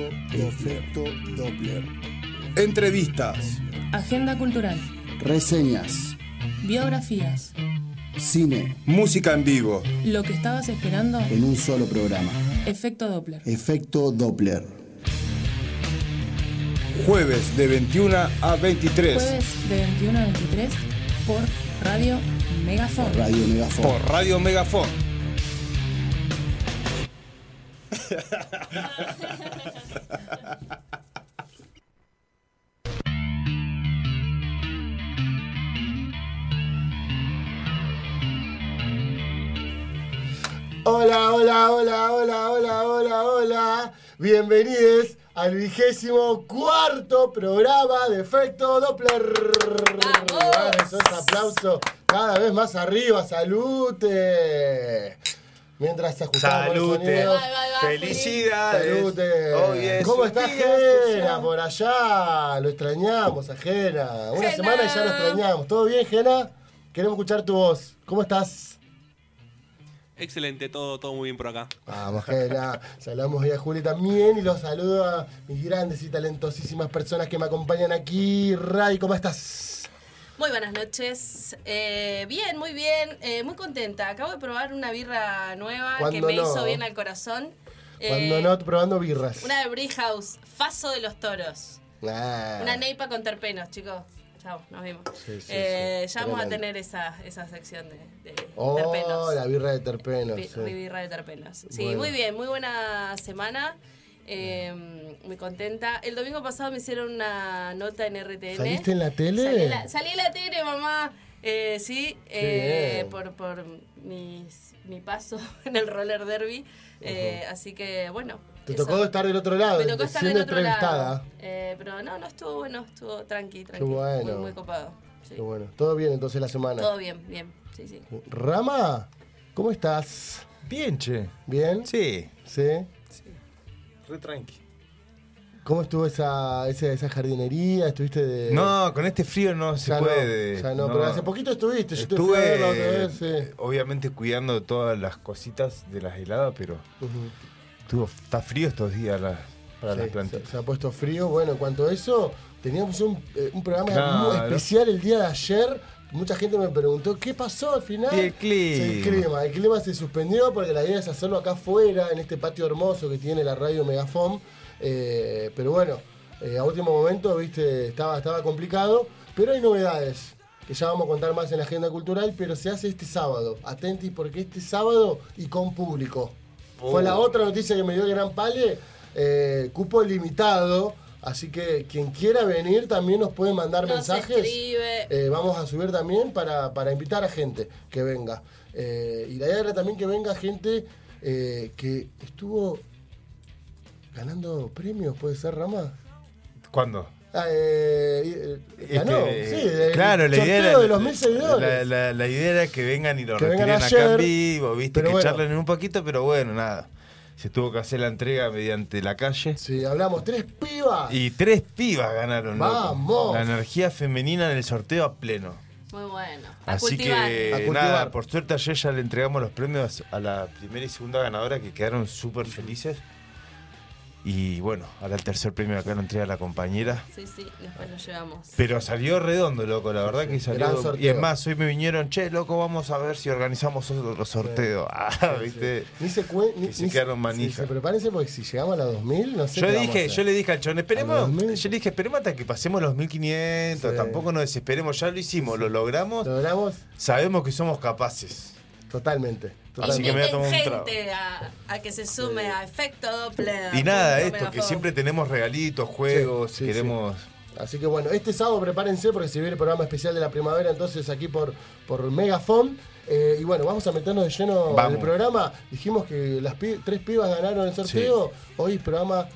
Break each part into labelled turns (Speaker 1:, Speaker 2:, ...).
Speaker 1: El efecto Doppler. Entrevistas,
Speaker 2: Agenda cultural,
Speaker 3: reseñas,
Speaker 2: biografías,
Speaker 3: cine,
Speaker 1: música en vivo,
Speaker 2: lo que estabas esperando,
Speaker 3: en un solo programa.
Speaker 2: efecto Doppler.
Speaker 3: Efecto Doppler.
Speaker 1: jueves de 21 a 23
Speaker 2: Jueves de 21 a 23 por Radio Megafon.
Speaker 3: Radio Megafon.
Speaker 1: por Radio Megafon.
Speaker 4: Hola, hola, hola, hola, hola, hola, hola. Bienvenidos al vigésimo cuarto programa de Efecto Doppler.
Speaker 5: ¡Vamos!
Speaker 4: Eso es aplauso cada vez más arriba. Salute. Mientras se ajustaba
Speaker 6: Salute.
Speaker 5: Bye, bye, bye,
Speaker 6: Felicidades.
Speaker 4: Salute.
Speaker 6: Hoy es
Speaker 4: ¿Cómo
Speaker 6: un
Speaker 4: está
Speaker 6: día
Speaker 4: Jena
Speaker 6: especial.
Speaker 4: por allá? Lo extrañamos a Jena. Una
Speaker 5: Jena.
Speaker 4: semana y ya lo extrañamos. ¿Todo bien, Jena? Queremos escuchar tu voz. ¿Cómo estás?
Speaker 7: Excelente, todo, todo muy bien por acá.
Speaker 4: Vamos, Jena. Saludamos hoy a Juli también y los saludo a mis grandes y talentosísimas personas que me acompañan aquí. Ray, ¿cómo estás?
Speaker 5: Muy buenas noches. Eh, bien, muy bien. Eh, muy contenta. Acabo de probar una birra nueva que
Speaker 4: ¿Cuándo
Speaker 5: me
Speaker 4: no?
Speaker 5: hizo bien al corazón. Eh,
Speaker 4: Cuando no, probando birras.
Speaker 5: Una de Breehouse, Faso de los Toros.
Speaker 4: Ah.
Speaker 5: Una neipa con terpenos, chicos. Chao, nos vimos.
Speaker 4: Sí, sí,
Speaker 5: Eh,
Speaker 4: sí.
Speaker 5: Ya vamos a
Speaker 4: Tremendo.
Speaker 5: tener esa, esa sección de, de terpenos.
Speaker 4: Oh, la birra de terpenos.
Speaker 5: Vi-
Speaker 4: sí.
Speaker 5: mi birra de terpenos. Sí,
Speaker 4: Bueno.
Speaker 5: muy bien, muy buena semana. Eh, muy contenta. El domingo pasado me hicieron una nota en RTN.
Speaker 4: ¿Saliste en la tele?
Speaker 5: Salí en la, salí en la tele, mamá. Eh, sí, eh,
Speaker 4: bien.
Speaker 5: por, por mis- mi paso en el roller derby. Eh, Así que, bueno.
Speaker 4: Te
Speaker 5: eso.
Speaker 4: tocó estar del otro lado,
Speaker 5: Me tocó estar
Speaker 4: siendo
Speaker 5: del otro
Speaker 4: entrevistada.
Speaker 5: lado. Eh, pero no, no estuvo bueno, estuvo tranqui, tranqui.
Speaker 4: bueno.
Speaker 5: Muy, muy copado. sí.
Speaker 4: Pero bueno, todo bien entonces la semana.
Speaker 5: Todo bien, bien. Sí, sí.
Speaker 4: Rama, ¿cómo estás?
Speaker 6: Bien, che.
Speaker 4: ¿Bien?
Speaker 6: Sí.
Speaker 4: ¿Sí?
Speaker 6: Re tranqui.
Speaker 4: ¿Cómo estuvo esa, esa, esa jardinería? ¿Estuviste de.?
Speaker 6: No, con este frío no se
Speaker 4: ya no,
Speaker 6: puede.
Speaker 4: ya no, pero hace poquito estuviste. Yo te fui a
Speaker 6: Estuve,
Speaker 4: ver la otra vez, sí.
Speaker 6: obviamente, cuidando todas las cositas de las heladas, pero
Speaker 4: Ujú.
Speaker 6: estuvo- está frío estos días la- para
Speaker 4: Sí,
Speaker 6: las
Speaker 4: se,
Speaker 6: plantas.
Speaker 4: se ha puesto frío. Bueno, en cuanto a eso, teníamos un, eh, un programa
Speaker 6: Claro.
Speaker 4: muy especial el día de ayer. Mucha gente me preguntó qué pasó al final.
Speaker 6: Y el clima.
Speaker 4: Sí, el clima. El clima se suspendió porque la idea es hacerlo acá afuera, en este patio hermoso que tiene la radio Megafon. Eh, pero bueno, eh, a último momento, viste, estaba, estaba complicado. Pero hay novedades que ya vamos a contar más en la agenda cultural, pero se hace este sábado. Atentis porque este sábado y con público. Fue
Speaker 6: Oh.
Speaker 4: la otra noticia que me dio Gran Pale, eh, cupo limitado, así que quien quiera venir también nos puede mandar
Speaker 5: Nos
Speaker 4: mensajes.
Speaker 5: escribe.
Speaker 4: Eh, vamos a subir también para, para invitar a gente que venga. Eh, y la idea era también que venga gente eh, que estuvo ganando premios, puede ser, Rama.
Speaker 6: ¿Cuándo?
Speaker 4: Ah, eh, eh,
Speaker 6: Es
Speaker 4: ganó,
Speaker 6: que,
Speaker 4: sí, el
Speaker 6: claro, la idea,
Speaker 4: sorteo
Speaker 6: era,
Speaker 4: de los mil seguidores.
Speaker 6: La, la- la idea era que vengan y lo
Speaker 4: Que vengan
Speaker 6: retiren acá
Speaker 4: ayer,
Speaker 6: en vivo, viste,
Speaker 4: pero
Speaker 6: que
Speaker 4: bueno.
Speaker 6: charlen un poquito, pero bueno, nada. Se tuvo que hacer la entrega mediante la calle.
Speaker 4: Sí, hablamos, tres pibas.
Speaker 6: Y tres pibas ganaron. loco.
Speaker 4: Vamos.
Speaker 6: La energía femenina en el sorteo a pleno.
Speaker 5: Muy bueno. A
Speaker 6: Así
Speaker 5: cultivar.
Speaker 4: A
Speaker 6: que
Speaker 4: cultivar.
Speaker 6: nada, por suerte ayer ya le entregamos los premios a la primera y segunda ganadora que quedaron súper felices. Y bueno, ahora el tercer premio acá lo entrega la compañera.
Speaker 5: Sí, sí, después lo llevamos.
Speaker 6: Pero salió redondo, loco, la verdad que
Speaker 4: gran
Speaker 6: salió.
Speaker 4: sorteo.
Speaker 6: Y es más, hoy me vinieron, che, loco, vamos a ver si organizamos otro sorteo. Ah, viste.
Speaker 4: Ni se cuen- ni-
Speaker 6: Que se
Speaker 4: ni
Speaker 6: quedaron
Speaker 4: sí,
Speaker 6: manija.
Speaker 4: se prepárense porque si llegamos a la 2000, no sé. qué
Speaker 6: Yo
Speaker 4: vamos a
Speaker 6: dije,
Speaker 4: hacer.
Speaker 6: yo le dije al chon,
Speaker 4: A los
Speaker 6: esperemos,
Speaker 4: mil.
Speaker 6: yo le dije, esperemos hasta que pasemos los 1500,
Speaker 4: Sí.
Speaker 6: tampoco nos desesperemos, ya lo hicimos, lo logramos,
Speaker 4: Logramos
Speaker 6: sabemos que somos capaces.
Speaker 4: totalmente.
Speaker 6: Así
Speaker 4: totalmente.
Speaker 6: que me voy a tomar un
Speaker 5: Inviten
Speaker 6: trago.
Speaker 5: gente a, a que se sume a Efecto Doppler.
Speaker 6: Y nada,
Speaker 5: Punto
Speaker 6: esto, que
Speaker 5: Megafon.
Speaker 6: siempre tenemos regalitos, juegos,
Speaker 4: Sí, sí,
Speaker 6: queremos...
Speaker 4: Así que bueno, este sábado prepárense porque se viene el programa especial de la primavera, entonces aquí por, por Megafon. Eh, y bueno, vamos a meternos de lleno al
Speaker 6: Vamos.
Speaker 4: programa. Dijimos que las pi- tres pibas ganaron el sorteo. Hoy es programa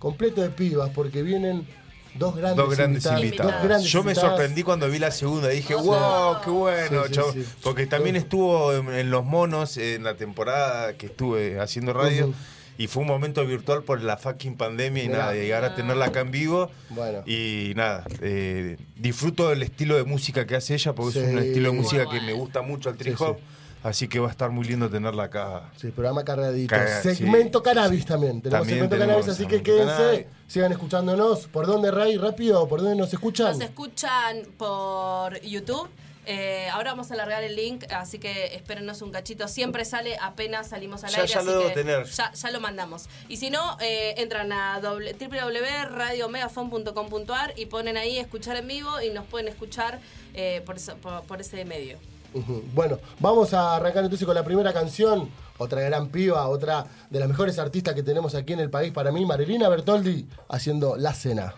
Speaker 4: completo de pibas porque vienen dos grandes,
Speaker 6: Dos grandes invitados.
Speaker 4: Dos grandes
Speaker 6: Yo me
Speaker 4: invitadas.
Speaker 6: sorprendí cuando vi la segunda. Dije,
Speaker 5: O sea,
Speaker 6: wow, qué bueno,
Speaker 4: Sí, sí,
Speaker 6: chabón".
Speaker 4: sí.
Speaker 6: Porque también estuvo en, en Los Monos, en la temporada que estuve haciendo radio.
Speaker 4: Ujú.
Speaker 6: Y fue un momento virtual por la fucking pandemia y
Speaker 4: Mirá.
Speaker 6: nada, llegar a tenerla acá en vivo.
Speaker 4: Ah. Bueno.
Speaker 6: Y nada, eh, disfruto del estilo de música que hace ella, porque
Speaker 4: Sí.
Speaker 6: es un estilo de música
Speaker 5: Muy
Speaker 6: que
Speaker 5: bueno.
Speaker 6: me gusta mucho al
Speaker 4: sí.
Speaker 6: trijo. Así que va a estar muy lindo tenerla acá.
Speaker 4: Sí, programa cargadito.
Speaker 6: Caga-
Speaker 4: segmento
Speaker 6: sí,
Speaker 4: cannabis
Speaker 6: sí.
Speaker 4: también. Tenemos
Speaker 6: También
Speaker 4: segmento
Speaker 6: tenemos
Speaker 4: cannabis, así que
Speaker 6: segmento
Speaker 4: quédense,
Speaker 6: cannabis.
Speaker 4: sigan escuchándonos. ¿Por dónde, Ray? Rápido, ¿por dónde nos escuchan?
Speaker 5: Nos escuchan por YouTube. Eh, ahora vamos a alargar el link, así que espérenos un cachito. Siempre sale apenas salimos al
Speaker 6: Ya-
Speaker 5: aire.
Speaker 6: ya
Speaker 5: así
Speaker 6: lo debo
Speaker 5: que
Speaker 6: tener.
Speaker 5: Ya, ya lo mandamos. Y si no, eh, entran a doble- www.radiomegafon.com.ar y ponen ahí escuchar en vivo y nos pueden escuchar eh, por, eso- por- por ese medio.
Speaker 4: Ujú. Bueno, vamos a arrancar entonces con la primera canción. Otra gran piba, otra de las mejores artistas que tenemos aquí en el país para mí, Marilina Bertoldi, haciendo La Cena.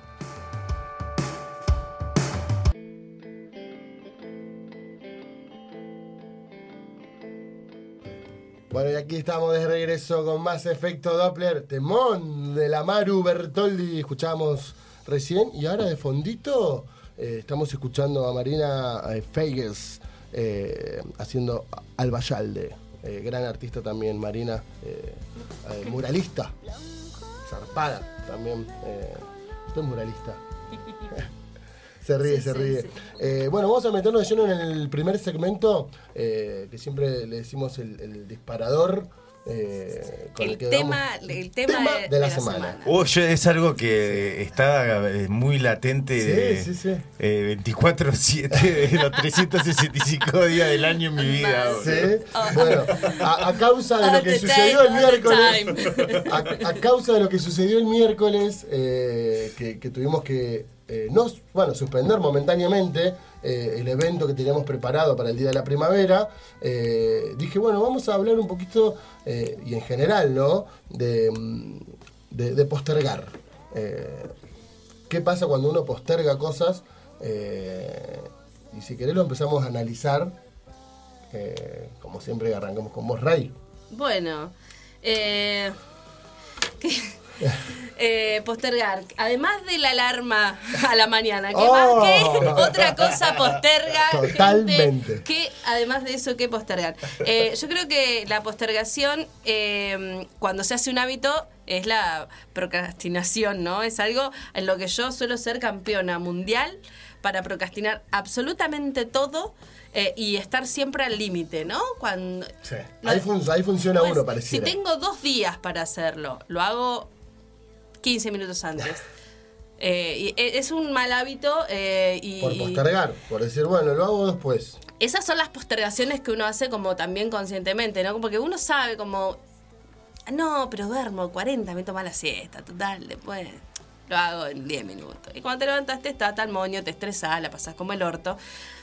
Speaker 4: Bueno, y aquí estamos de regreso con más efecto Doppler, temón de la Maru Bertoldi, escuchamos recién, y ahora de fondito eh, estamos escuchando a Marina eh, Feiges eh, haciendo Albayalde, eh, gran artista también, Marina, eh, eh, muralista, zarpada también, eh, usted es muralista. Se ríe,
Speaker 5: Sí,
Speaker 4: se
Speaker 5: sí,
Speaker 4: ríe.
Speaker 5: sí.
Speaker 4: Eh, bueno, vamos a meternos de lleno en el primer segmento, eh, que siempre le decimos el, el disparador. eh, con el,
Speaker 5: El
Speaker 4: que
Speaker 5: tema,
Speaker 4: damos-
Speaker 5: el tema,
Speaker 4: de, la, semana.
Speaker 6: Oye, es algo que está eh, muy latente
Speaker 4: Sí,
Speaker 6: de,
Speaker 4: sí, sí.
Speaker 6: eh, 24-7 de los 365 días del año en mi vida.
Speaker 5: Mal.
Speaker 6: boludo.
Speaker 4: Sí. Bueno, a, a causa de lo
Speaker 5: All
Speaker 4: que
Speaker 5: the
Speaker 4: sucedió
Speaker 5: time,
Speaker 4: el
Speaker 5: all the
Speaker 4: miércoles, a, a causa de lo que sucedió el miércoles, eh, que, que tuvimos que eh, no, bueno, suspender momentáneamente eh, el evento que teníamos preparado para el Día de la Primavera, eh, dije, bueno, vamos a hablar un poquito, eh, y en general, ¿no? De, mm, de- de postergar. Eh, ¿Qué pasa cuando uno posterga cosas? Eh, y si querés lo empezamos a analizar eh, como siempre arrancamos con vos, Ray.
Speaker 5: Bueno, eh, ¿qué? Eh, postergar. Además de la alarma a la mañana, que
Speaker 4: Oh.
Speaker 5: más que otra cosa posterga. gente,
Speaker 4: Totalmente.
Speaker 5: que además de eso, ¿qué postergar? Eh, yo creo que la postergación, eh, cuando se hace un hábito, es la procrastinación, ¿no? Es algo en lo que yo suelo ser campeona mundial para procrastinar absolutamente todo. eh, y estar siempre al límite, ¿no? Cuando
Speaker 4: Ahí, fun- ahí funciona
Speaker 5: pues,
Speaker 4: uno, pareciera.
Speaker 5: Si tengo dos días para hacerlo, lo hago 15 minutos antes. Eh, y e- es un mal hábito eh, y
Speaker 4: Por postergar, por decir, bueno, lo hago después.
Speaker 5: esas son las postergaciones que uno hace como también conscientemente, ¿no? Como que uno sabe como, "Ah, no, pero duermo 40, me tomo la siesta, total, después lo hago en 10 minutos. Y cuando te levantaste está tal moño, te estresás, la pasás como el orto.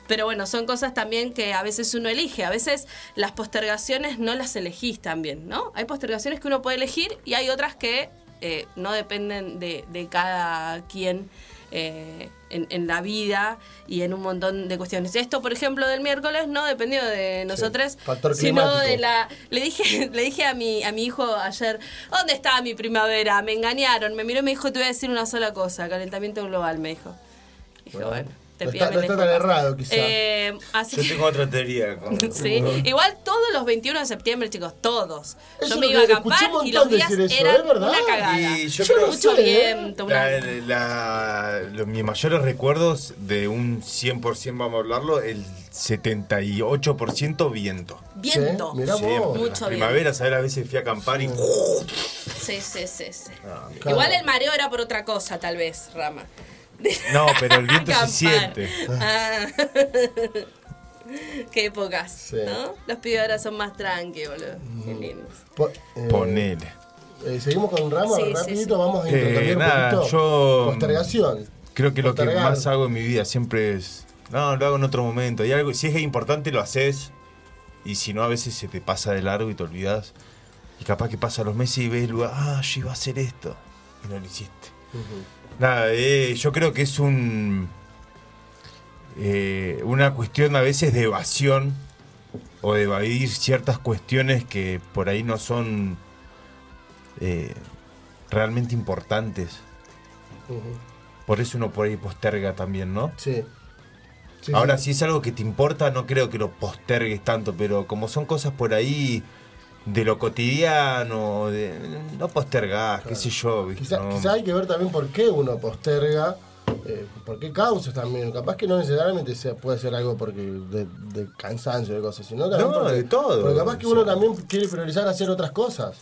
Speaker 5: Pero bueno, son cosas también que a veces uno elige, a veces las postergaciones no las elegís también, ¿no? Hay postergaciones que uno puede elegir y hay otras que eh, no dependen de, de cada quien eh, en, en la vida y en un montón de cuestiones. Esto, por ejemplo, del miércoles no dependió de nosotros,
Speaker 4: factor
Speaker 5: sino
Speaker 4: climático.
Speaker 5: de la... Le dije, le dije a, mi, a mi hijo ayer, ¿dónde estaba mi primavera? Me engañaron, me miró y me dijo, te voy a decir una sola cosa, calentamiento global, me dijo. Dije, bueno, te
Speaker 4: no
Speaker 5: pido
Speaker 4: está, no
Speaker 5: mil
Speaker 4: está tan
Speaker 5: disculpas".
Speaker 4: errado, quizá.
Speaker 5: Eh, así
Speaker 6: Yo
Speaker 5: que-
Speaker 6: tengo otra teoría. con-
Speaker 5: Sí, igual todos los 21 de septiembre, chicos, todos.
Speaker 4: Eso
Speaker 5: yo
Speaker 4: es
Speaker 5: me
Speaker 4: lo
Speaker 5: iba a
Speaker 4: que escuché
Speaker 5: acampar
Speaker 4: un
Speaker 5: y
Speaker 4: montón
Speaker 5: los días
Speaker 4: decir eso,
Speaker 5: eran
Speaker 4: es verdad.
Speaker 5: una cagada.
Speaker 6: Y yo creo-
Speaker 5: mucho
Speaker 6: ¿eh?
Speaker 4: ¿eh?
Speaker 5: viento, una-
Speaker 6: La- la- lo- mis mayores recuerdos de un 100%, vamos a hablarlo, el 78% viento.
Speaker 5: viento.
Speaker 4: Sí, mirá vos.
Speaker 6: Siempre.
Speaker 5: Mucho
Speaker 6: Las primaveras, a ver, a veces fui a acampar y...
Speaker 5: Sí, sí, sí, sí.
Speaker 4: Ah, Claro.
Speaker 5: Igual el mareo era por otra cosa, tal vez, Rama.
Speaker 6: No, pero el viento se
Speaker 5: Acampar.
Speaker 6: siente.
Speaker 5: Ah. Qué épocas,
Speaker 4: Sí.
Speaker 5: ¿no? Los pibes ahora son más tranqui, boludo. Qué lindos.
Speaker 4: Po- eh,
Speaker 6: Ponele.
Speaker 4: eh, seguimos con Ramos
Speaker 5: Sí, sí,
Speaker 4: rapidito,
Speaker 5: sí.
Speaker 4: vamos a
Speaker 6: Eh,
Speaker 4: introducir un
Speaker 6: nada,
Speaker 4: poquito.
Speaker 6: yo-
Speaker 4: Postergación.
Speaker 6: Creo que lo que
Speaker 4: Postergar.
Speaker 6: más hago en mi vida siempre es. No, lo hago en otro momento. Y algo, si es importante, lo haces. Y si no, a veces se te pasa de largo y te olvidas. Y capaz que pasan los meses y ves el lugar. Ah, yo iba a hacer esto. Y no lo hiciste. Nada, eh, yo creo que es un. eh, una cuestión a veces de evasión. O de evadir ciertas cuestiones que por ahí no son. eh, realmente importantes.
Speaker 4: Ujú.
Speaker 6: Por eso uno por ahí posterga también, ¿no?
Speaker 4: Sí. Sí,
Speaker 6: Ahora,
Speaker 4: sí.
Speaker 6: si es algo que te importa, no creo que lo postergues tanto, pero como son cosas por ahí de lo cotidiano, de- no postergás, qué sé yo, ¿viste?
Speaker 4: Quizá,
Speaker 6: No.
Speaker 4: quizá hay que ver también por qué uno posterga. eh, por qué causas también. Capaz que no necesariamente sea, puede ser algo porque de, de cansancio de cosas, sino también
Speaker 6: No,
Speaker 4: porque-
Speaker 6: de todo.
Speaker 4: Porque capaz que
Speaker 6: O sea.
Speaker 4: uno también quiere priorizar hacer otras cosas.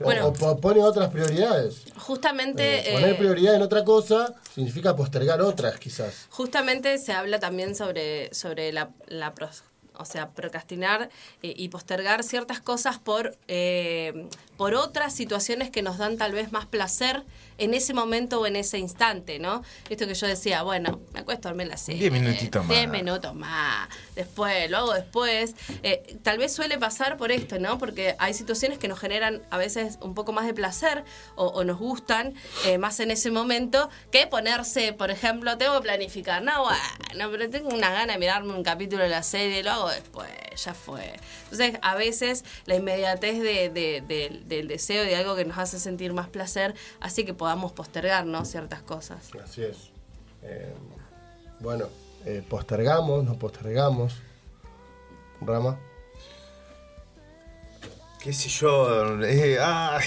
Speaker 4: O-
Speaker 5: Bueno.
Speaker 4: o, po- pone otras prioridades.
Speaker 5: Justamente.
Speaker 4: Eh, poner
Speaker 5: eh,
Speaker 4: prioridad en otra cosa significa postergar otras, quizás.
Speaker 5: Justamente se habla también sobre, sobre la, la pros- o sea, procrastinar eh, y postergar ciertas cosas por, eh, por otras situaciones que nos dan tal vez más placer en ese momento o en ese instante, ¿no? Esto que yo decía, bueno, me acuesto a dormir a las seis. eh,
Speaker 6: Diez minutitos más.
Speaker 5: Diez minutos más. Después, lo hago después. Eh, tal vez suele pasar por esto, ¿no? Porque hay situaciones que nos generan a veces un poco más de placer o, o nos gustan eh, más en ese momento que ponerse, por ejemplo, tengo que planificar. No, bueno, pero tengo una gana de mirarme un capítulo de la serie, lo hago después, ya fue. Entonces, a veces la inmediatez de- de- de- del deseo de algo que nos hace sentir más placer hace que podamos postergar, ¿no? Ciertas cosas.
Speaker 4: Así es. Eh, bueno, eh, postergamos, nos postergamos. Rama.
Speaker 6: qué sé yo, eh, ah,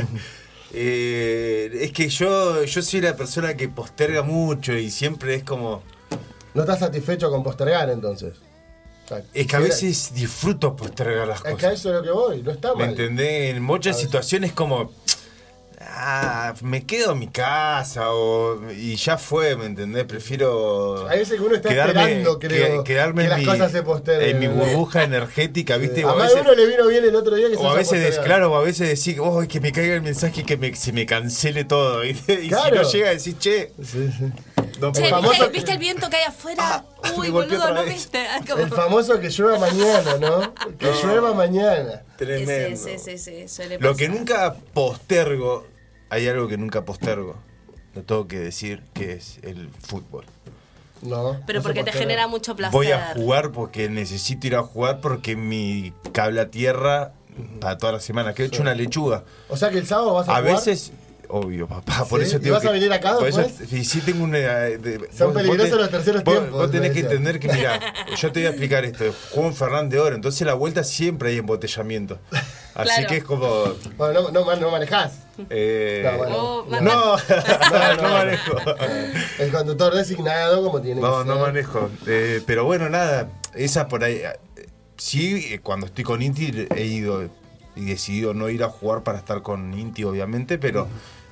Speaker 6: eh, es que yo, yo soy la persona que posterga mucho y siempre es como,
Speaker 4: ¿No estás satisfecho con postergar entonces? O sea,
Speaker 6: es que a
Speaker 4: quisiera-
Speaker 6: veces disfruto postergar las
Speaker 4: Es que a
Speaker 6: cosas.
Speaker 4: eso es lo que voy, no está
Speaker 6: ¿Me
Speaker 4: mal.
Speaker 6: entendés? En muchas situaciones como, ah, me quedo en mi casa o, y ya fue, ¿me entendés? Prefiero
Speaker 4: Hay veces que uno está esperando, creo,
Speaker 6: quedarme
Speaker 4: que
Speaker 6: en
Speaker 4: las
Speaker 6: mi-
Speaker 4: cosas se posterguen,
Speaker 6: En mi
Speaker 4: ¿verdad?
Speaker 6: burbuja energética, ¿viste?
Speaker 4: Eh,
Speaker 6: O
Speaker 4: a
Speaker 6: a
Speaker 4: más de
Speaker 6: veces-
Speaker 4: uno le vino bien el otro día que se
Speaker 6: O a
Speaker 4: haya
Speaker 6: veces, des-
Speaker 4: postergado.
Speaker 6: claro, o a veces decir, oh, que me caiga el mensaje que me- se me cancele todo. Y, y
Speaker 4: Claro.
Speaker 6: si no llega a decir, che,
Speaker 4: Sí, sí.
Speaker 6: no
Speaker 5: Che,
Speaker 6: puedo".
Speaker 4: famoso
Speaker 5: ¿viste,
Speaker 4: que-
Speaker 5: viste el viento que hay afuera?
Speaker 6: Ah,
Speaker 5: Uy,
Speaker 6: me golpeó
Speaker 5: boludo,
Speaker 6: otra
Speaker 5: ¿no
Speaker 6: vez.
Speaker 5: viste? Ah, como-
Speaker 4: El famoso que llueva mañana, ¿no? Que llueva mañana.
Speaker 6: Tremendo.
Speaker 5: Sí, sí, sí, sí, suele
Speaker 6: Lo que
Speaker 5: pasar.
Speaker 6: nunca postergo, hay algo que nunca postergo. Lo tengo que decir, que es el fútbol.
Speaker 4: No.
Speaker 5: Pero
Speaker 4: no se
Speaker 5: porque
Speaker 4: posterga.
Speaker 5: te genera mucho placer.
Speaker 6: Voy a jugar porque necesito ir a jugar porque mi cable a tierra para toda la semana. Que he hecho una lechuga.
Speaker 4: O sea que el sábado vas a,
Speaker 6: A
Speaker 4: jugar.
Speaker 6: veces, obvio, papá, por
Speaker 4: ¿Sí?
Speaker 6: eso
Speaker 4: ¿Y
Speaker 6: te digo
Speaker 4: vas a
Speaker 6: que-
Speaker 4: venir acá
Speaker 6: por eso-
Speaker 4: después?
Speaker 6: y sí tengo una... eh, de-
Speaker 4: Son
Speaker 6: vos- vos
Speaker 4: peligrosos
Speaker 6: te-
Speaker 4: los terceros
Speaker 6: vos-
Speaker 4: tiempos,
Speaker 6: Vos tenés
Speaker 4: me
Speaker 6: que
Speaker 4: decía.
Speaker 6: entender que, mira, yo te voy a explicar esto. Juego en Fernández de Oro, entonces la vuelta siempre hay embotellamiento. Así
Speaker 5: Claro.
Speaker 6: que es como...
Speaker 4: Bueno, no, no, no manejás.
Speaker 6: eh,
Speaker 4: No, bueno.
Speaker 5: Oh,
Speaker 6: no,
Speaker 5: ma-
Speaker 6: no,
Speaker 4: No, no,
Speaker 6: no manejo.
Speaker 4: El conductor designado como tiene
Speaker 6: No,
Speaker 4: que
Speaker 6: no
Speaker 4: ser.
Speaker 6: manejo. Eh, pero bueno, nada, esa por ahí... eh, Sí, eh, cuando estoy con Inti he ido y decidido no ir a jugar para estar con Inti, obviamente, pero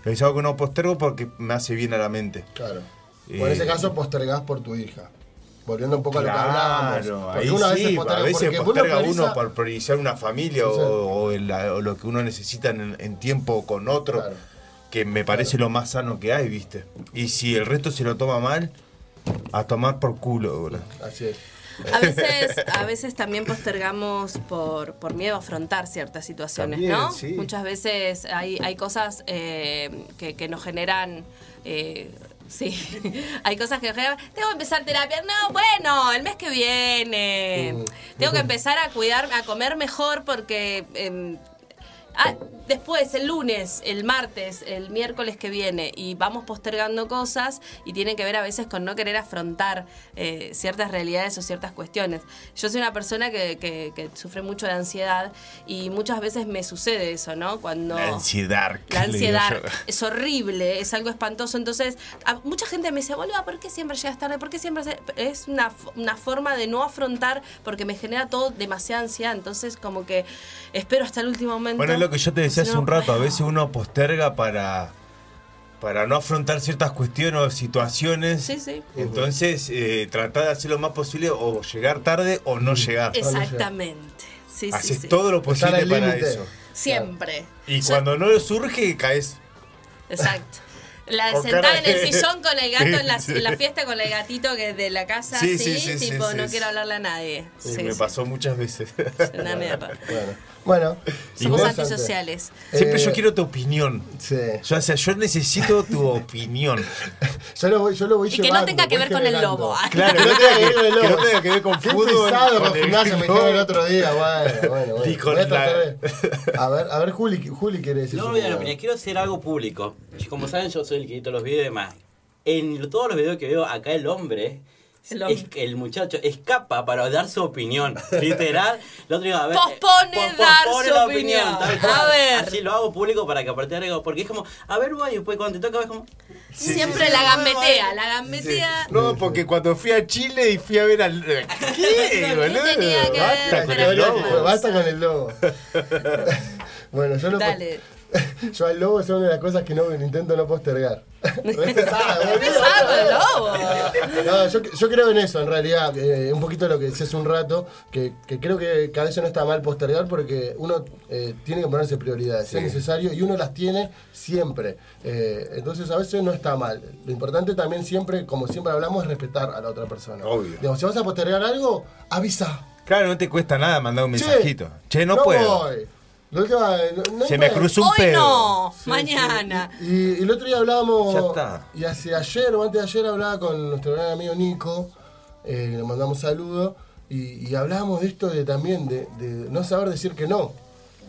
Speaker 6: es algo que no postergo porque me hace bien a la mente.
Speaker 4: Claro.
Speaker 6: Eh,
Speaker 4: Por ese caso postergás por tu hija. Volviendo un poco a lo que hablábamos.
Speaker 6: Claro,
Speaker 4: Porque
Speaker 6: ahí
Speaker 4: uno
Speaker 6: sí, a veces
Speaker 4: porque
Speaker 6: posterga uno,
Speaker 4: prioriza-
Speaker 6: para priorizar una familia o,
Speaker 4: Sí.
Speaker 6: o el- o lo que uno necesita en, en tiempo con otro,
Speaker 4: Claro.
Speaker 6: que me parece lo más sano que hay, ¿viste? Y si el resto se lo toma mal, a tomar por culo, boludo.
Speaker 4: Así es.
Speaker 5: A veces, a veces también postergamos por, por miedo a afrontar ciertas situaciones,
Speaker 6: También,
Speaker 5: ¿no?
Speaker 6: sí.
Speaker 5: Muchas veces hay, hay cosas eh, que, que nos generan. eh, sí, hay cosas que nos generan. Tengo que empezar terapia. No, bueno, el mes que viene.
Speaker 6: Mm.
Speaker 5: Tengo que empezar a cuidar, a comer mejor porque. em, Ah, después, el lunes, el martes, el miércoles que viene, y vamos postergando cosas y tiene que ver a veces con no querer afrontar eh, ciertas realidades o ciertas cuestiones. Yo soy una persona que, que- que sufre mucho de ansiedad y muchas veces me sucede eso, ¿no? Cuando...
Speaker 6: La ansiedad.
Speaker 5: La
Speaker 6: le digo
Speaker 5: ansiedad
Speaker 6: yo.
Speaker 5: es horrible, es algo espantoso. Entonces, a- mucha gente me dice, boluda, ¿por qué siempre llegas tarde? ¿Por qué siempre se-?" es una, f- una forma de no afrontar porque me genera todo demasiada ansiedad? Entonces, como que espero hasta el último momento.
Speaker 6: Bueno, es lo que yo te decía
Speaker 5: Si
Speaker 6: hace
Speaker 5: no
Speaker 6: un rato, a
Speaker 5: puedo.
Speaker 6: veces uno posterga para, para no afrontar ciertas cuestiones o situaciones.
Speaker 5: Sí, sí.
Speaker 6: Entonces, eh, tratar de hacer lo más posible o llegar tarde o no llegar.
Speaker 5: Exactamente. Sí, sí,
Speaker 6: Haces
Speaker 5: sí.
Speaker 6: todo lo
Speaker 4: Estar
Speaker 6: posible
Speaker 4: al
Speaker 6: para
Speaker 4: límite.
Speaker 6: eso.
Speaker 5: Siempre.
Speaker 6: Y
Speaker 5: Yo-
Speaker 6: cuando no lo surge, caes.
Speaker 5: Exacto. La de
Speaker 6: Con
Speaker 5: sentada
Speaker 6: cara
Speaker 5: en el
Speaker 6: de-
Speaker 5: sillón con el gato en la,
Speaker 6: Sí.
Speaker 5: en la fiesta con el gatito que es de la casa,
Speaker 6: Sí,
Speaker 5: sí,
Speaker 6: sí, sí, sí,
Speaker 5: tipo,
Speaker 6: sí,
Speaker 5: no
Speaker 6: sí.
Speaker 5: quiero hablarle a nadie.
Speaker 6: Y
Speaker 5: Sí,
Speaker 6: me
Speaker 5: sí.
Speaker 6: pasó muchas veces.
Speaker 5: Es una mierda.
Speaker 4: Bueno. bueno
Speaker 5: Somos
Speaker 4: interesante.
Speaker 5: antisociales.
Speaker 6: Siempre
Speaker 4: Eh,
Speaker 6: yo quiero tu opinión.
Speaker 4: Sí.
Speaker 6: O sea, yo necesito tu opinión.
Speaker 4: Yo lo voy, yo lo voy
Speaker 5: Y que no
Speaker 4: llevando,
Speaker 5: tenga que
Speaker 4: voy
Speaker 5: ver con el
Speaker 4: generando.
Speaker 5: lobo.
Speaker 6: Claro,
Speaker 4: Que no tenga que ver con el lobo.
Speaker 6: que no tenga que ver con
Speaker 4: Qué
Speaker 6: fútbol.
Speaker 4: pesado con
Speaker 6: con el
Speaker 4: gimnasia me
Speaker 6: fútbol.
Speaker 4: quedé el otro día. Bueno, bueno, bueno.
Speaker 6: Y con
Speaker 4: Voy a tratar
Speaker 6: la-
Speaker 4: de- A ver, a ver, Juli, Juli quiere decir.
Speaker 8: No
Speaker 4: su
Speaker 8: voy a dar
Speaker 4: opinión.
Speaker 8: opinión, quiero hacer algo público. Como saben, yo soy el que edito los videos y demás. En todos los videos que veo acá el hombre
Speaker 5: El hombre.
Speaker 8: Es que el muchacho escapa para dar su opinión. Literal. La otra iba a ver. eh,
Speaker 5: Pospone dar su
Speaker 8: la
Speaker 5: opinión.
Speaker 8: tal cual.
Speaker 5: A ver.
Speaker 8: Así lo hago público para que aparte algo. Porque es como, a ver, guay, después cuando te toca, ves como.
Speaker 5: Siempre la gambetea, la gambetea.
Speaker 6: No, porque cuando fui a Chile y fui a ver al. ¿Qué,
Speaker 5: No, ¿qué tenía que ver?
Speaker 6: boludo? Basta con
Speaker 5: Pero
Speaker 6: el
Speaker 5: no.
Speaker 6: lobo.
Speaker 4: Basta con el lobo. bueno, yo lo
Speaker 5: Dale.
Speaker 4: Yo al lobo es una de las cosas que no intento no postergar. Re pesado, boludo.
Speaker 5: Pesado el lobo.
Speaker 4: No, yo, yo creo en eso, en realidad. eh, un poquito lo que decía hace un rato, que, que creo que, que a veces no está mal postergar porque uno eh, tiene que ponerse prioridades, es necesario, y uno las tiene siempre. Eh, entonces a veces no está mal. Lo importante también siempre, como siempre hablamos, es respetar a la otra persona.
Speaker 6: Obvio.
Speaker 4: Digamos, si vas a postergar algo, avisa.
Speaker 6: Claro, no te cuesta nada mandar un mensajito. Che, no, puedo.
Speaker 4: voy. La última, no- no
Speaker 6: Se me
Speaker 4: puedo.
Speaker 6: cruzó un
Speaker 5: Hoy
Speaker 6: pedo.
Speaker 5: no,
Speaker 4: Sí,
Speaker 5: mañana.
Speaker 4: sí. Y, y el otro día hablábamos.
Speaker 6: Ya está.
Speaker 4: Y hacia ayer o antes de ayer hablaba con nuestro gran amigo Nico. eh, le mandamos saludos. Y, y hablábamos de esto de también de, de no saber decir que no.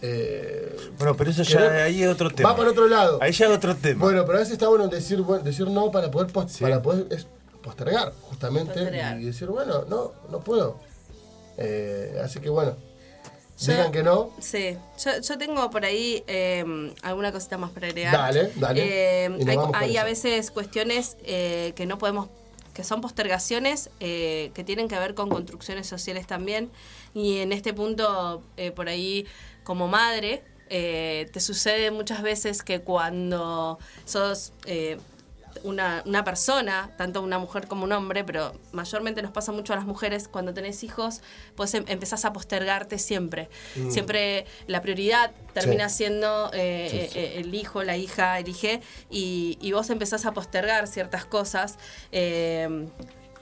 Speaker 4: Eh,
Speaker 6: Bueno, pero eso ya
Speaker 4: Querer-
Speaker 6: ahí es otro tema.
Speaker 4: Va por otro lado.
Speaker 6: Ahí ya es otro tema.
Speaker 4: bueno, pero a veces está bueno decir, bueno, decir no para poder, post- para poder es postergar, justamente.
Speaker 5: Postergar.
Speaker 4: Y decir, bueno, no, no puedo. Eh, así que bueno.
Speaker 5: Ya-
Speaker 4: Digan que no.
Speaker 5: Sí, yo, yo tengo por ahí eh, alguna cosita más para agregar.
Speaker 4: Dale, dale.
Speaker 5: Eh,
Speaker 4: Y nos
Speaker 5: hay
Speaker 4: vamos con
Speaker 5: hay a
Speaker 4: eso.
Speaker 5: veces cuestiones eh, que no podemos, que son postergaciones eh, que tienen que ver con construcciones sociales también. Y en este punto, eh, por ahí, como madre, eh, te sucede muchas veces que cuando sos... eh, una, una persona, tanto una mujer como un hombre, pero mayormente nos pasa mucho a las mujeres, cuando tenés hijos, pues em- empezás a postergarte siempre. Siempre la prioridad termina siendo eh, eh, eh, el hijo, la hija, el hije, y, y vos empezás a postergar ciertas cosas. eh,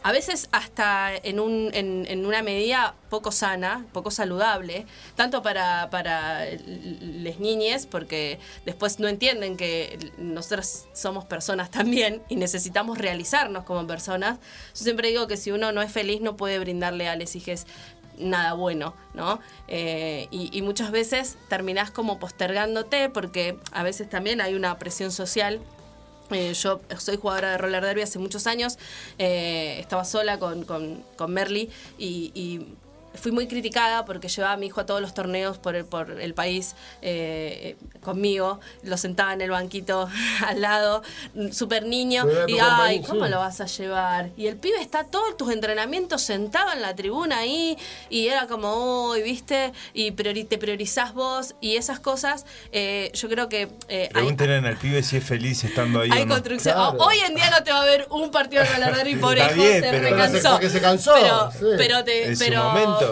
Speaker 5: a veces hasta en, un, en, en una medida poco sana, poco saludable, tanto para, para las niñas, porque después no entienden que nosotros somos personas también y necesitamos realizarnos como personas. Yo siempre digo que si uno no es feliz no puede brindarle a las hijas nada bueno, ¿no? Eh, y, y muchas veces terminás como postergándote porque a veces también hay una presión social eh, yo soy jugadora de roller derby hace muchos años. eh, estaba sola con, con, con Merly y, y fui muy criticada porque llevaba a mi hijo a todos los torneos por el, por el país eh, eh, conmigo. Lo sentaba en el banquito al lado, mm, súper niño.
Speaker 4: Cuidado
Speaker 5: Y,
Speaker 4: con
Speaker 5: ay,
Speaker 4: Merly,
Speaker 5: ¿cómo
Speaker 4: sí.
Speaker 5: lo vas a llevar? Y el pibe está todos tus entrenamientos sentado en la tribuna ahí y era como, uy, ¿viste? Y priori- te priorizás vos y esas cosas. eh, yo creo que. eh, hay-
Speaker 6: Pregúntenle al pibe si es feliz estando ahí.
Speaker 5: hay
Speaker 6: o no.
Speaker 5: construcción.
Speaker 4: Claro.
Speaker 5: Hoy en día no te va a ver un partido de Galadar y por
Speaker 6: Está
Speaker 5: eso
Speaker 6: bien,
Speaker 5: se
Speaker 6: pero-
Speaker 5: recansó.
Speaker 4: Porque se cansó,
Speaker 5: Pero,
Speaker 4: sí.
Speaker 5: pero te-
Speaker 6: En su
Speaker 5: pero
Speaker 6: momento.
Speaker 5: vi-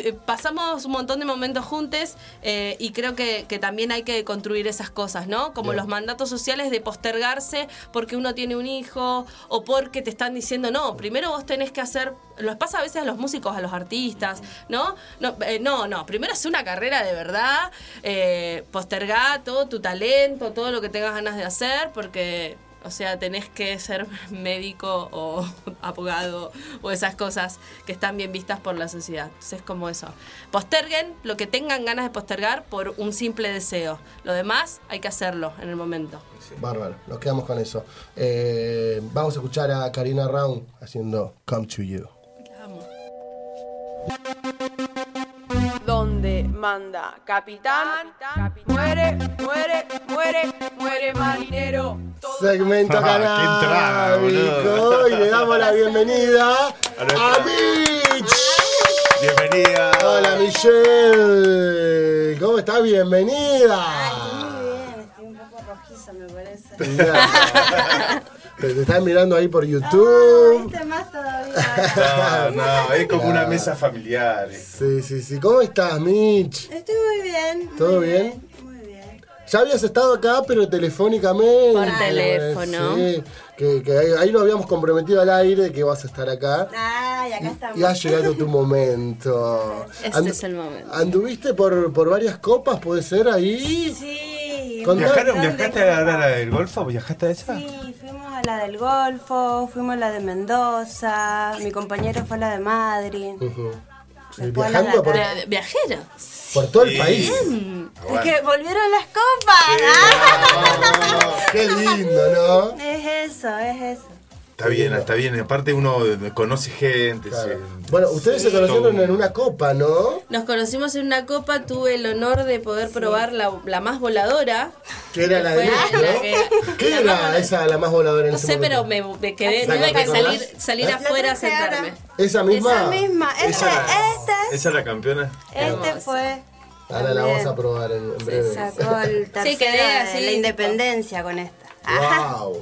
Speaker 5: eh, pasamos un montón de momentos juntos eh, y creo que, que también hay que construir esas cosas, ¿no? Como los mandatos sociales de postergarse porque uno tiene un hijo o porque te están diciendo, no, primero vos tenés que hacer. Los pasa a veces a los músicos, a los artistas, ¿no? No, eh, no, no, primero hace una carrera de verdad, eh, postergá todo tu talento, todo lo que tengas ganas de hacer, porque, o sea, tenés que ser médico o abogado o esas cosas que están bien vistas por la sociedad. Entonces es como eso. Posterguen lo que tengan ganas de postergar por un simple deseo. Lo demás hay que hacerlo en el momento.
Speaker 4: Bárbaro, nos quedamos con eso. Eh, vamos a escuchar a Karina Round haciendo Come to You.
Speaker 5: La amo.
Speaker 9: donde manda capitán, muere, muere, muere, muere marinero.
Speaker 4: Segmento
Speaker 6: Ah, qué entrada, boludo.
Speaker 4: canábico y le damos la bienvenida a Mitch.
Speaker 6: Bienvenida.
Speaker 4: Hola Michelle, ¿cómo estás? Bienvenida.
Speaker 3: Estoy un poco rojiza, me parece.
Speaker 4: Ya. Te, te están mirando ahí por YouTube.
Speaker 3: Viste más todavía.
Speaker 6: No, no, es como una mesa familiar.
Speaker 4: Sí, sí, sí. ¿Cómo estás, Mitch?
Speaker 3: Estoy muy bien. muy
Speaker 4: ¿Todo
Speaker 3: Muy bien.
Speaker 4: Ya habías estado acá, pero telefónicamente.
Speaker 5: Por teléfono.
Speaker 4: Sí, que, que ahí, ahí lo habíamos comprometido al aire que vas a estar acá.
Speaker 3: Ay, acá estamos.
Speaker 4: Y ha llegado tu momento.
Speaker 5: Este es el momento.
Speaker 4: ¿Anduviste por, por varias copas, puede ser, ahí?
Speaker 3: Sí.
Speaker 4: Con-
Speaker 3: un
Speaker 6: ¿Viajaron,
Speaker 3: montón de
Speaker 6: ¿Viajaste a la, a la
Speaker 3: cosas.
Speaker 6: del Golfo? ¿Viajaste a esa?
Speaker 3: Sí, fuimos a la del Golfo, fuimos a la de Mendoza, mi compañero fue a la de Madrid.
Speaker 4: Ujú.
Speaker 3: Después
Speaker 4: Viajando
Speaker 3: la
Speaker 4: Ah, por,
Speaker 5: Eh, Viajero.
Speaker 4: por todo el país.
Speaker 3: Es que volvieron las copas.
Speaker 4: Qué lindo, ¿no?
Speaker 3: Ah, Es eso, es eso.
Speaker 6: Está bien, está bien. Aparte uno conoce gente.
Speaker 4: Claro.
Speaker 6: se-
Speaker 4: Bueno, ustedes se
Speaker 6: todo
Speaker 4: conocieron
Speaker 6: un-
Speaker 4: en una copa, ¿no?
Speaker 2: Nos conocimos en una copa, tuve el honor de poder probar la, la más voladora.
Speaker 4: Que era la de
Speaker 2: Fue la que-
Speaker 4: ¿no? ¿Qué
Speaker 2: la más
Speaker 4: era
Speaker 2: voladora.
Speaker 4: esa la más voladora en
Speaker 2: No
Speaker 4: ese
Speaker 2: sé, pero
Speaker 4: momento?
Speaker 2: me, me quedé,
Speaker 4: ¿La
Speaker 2: tuve que
Speaker 4: Coca-Cola?
Speaker 2: salir, salir
Speaker 4: ¿Eh?
Speaker 2: afuera a
Speaker 5: traje ahora.
Speaker 2: sentarme.
Speaker 4: ¿Esa misma?
Speaker 5: Esa misma, este,
Speaker 6: Esa era-
Speaker 5: este,
Speaker 6: Esa es la campeona.
Speaker 5: este fue.
Speaker 4: Ahora la vamos a probar en, en breve.
Speaker 5: Sacó el tercero
Speaker 2: quedé
Speaker 5: de
Speaker 2: así,
Speaker 5: la
Speaker 2: tipo-
Speaker 5: independencia con esta.
Speaker 4: Wow,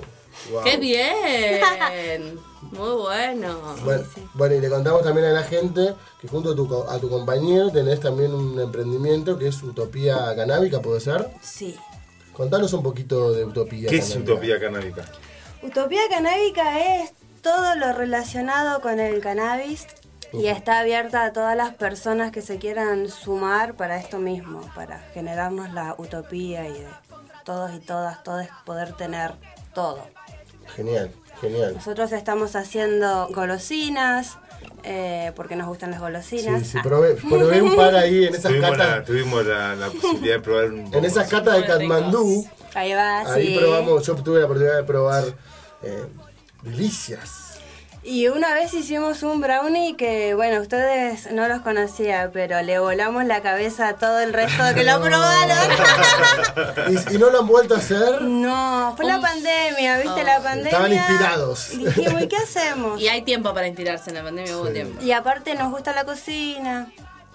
Speaker 4: wow.
Speaker 2: ¡Qué bien! Muy bueno.
Speaker 4: Bueno, bueno, y le contamos también a la gente que junto a tu, co- a tu compañero tenés también un emprendimiento que es Utopía Canábica, ¿puede ser?
Speaker 5: Sí.
Speaker 4: Contanos un poquito de Utopía
Speaker 6: ¿Qué es
Speaker 4: Canábica.
Speaker 6: utopía canábica?
Speaker 5: Utopía Canábica es todo lo relacionado con el cannabis y está abierta a todas las personas que se quieran sumar para esto mismo, para generarnos la utopía y de todos y todas, todos poder tener todo.
Speaker 4: Genial, genial.
Speaker 5: Nosotros estamos haciendo golosinas, eh, porque nos gustan las golosinas.
Speaker 4: Sí, sí,
Speaker 5: Ah,
Speaker 4: probé, probé un par ahí en esas
Speaker 6: Tuvimos, la,
Speaker 4: catas.
Speaker 6: tuvimos la, la posibilidad de probar un
Speaker 4: En esas
Speaker 6: bombo.
Speaker 4: catas de Katmandú,
Speaker 5: ahí va,
Speaker 4: ahí
Speaker 5: sí.
Speaker 4: probamos, yo tuve la oportunidad de probar eh, delicias.
Speaker 5: Y una vez hicimos un brownie que, bueno, ustedes no los conocía, pero le volamos la cabeza a todo el resto que lo probaron.
Speaker 4: Y, y no lo han vuelto a hacer.
Speaker 5: no, fue la pandemia, ¿viste? La pandemia.
Speaker 4: Estaban inspirados.
Speaker 5: Y Dijimos, ¿y qué hacemos?
Speaker 2: Y hay tiempo para inspirarse en la pandemia, hubo tiempo.
Speaker 5: Y aparte nos gusta la cocina.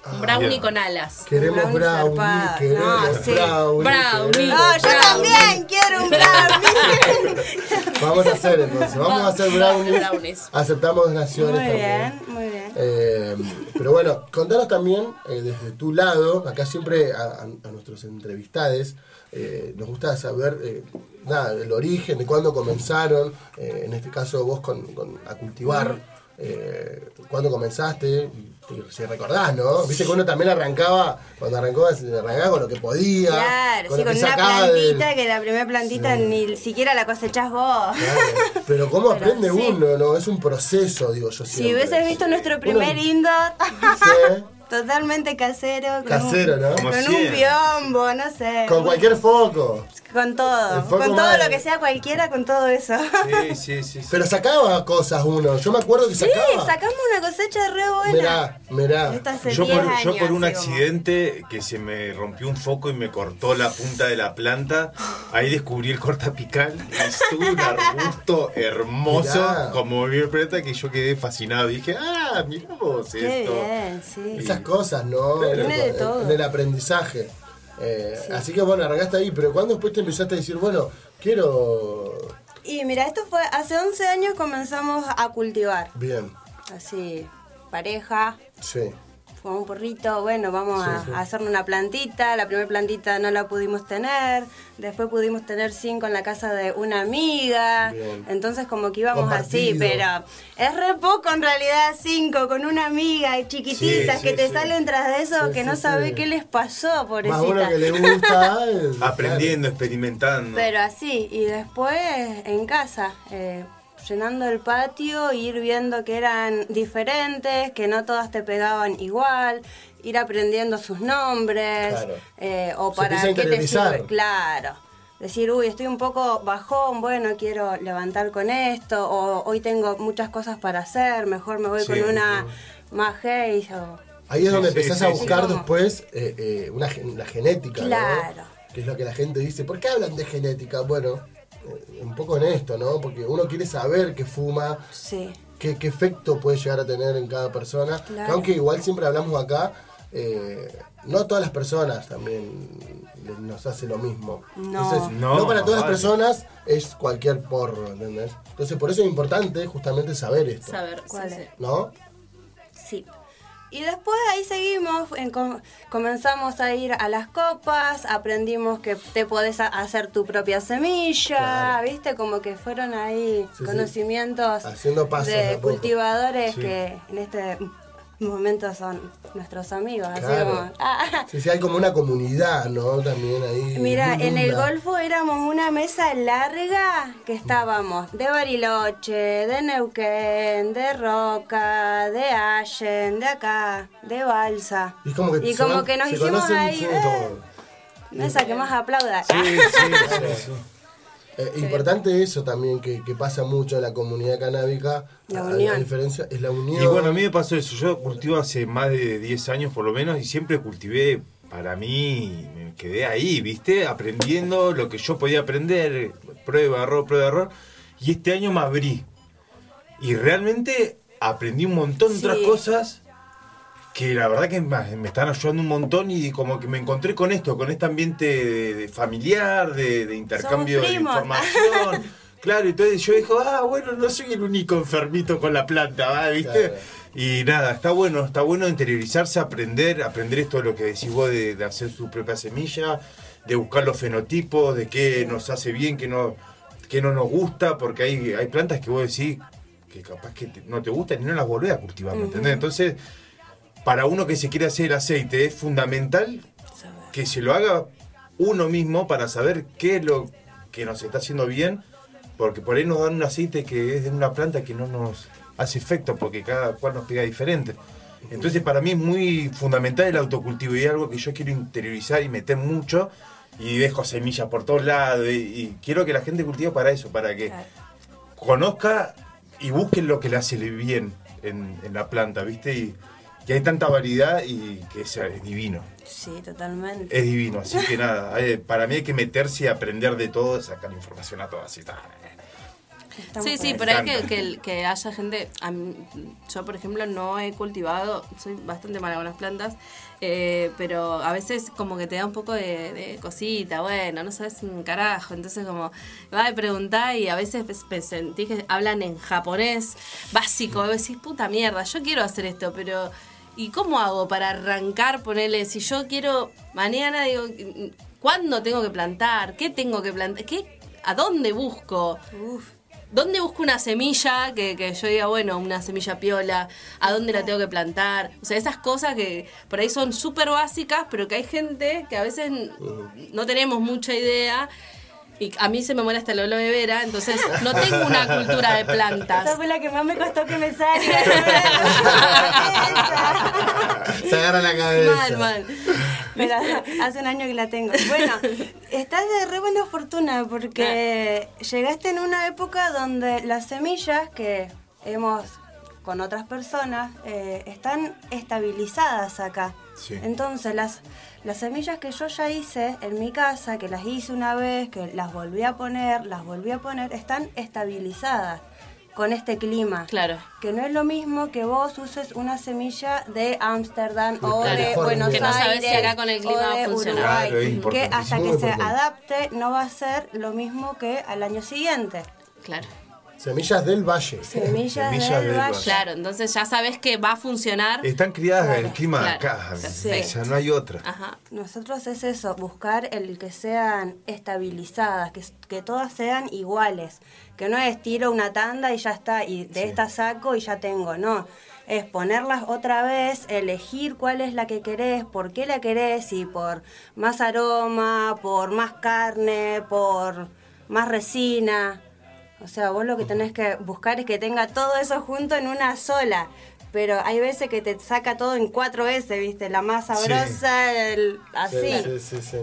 Speaker 4: Ah,
Speaker 2: Un brownie con alas.
Speaker 4: Queremos
Speaker 5: Brownie
Speaker 4: brownie,
Speaker 5: zarpado.
Speaker 4: queremos
Speaker 5: No, sí.
Speaker 4: brownie.
Speaker 2: Brownie.
Speaker 4: queremos-
Speaker 5: ¡Ah, yo
Speaker 2: Brownie.
Speaker 5: también quiero un brownie!
Speaker 4: Vamos a hacer entonces, vamos a hacer brownies.
Speaker 2: Brownies.
Speaker 4: Aceptamos naciones
Speaker 5: muy
Speaker 4: también.
Speaker 5: bien, muy bien.
Speaker 4: Eh, pero bueno, contanos también eh, desde tu lado, acá siempre a, a- a nuestros entrevistades eh, nos gusta saber eh, nada, el origen, de cuándo comenzaron, eh, en este caso vos con, con- a cultivar, eh, cuándo comenzaste, y- si recordás, ¿no? Viste que uno también arrancaba, cuando arrancó, arrancaba con lo que podía,
Speaker 5: Claro, sí,
Speaker 4: lo
Speaker 5: con
Speaker 4: que
Speaker 5: una
Speaker 4: sacaba del-
Speaker 5: plantita que la primera plantita ni siquiera la cosechás vos.
Speaker 4: Claro, Pero cómo
Speaker 5: Pero
Speaker 4: aprende
Speaker 5: sí.
Speaker 4: uno, ¿no? Es un proceso, digo yo
Speaker 5: Si
Speaker 4: siempre.
Speaker 5: hubieses visto nuestro primer
Speaker 4: Uno-
Speaker 5: indoor,
Speaker 4: Sí.
Speaker 5: totalmente casero, con
Speaker 4: Casero,
Speaker 5: un,
Speaker 4: ¿no?
Speaker 5: con
Speaker 6: Como
Speaker 5: un
Speaker 6: siempre.
Speaker 5: biombo, no sé.
Speaker 4: Con cualquier foco.
Speaker 5: Con
Speaker 4: El
Speaker 5: todo,
Speaker 4: foco
Speaker 5: con todo
Speaker 4: madre.
Speaker 5: lo que sea cualquiera, con todo eso.
Speaker 6: Sí, sí, sí. sí.
Speaker 4: Pero sacaba cosas uno. Yo me acuerdo que
Speaker 5: Sí,
Speaker 4: sacaba.
Speaker 5: sacamos una cosecha re buena.
Speaker 4: Mirá, Ah, mirá.
Speaker 5: Esto hace
Speaker 6: yo,
Speaker 5: 10
Speaker 6: por,
Speaker 5: años,
Speaker 6: yo por un
Speaker 5: así como-
Speaker 6: accidente que se me rompió un foco y me cortó la punta de la planta, ahí descubrí el cortapical y estuvo un arbusto hermoso
Speaker 4: Mirá.
Speaker 6: como violeta que yo quedé fascinado. Dije, ah, mirá vos
Speaker 5: Qué
Speaker 6: esto.
Speaker 5: bien, sí.
Speaker 4: Esas cosas, ¿no?
Speaker 5: Tiene de
Speaker 4: El-
Speaker 5: todo.
Speaker 4: Del aprendizaje. Eh, Así que bueno, arrancaste ahí. Pero cuando después te empezaste a decir, bueno, quiero.
Speaker 5: Y mira, esto fue hace 11 años comenzamos a cultivar.
Speaker 4: Bien,
Speaker 5: Así, pareja,
Speaker 4: sí.
Speaker 5: Fue un porrito, bueno, vamos a, a hacer una plantita. La primera plantita no la pudimos tener. Después pudimos tener cinco en la casa de una amiga.
Speaker 4: Bien.
Speaker 5: Entonces, como que íbamos así,
Speaker 4: Compartido.
Speaker 5: pero es re poco en realidad cinco con una amiga y chiquititas
Speaker 6: Sí, sí,
Speaker 5: que te
Speaker 6: sí.
Speaker 5: salen tras de eso
Speaker 4: Sí,
Speaker 5: que
Speaker 4: sí,
Speaker 5: no
Speaker 4: sí.
Speaker 5: sabe qué les pasó, pobrecita.
Speaker 4: Más uno que le gusta. eh,
Speaker 6: Aprendiendo, experimentando.
Speaker 5: Pero así, y después en casa, eh, llenando el patio, ir viendo que eran diferentes, que no todas te pegaban igual, ir aprendiendo sus nombres,
Speaker 4: Claro.
Speaker 5: eh, o
Speaker 4: Se
Speaker 5: para
Speaker 4: empieza a
Speaker 5: qué te
Speaker 4: interiorizar.
Speaker 5: sirve, claro. Decir, uy, estoy un poco bajón, bueno, quiero levantar con esto, o hoy tengo muchas cosas para hacer, mejor me voy
Speaker 6: Sí,
Speaker 5: con una más gay, o
Speaker 4: claro. Ahí es
Speaker 6: Sí,
Speaker 4: donde
Speaker 6: sí,
Speaker 4: empezás
Speaker 6: sí,
Speaker 4: a
Speaker 6: sí.
Speaker 4: buscar
Speaker 5: ¿Cómo?
Speaker 4: después eh, eh, una, gen- la genética. ¿no?
Speaker 5: Claro.
Speaker 4: Que es lo que la gente dice. ¿Por qué hablan de genética? Bueno, eh, un poco en esto, ¿no? Porque uno quiere saber que fuma,
Speaker 5: sí.
Speaker 4: qué, qué efecto puede llegar a tener en cada persona.
Speaker 5: Claro.
Speaker 4: Que Aunque igual siempre hablamos acá, eh, no todas las personas también le- nos hace lo mismo.
Speaker 5: No.
Speaker 4: Entonces, no,
Speaker 6: No,
Speaker 4: para todas
Speaker 6: vale.
Speaker 4: las personas es cualquier porro, ¿entendés? Entonces, por eso es importante justamente saber esto,
Speaker 2: Saber, sí,
Speaker 5: ¿Cuál
Speaker 2: sí.
Speaker 5: es?
Speaker 4: ¿no?
Speaker 5: Sí. Y después ahí seguimos, en com- comenzamos a ir a las copas, aprendimos que te podés a- hacer tu propia semilla,
Speaker 4: Claro.
Speaker 5: ¿viste? Como que fueron ahí
Speaker 4: Sí, sí.
Speaker 5: conocimientos
Speaker 4: Haciendo pasos de a
Speaker 5: de
Speaker 4: poco.
Speaker 5: cultivadores
Speaker 6: Sí.
Speaker 5: que en este momento son nuestros amigos. Así
Speaker 4: Claro.
Speaker 5: como, ah,
Speaker 4: Sí, sí, hay como una comunidad, ¿no? También ahí.
Speaker 5: Mira,
Speaker 4: muy
Speaker 5: en el
Speaker 4: linda.
Speaker 5: Golfo éramos una mesa larga que estábamos de Bariloche, de Neuquén, de Roca, de Allen, de acá, de Balsa.
Speaker 4: Y es como que,
Speaker 5: Y
Speaker 4: se
Speaker 5: como
Speaker 4: van-
Speaker 5: que nos
Speaker 4: se
Speaker 5: hicimos eh,
Speaker 4: conocen,
Speaker 5: ahí,
Speaker 4: sí,
Speaker 5: eh,
Speaker 4: todo.
Speaker 5: mesa que más aplauda.
Speaker 6: Sí, sí, sí, sí.
Speaker 4: Eh, importante eso también que, que pasa mucho en la comunidad canábica.
Speaker 5: La
Speaker 4: a- a
Speaker 5: unión.
Speaker 4: diferencia es la unión.
Speaker 6: Y bueno, a mí me pasó eso. Yo cultivo hace más de 10 años por lo menos y siempre cultivé para mí, me quedé ahí, ¿viste? Aprendiendo lo que yo podía aprender, prueba, error, prueba, error. Y este año me abrí. Y realmente aprendí un montón de
Speaker 5: Sí.
Speaker 6: otras cosas que la verdad que me me están ayudando un montón y como que me encontré con esto, con este ambiente de, de familiar, de, de intercambio de
Speaker 5: primos.
Speaker 6: información. Claro, entonces yo dijo, ah, bueno, no soy el único enfermito con la planta, ¿va? ¿viste?
Speaker 4: Claro.
Speaker 6: Y nada, está bueno, está bueno interiorizarse, aprender, aprender esto de lo que decís vos, de, de hacer su propia semilla, de buscar los fenotipos, de qué nos hace bien, qué no, qué no nos gusta, porque hay, hay plantas que vos decís que capaz que te- no te gustan y no las volvés a cultivar, ¿me entendés? Entonces, para uno que se quiere hacer el aceite, es fundamental que se lo haga uno mismo para saber qué es lo que nos está haciendo bien, porque por ahí nos dan un aceite que es de una planta que no nos hace efecto, porque cada cual nos pega diferente. Entonces para mí es muy fundamental el autocultivo y es algo que yo quiero interiorizar y meter mucho y dejo semillas por todos lados y, y quiero que la gente cultive para eso, para que conozca y busque lo que le hace bien en, en la planta, ¿viste? Y que hay tanta variedad y que es- es divino.
Speaker 5: Sí,
Speaker 4: Eh,
Speaker 5: totalmente.
Speaker 6: Es divino, así que nada, eh, para mí hay que meterse y aprender de todo, sacar información a todas y tal.
Speaker 5: Estamos
Speaker 2: Sí, sí,
Speaker 5: para
Speaker 2: por ahí
Speaker 6: encanta.
Speaker 2: que, que- que haya gente. a mí- yo, por ejemplo, no he cultivado, soy bastante mala con las plantas, eh, pero a veces como que te da un poco de, de cosita, bueno, no sabes un carajo. Entonces, como, va y preguntar y a veces pe- pe- sentís que hablan en japonés básico. Y vos decís, puta mierda, yo quiero hacer esto, pero. ¿Y cómo hago para arrancar? Ponerle, si yo quiero mañana, digo, ¿cuándo tengo que plantar? ¿Qué tengo que plantar? ¿Qué, ¿A dónde busco? ¿Dónde busco una semilla que, que yo diga, bueno, una semilla piola? ¿A dónde la tengo que plantar? O sea, esas cosas que por ahí son súper básicas, pero que hay gente que a veces n- no tenemos mucha idea. Y a mí se me muere hasta el aloe vera, entonces no tengo una cultura de
Speaker 5: Esa
Speaker 2: plantas.
Speaker 5: fue la que más me costó que me salga.
Speaker 4: Se agarra la cabeza.
Speaker 2: Mal, mal.
Speaker 5: Pero hace un año que la tengo. Bueno, estás de re buena fortuna porque llegaste en una época donde las semillas que hemos con otras personas eh, están estabilizadas acá.
Speaker 6: Sí.
Speaker 5: Entonces, las, las semillas que yo ya hice en mi casa, que las hice una vez, que las volví a poner, las volví a poner, están estabilizadas con este clima.
Speaker 2: Claro.
Speaker 5: Que no es lo mismo que vos uses una semilla de Ámsterdam
Speaker 4: De
Speaker 5: o de
Speaker 4: California.
Speaker 5: Buenos
Speaker 4: Que
Speaker 5: Aires.
Speaker 4: no
Speaker 2: sabés si acá con el clima
Speaker 5: o de
Speaker 2: va a funcionar.
Speaker 5: Uruguay,
Speaker 6: Claro, es
Speaker 5: que
Speaker 6: importantísimo.
Speaker 5: hasta
Speaker 4: Muy
Speaker 5: que se
Speaker 4: importante.
Speaker 5: adapte no va a ser lo mismo que al año siguiente.
Speaker 2: Claro.
Speaker 4: Semillas del Valle.
Speaker 5: Semillas,
Speaker 6: Semillas
Speaker 5: del,
Speaker 6: del
Speaker 5: valle.
Speaker 6: valle.
Speaker 2: Claro, entonces ya sabes que va a funcionar.
Speaker 6: Están criadas en el
Speaker 5: Claro,
Speaker 6: clima de
Speaker 2: claro,
Speaker 6: acá,
Speaker 2: perfecto.
Speaker 6: o sea, no hay otra.
Speaker 2: Ajá.
Speaker 5: Nosotros es eso, buscar el que sean estabilizadas, que, que todas sean iguales, que no es tiro una tanda y ya está, y de esta saco y ya tengo, no. Es ponerlas otra vez, elegir cuál es la que querés, por qué la querés, si por más aroma, por más carne, por más resina. O sea, vos lo que tenés que buscar es que tenga todo eso junto en una sola. Pero hay veces que te saca todo en cuatro veces, ¿viste? La más sabrosa, el- así.
Speaker 4: Sí, sí, sí, sí.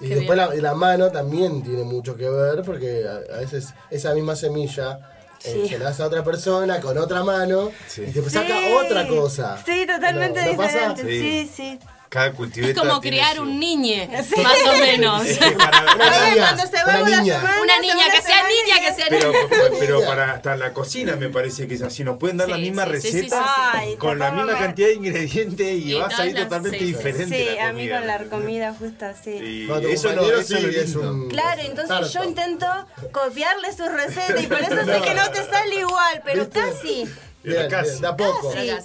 Speaker 4: Y después la, y la mano también tiene mucho que ver porque a, a veces esa misma semilla eh,
Speaker 5: Sí.
Speaker 4: se la das a otra persona con otra mano
Speaker 6: Sí.
Speaker 4: y te
Speaker 5: Sí.
Speaker 4: saca otra cosa.
Speaker 5: Sí, totalmente
Speaker 4: ¿No- no pasa?
Speaker 5: diferente.
Speaker 6: Sí.
Speaker 5: Sí, sí.
Speaker 6: Cada cultivo
Speaker 2: Es como criar un niñe, más o menos.
Speaker 4: Una niña,
Speaker 5: Cuando se va
Speaker 4: una
Speaker 5: una
Speaker 4: niña.
Speaker 5: semana,
Speaker 2: Una
Speaker 5: se
Speaker 2: niña,
Speaker 5: va
Speaker 2: que sea
Speaker 5: semana y
Speaker 2: niña, que
Speaker 5: es-
Speaker 2: sea niña.
Speaker 6: Pero, pero para hasta la cocina me parece que es así. Nos pueden dar la
Speaker 2: Sí,
Speaker 6: misma
Speaker 2: sí, sí, sí, sí,
Speaker 6: receta
Speaker 5: sí, sí. Ay,
Speaker 6: con la
Speaker 5: papá,
Speaker 6: misma
Speaker 5: mamá.
Speaker 6: cantidad de ingredientes y,
Speaker 2: Y
Speaker 6: vas a
Speaker 2: todas
Speaker 6: ir
Speaker 2: las-
Speaker 6: totalmente
Speaker 2: sí, sí.
Speaker 6: diferente.
Speaker 5: Sí,
Speaker 6: la
Speaker 5: a mí
Speaker 6: comida,
Speaker 5: con la
Speaker 6: ¿entendés?
Speaker 5: comida justo así.
Speaker 6: Y
Speaker 4: No, tu
Speaker 6: eso no
Speaker 4: compañero
Speaker 6: eso
Speaker 4: sí
Speaker 6: no
Speaker 4: es un-
Speaker 5: Claro, entonces
Speaker 4: Tarto.
Speaker 5: yo intento copiarle sus recetas y por eso sé que no te sale igual, pero
Speaker 4: ¿Viste?
Speaker 5: casi. Ah,
Speaker 4: Bien,
Speaker 6: Acá
Speaker 4: bien,
Speaker 6: sí.
Speaker 4: de a poco.
Speaker 5: Sí.
Speaker 2: Pero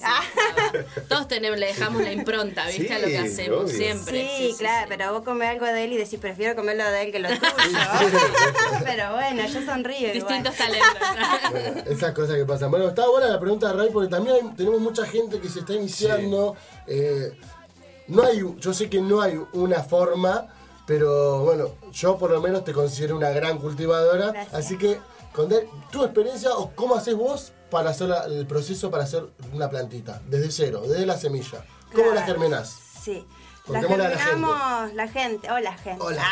Speaker 2: casi. Todos tenemos, le dejamos la impronta, ¿viste?
Speaker 6: Sí,
Speaker 2: a lo que hacemos
Speaker 6: obvio.
Speaker 2: siempre.
Speaker 5: Sí, claro, pero vos comés algo de él y decís, prefiero comerlo de él que lo tuyo. pero bueno, yo sonrío igual.
Speaker 2: Distintos talentos.
Speaker 4: Bueno, esas cosas que pasan. Bueno, está buena la pregunta de Ray porque también hay- tenemos mucha gente que se está iniciando. Eh, no hay, yo sé que no hay una forma, pero bueno, yo por lo menos te considero una gran cultivadora.
Speaker 5: Gracias.
Speaker 4: Así que, contá tu experiencia o cómo haces vos para hacer la- el proceso para hacer una plantita, desde cero, desde la semilla. ¿Cómo la
Speaker 5: Claro.
Speaker 4: germinás?
Speaker 5: Sí. La
Speaker 4: Contémosle a la gente.
Speaker 5: terminamos la gente. Hola, gente. Ah.
Speaker 8: Hola,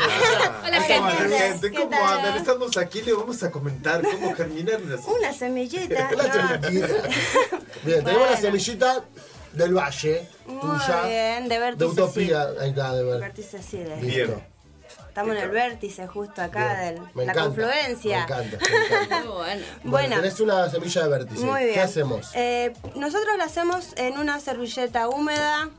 Speaker 5: Hola,
Speaker 8: ¿Cómo andan,
Speaker 5: gente.
Speaker 8: gente?
Speaker 5: ¿Qué
Speaker 8: ¿Cómo
Speaker 5: tal?
Speaker 8: andan? Estamos aquí, le vamos a comentar cómo germinar las...
Speaker 5: Una semillita.
Speaker 8: La
Speaker 5: no.
Speaker 8: semillita.
Speaker 4: Bien, tenemos la
Speaker 5: Bueno.
Speaker 4: semillita del valle,
Speaker 5: Muy
Speaker 4: tuya,
Speaker 5: bien, de
Speaker 4: de
Speaker 5: vértice
Speaker 4: utopía. Ahí está, de
Speaker 5: sí.
Speaker 4: ver.
Speaker 5: Vértice sí, de-
Speaker 4: Listo.
Speaker 8: Bien.
Speaker 5: Estamos en el vértice justo acá
Speaker 4: Bien.
Speaker 5: de
Speaker 4: Me
Speaker 5: la
Speaker 4: encanta,
Speaker 5: confluencia.
Speaker 4: Me encanta, me encanta.
Speaker 2: Bueno.
Speaker 4: Bueno,
Speaker 5: Bueno,
Speaker 4: tenés una semilla de vértice.
Speaker 5: muy bien.
Speaker 4: ¿Qué hacemos?
Speaker 5: Eh, nosotros la hacemos en una servilleta húmeda.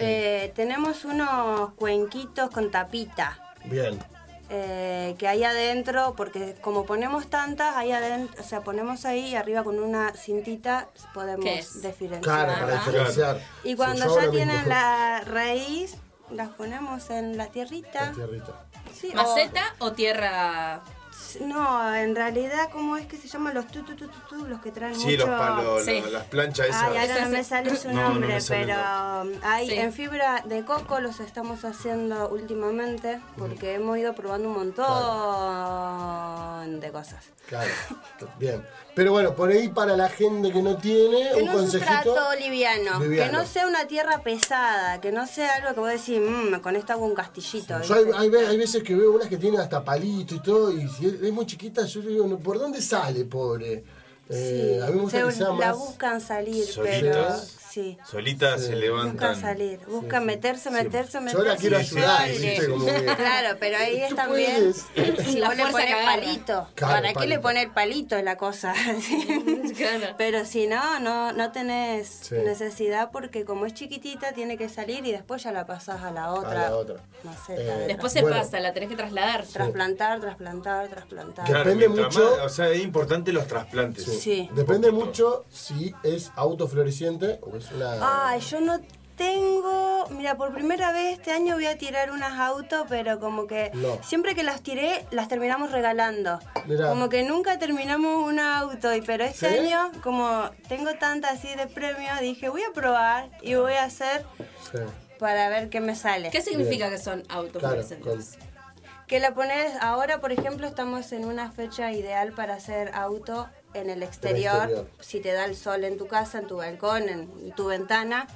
Speaker 5: Eh, tenemos unos cuenquitos con tapita.
Speaker 4: Bien.
Speaker 5: eh, que hay adentro, porque como ponemos tantas, ahí adentro, o sea, ponemos ahí y arriba con una cintita podemos
Speaker 2: ¿Qué es?
Speaker 5: diferenciar.
Speaker 4: Claro, para diferenciar.
Speaker 5: Y
Speaker 4: Sí, yo
Speaker 5: cuando
Speaker 4: hago
Speaker 5: ya
Speaker 4: lo
Speaker 5: tienen
Speaker 4: mismo.
Speaker 5: la raíz, las ponemos en la tierrita.
Speaker 4: Tierrita.
Speaker 5: Sí, o-
Speaker 2: ¿Maceta o tierra?
Speaker 5: no, en realidad, ¿cómo es que se llaman los tu, tu, tu, tu, tu, los que traen
Speaker 8: Sí,
Speaker 5: mucho?
Speaker 8: los palos,
Speaker 2: Sí.
Speaker 8: la- las planchas esas.
Speaker 5: Ay, ahora no
Speaker 2: Esas-
Speaker 5: me sale su
Speaker 8: No, no
Speaker 5: nombre,
Speaker 8: me sale,
Speaker 5: pero um, hay
Speaker 2: Sí.
Speaker 5: en fibra de coco los estamos haciendo últimamente porque hemos ido probando un montón de cosas.
Speaker 4: Claro. Bien. Pero bueno, por ahí para la gente que no tiene,
Speaker 5: En
Speaker 4: un
Speaker 5: un
Speaker 4: consejito.
Speaker 5: sustrato liviano, que
Speaker 4: liviano.
Speaker 5: no sea una tierra pesada, que no sea algo que vos decís, "Mm, con esto hago un castillito.
Speaker 4: Yo hay, hay ve- hay veces que veo unas que tienen hasta palito y todo, y si es, es muy chiquita, yo digo, no, ¿por dónde sale, pobre? Eh,
Speaker 5: Sí,
Speaker 4: a mí me gusta
Speaker 5: se-
Speaker 4: que sea
Speaker 5: la
Speaker 4: más.
Speaker 5: buscan salir, pero
Speaker 6: solitas.
Speaker 5: sí.
Speaker 6: Solitas se levantan.
Speaker 5: Buscan salir, buscan meterse, meterse, meterse.
Speaker 4: Yo la quiero
Speaker 5: Sí,
Speaker 4: ayudar,
Speaker 5: sí.
Speaker 4: ¿viste? Como que-
Speaker 5: Claro, pero ahí
Speaker 4: Tú
Speaker 5: es también.
Speaker 4: puedes.
Speaker 5: Si
Speaker 2: La
Speaker 5: vos le
Speaker 2: fuerza que
Speaker 5: pones
Speaker 2: agarra.
Speaker 5: palito.
Speaker 4: Claro,
Speaker 5: ¿Para qué le
Speaker 4: palito.
Speaker 5: pones el palito es la cosa?
Speaker 2: Claro.
Speaker 5: Pero si no, no, no tenés
Speaker 4: Sí.
Speaker 5: necesidad porque como es chiquitita tiene que salir y después ya la pasás a la otra.
Speaker 4: la otra.
Speaker 5: maceta
Speaker 4: Eh,
Speaker 5: de
Speaker 2: Después se
Speaker 4: Bueno.
Speaker 2: pasa, la tenés que trasladar.
Speaker 5: Trasplantar, trasplantar, trasplantar.
Speaker 4: Claro. Depende
Speaker 6: mientras
Speaker 4: mucho-
Speaker 6: más- o sea, es importante los trasplantes.
Speaker 5: Sí.
Speaker 4: Depende
Speaker 6: Poquito.
Speaker 4: mucho si es autofloreciente o es una.
Speaker 5: Ay, yo no tengo. Mira, por primera vez este año voy a tirar unas autos, pero como que
Speaker 4: No.
Speaker 5: siempre que las tiré, las terminamos regalando.
Speaker 4: Mirá.
Speaker 5: Como que nunca terminamos una auto, y pero este
Speaker 4: ¿Sí?
Speaker 5: año, como tengo tanta así de premio, dije voy a probar y voy a hacer
Speaker 4: Sí,
Speaker 5: para ver qué me sale.
Speaker 2: ¿Qué significa que son autos
Speaker 4: claro, con-
Speaker 5: Que la pones ahora, por ejemplo, estamos en una fecha ideal para hacer auto en el exterior,
Speaker 4: exterior.
Speaker 5: si te da el sol en tu casa, en tu balcón, en tu ventana,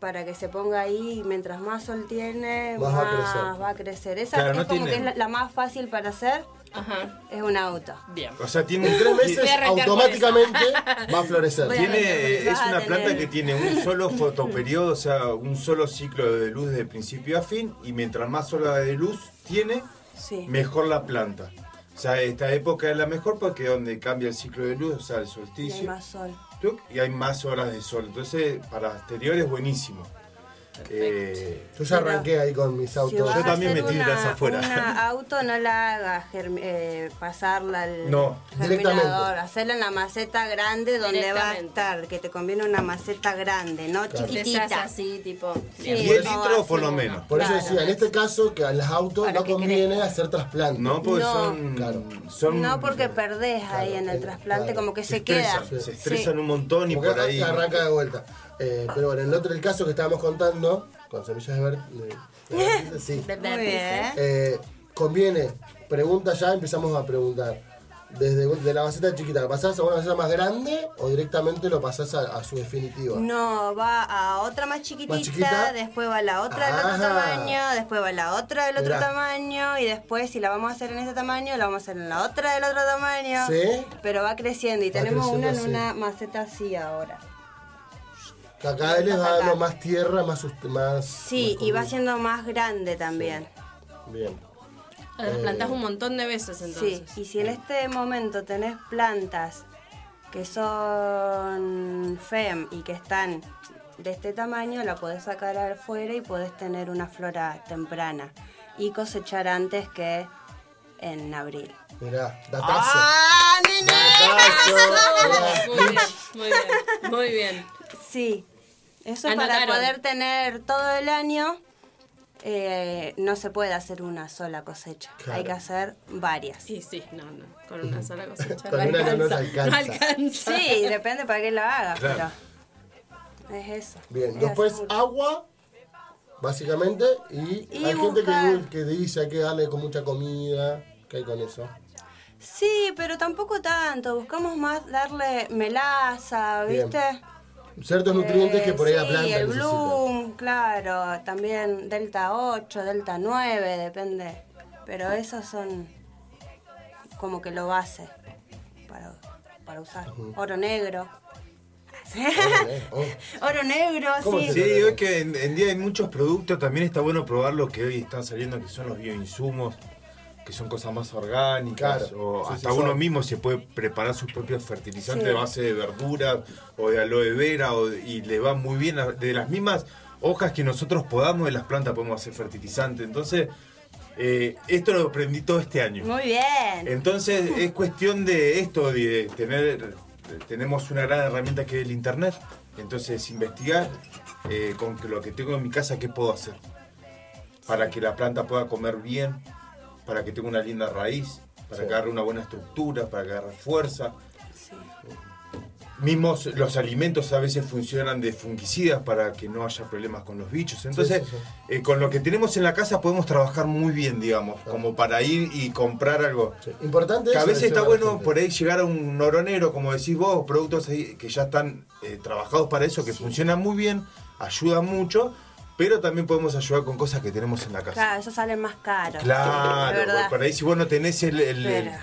Speaker 5: para que se ponga ahí y mientras más sol tiene,
Speaker 4: Más
Speaker 5: más,
Speaker 4: va a crecer.
Speaker 5: va a crecer. Esa
Speaker 6: Claro,
Speaker 5: es
Speaker 6: no
Speaker 5: como
Speaker 6: tiene-
Speaker 5: que es la, la más fácil para hacer,
Speaker 2: Ajá.
Speaker 5: es un auto.
Speaker 2: Bien.
Speaker 6: O sea, tiene
Speaker 4: En tres meses
Speaker 2: Voy a arrancar
Speaker 4: automáticamente va a florecer.
Speaker 5: Voy a-
Speaker 6: Tiene, es
Speaker 5: Vas a
Speaker 6: una planta
Speaker 5: tener-
Speaker 6: que tiene un solo fotoperiodo, o sea, un solo ciclo de luz de principio a fin, y mientras más horas de luz tiene,
Speaker 5: Sí.
Speaker 6: mejor la planta. O sea, esta época es la mejor porque es donde cambia el ciclo de luz, o sea, el
Speaker 5: Y hay
Speaker 6: solsticio,
Speaker 5: más sol.
Speaker 6: tuc, y hay más horas de sol. Entonces, para exterior es buenísimo. Eh,
Speaker 4: Yo ya arranqué ahí con mis
Speaker 5: Si
Speaker 4: autos.
Speaker 5: vas
Speaker 6: Yo
Speaker 5: a
Speaker 6: también
Speaker 5: hacer
Speaker 6: me tiro
Speaker 5: una-
Speaker 6: hacia afuera.
Speaker 5: Una auto no la hagas germ- eh, pasarla al
Speaker 6: No,
Speaker 4: directamente.
Speaker 5: germinador, hacerla en la maceta grande donde va a
Speaker 2: Directamente.
Speaker 5: estar, que te conviene una maceta grande, no
Speaker 2: Empezás
Speaker 5: chiquitita.
Speaker 2: así, tipo.
Speaker 5: Sí,
Speaker 2: bien.
Speaker 6: 10
Speaker 5: no,
Speaker 6: litros
Speaker 5: así
Speaker 6: por lo
Speaker 5: no.
Speaker 6: menos.
Speaker 4: Por eso
Speaker 5: Claro.
Speaker 4: decía, en este caso, que a las autos
Speaker 5: Para
Speaker 4: no
Speaker 5: que
Speaker 4: conviene hacer trasplante.
Speaker 6: No, porque
Speaker 5: No.
Speaker 6: son,
Speaker 4: Claro.
Speaker 6: son-
Speaker 5: No porque perdés ahí en el
Speaker 4: en-
Speaker 5: trasplante,
Speaker 4: claro.
Speaker 5: como que
Speaker 6: se,
Speaker 5: se queda.
Speaker 6: estresan, se estresan un montón y
Speaker 4: Como que
Speaker 6: por ahí.
Speaker 4: arranca de vuelta. Eh, pero bueno, en el otro el caso que estábamos contando, con semillas de verde. eh, sí.
Speaker 5: Muy bien.
Speaker 4: Eh, conviene, pregunta ya, empezamos a preguntar. Desde de la maceta chiquita, ¿la pasás a una maceta más grande o directamente lo pasás a, a su definitiva?
Speaker 5: No, va a otra más chiquitita,
Speaker 4: ¿Más chiquita?
Speaker 5: después va a la otra del
Speaker 4: Ajá.
Speaker 5: otro tamaño, después va a la otra del otro
Speaker 4: Mirá.
Speaker 5: tamaño y después si la vamos a hacer en ese tamaño, la vamos a hacer en la otra del otro tamaño.
Speaker 4: ¿Sí?
Speaker 5: Pero va creciendo y
Speaker 4: Va
Speaker 5: tenemos una en
Speaker 4: creciendo
Speaker 5: una
Speaker 4: así.
Speaker 5: maceta así ahora.
Speaker 4: Que Acá él les va dando más tierra, más. sust- más
Speaker 5: Sí,
Speaker 4: más
Speaker 5: y va
Speaker 4: comida.
Speaker 5: siendo más grande también.
Speaker 4: Bien.
Speaker 2: Las plantás un montón de veces
Speaker 5: Sí,
Speaker 2: entonces.
Speaker 5: y si en este momento tenés plantas que son FEM y que están de este tamaño, la podés sacar afuera y podés tener una flora temprana y cosechar antes que en abril.
Speaker 4: Mirá, datazo.
Speaker 5: ¡Ah,
Speaker 4: Datazo.
Speaker 2: Muy bien, muy bien, muy bien.
Speaker 5: Sí, eso para
Speaker 2: Anotaron.
Speaker 5: poder tener todo el año. eh, no se puede hacer una sola cosecha, hay que
Speaker 4: Claro.
Speaker 5: hacer varias.
Speaker 2: Sí, sí, no, no. Con una sola cosecha
Speaker 4: Con
Speaker 2: no
Speaker 4: una no
Speaker 2: alcanza.
Speaker 4: nos
Speaker 2: No
Speaker 4: alcanza.
Speaker 2: alcanza.
Speaker 5: Sí, depende para qué la hagas,
Speaker 6: Claro.
Speaker 5: pero es eso. Es
Speaker 4: Bien,
Speaker 5: hacer
Speaker 4: después
Speaker 5: mucho.
Speaker 4: agua, básicamente, y,
Speaker 5: Y
Speaker 4: hay gente que,
Speaker 5: buscar.
Speaker 4: que dice hay que darle con mucha comida. ¿Qué hay con eso?
Speaker 5: Sí, pero tampoco tanto. Buscamos más darle melaza,
Speaker 4: Bien.
Speaker 5: ¿viste?
Speaker 4: Ciertos nutrientes que por ahí la
Speaker 5: Eh, sí,
Speaker 4: planta
Speaker 5: el
Speaker 4: necesita.
Speaker 5: bloom, claro, también delta 8, delta 9, depende. Pero esos son como que lo base para, para usar.
Speaker 8: Ujú.
Speaker 5: Oro negro.
Speaker 8: Oh.
Speaker 5: Oro negro, sí.
Speaker 6: Sí, hoy que en, en día hay muchos productos, también está bueno probar lo que hoy están saliendo, que son los bioinsumos, que son cosas más orgánicas,
Speaker 4: Claro.
Speaker 6: o
Speaker 4: Sí,
Speaker 6: hasta
Speaker 4: sí,
Speaker 6: uno
Speaker 4: son.
Speaker 6: mismo se puede preparar sus propios fertilizantes
Speaker 4: Sí.
Speaker 6: de base de verduras o de aloe vera, o- y le va muy bien, a- de las mismas hojas que nosotros podamos, de las plantas podemos hacer fertilizante. Entonces, eh, esto lo aprendí todo este año.
Speaker 5: Muy bien.
Speaker 6: Entonces es cuestión de esto, de tener, tenemos una gran herramienta que es el internet, entonces investigar eh, con que lo que tengo en mi casa qué puedo hacer para que la planta pueda comer bien, para que tenga una linda raíz, para
Speaker 4: Sí.
Speaker 6: que agarre una buena estructura, para que agarre fuerza. Mismos los alimentos a veces funcionan de fungicidas para que no haya problemas con los bichos. Entonces,
Speaker 4: Sí, sí,
Speaker 6: eh, con lo que tenemos en la casa podemos trabajar muy bien, digamos, como para ir y comprar algo.
Speaker 4: Importante
Speaker 6: Que a
Speaker 4: eso,
Speaker 6: veces
Speaker 4: decirle
Speaker 6: está
Speaker 4: a la
Speaker 6: bueno
Speaker 4: gente.
Speaker 6: por ahí llegar a un oro negro, como decís vos, productos ahí que ya están eh, trabajados para eso, que funcionan muy bien, ayudan mucho, pero también podemos ayudar con cosas que tenemos en la casa.
Speaker 5: Claro, esos salen más caros.
Speaker 6: Claro,
Speaker 5: sí, de verdad.
Speaker 6: porque por ahí si vos no tenés el, el- el
Speaker 5: Pero-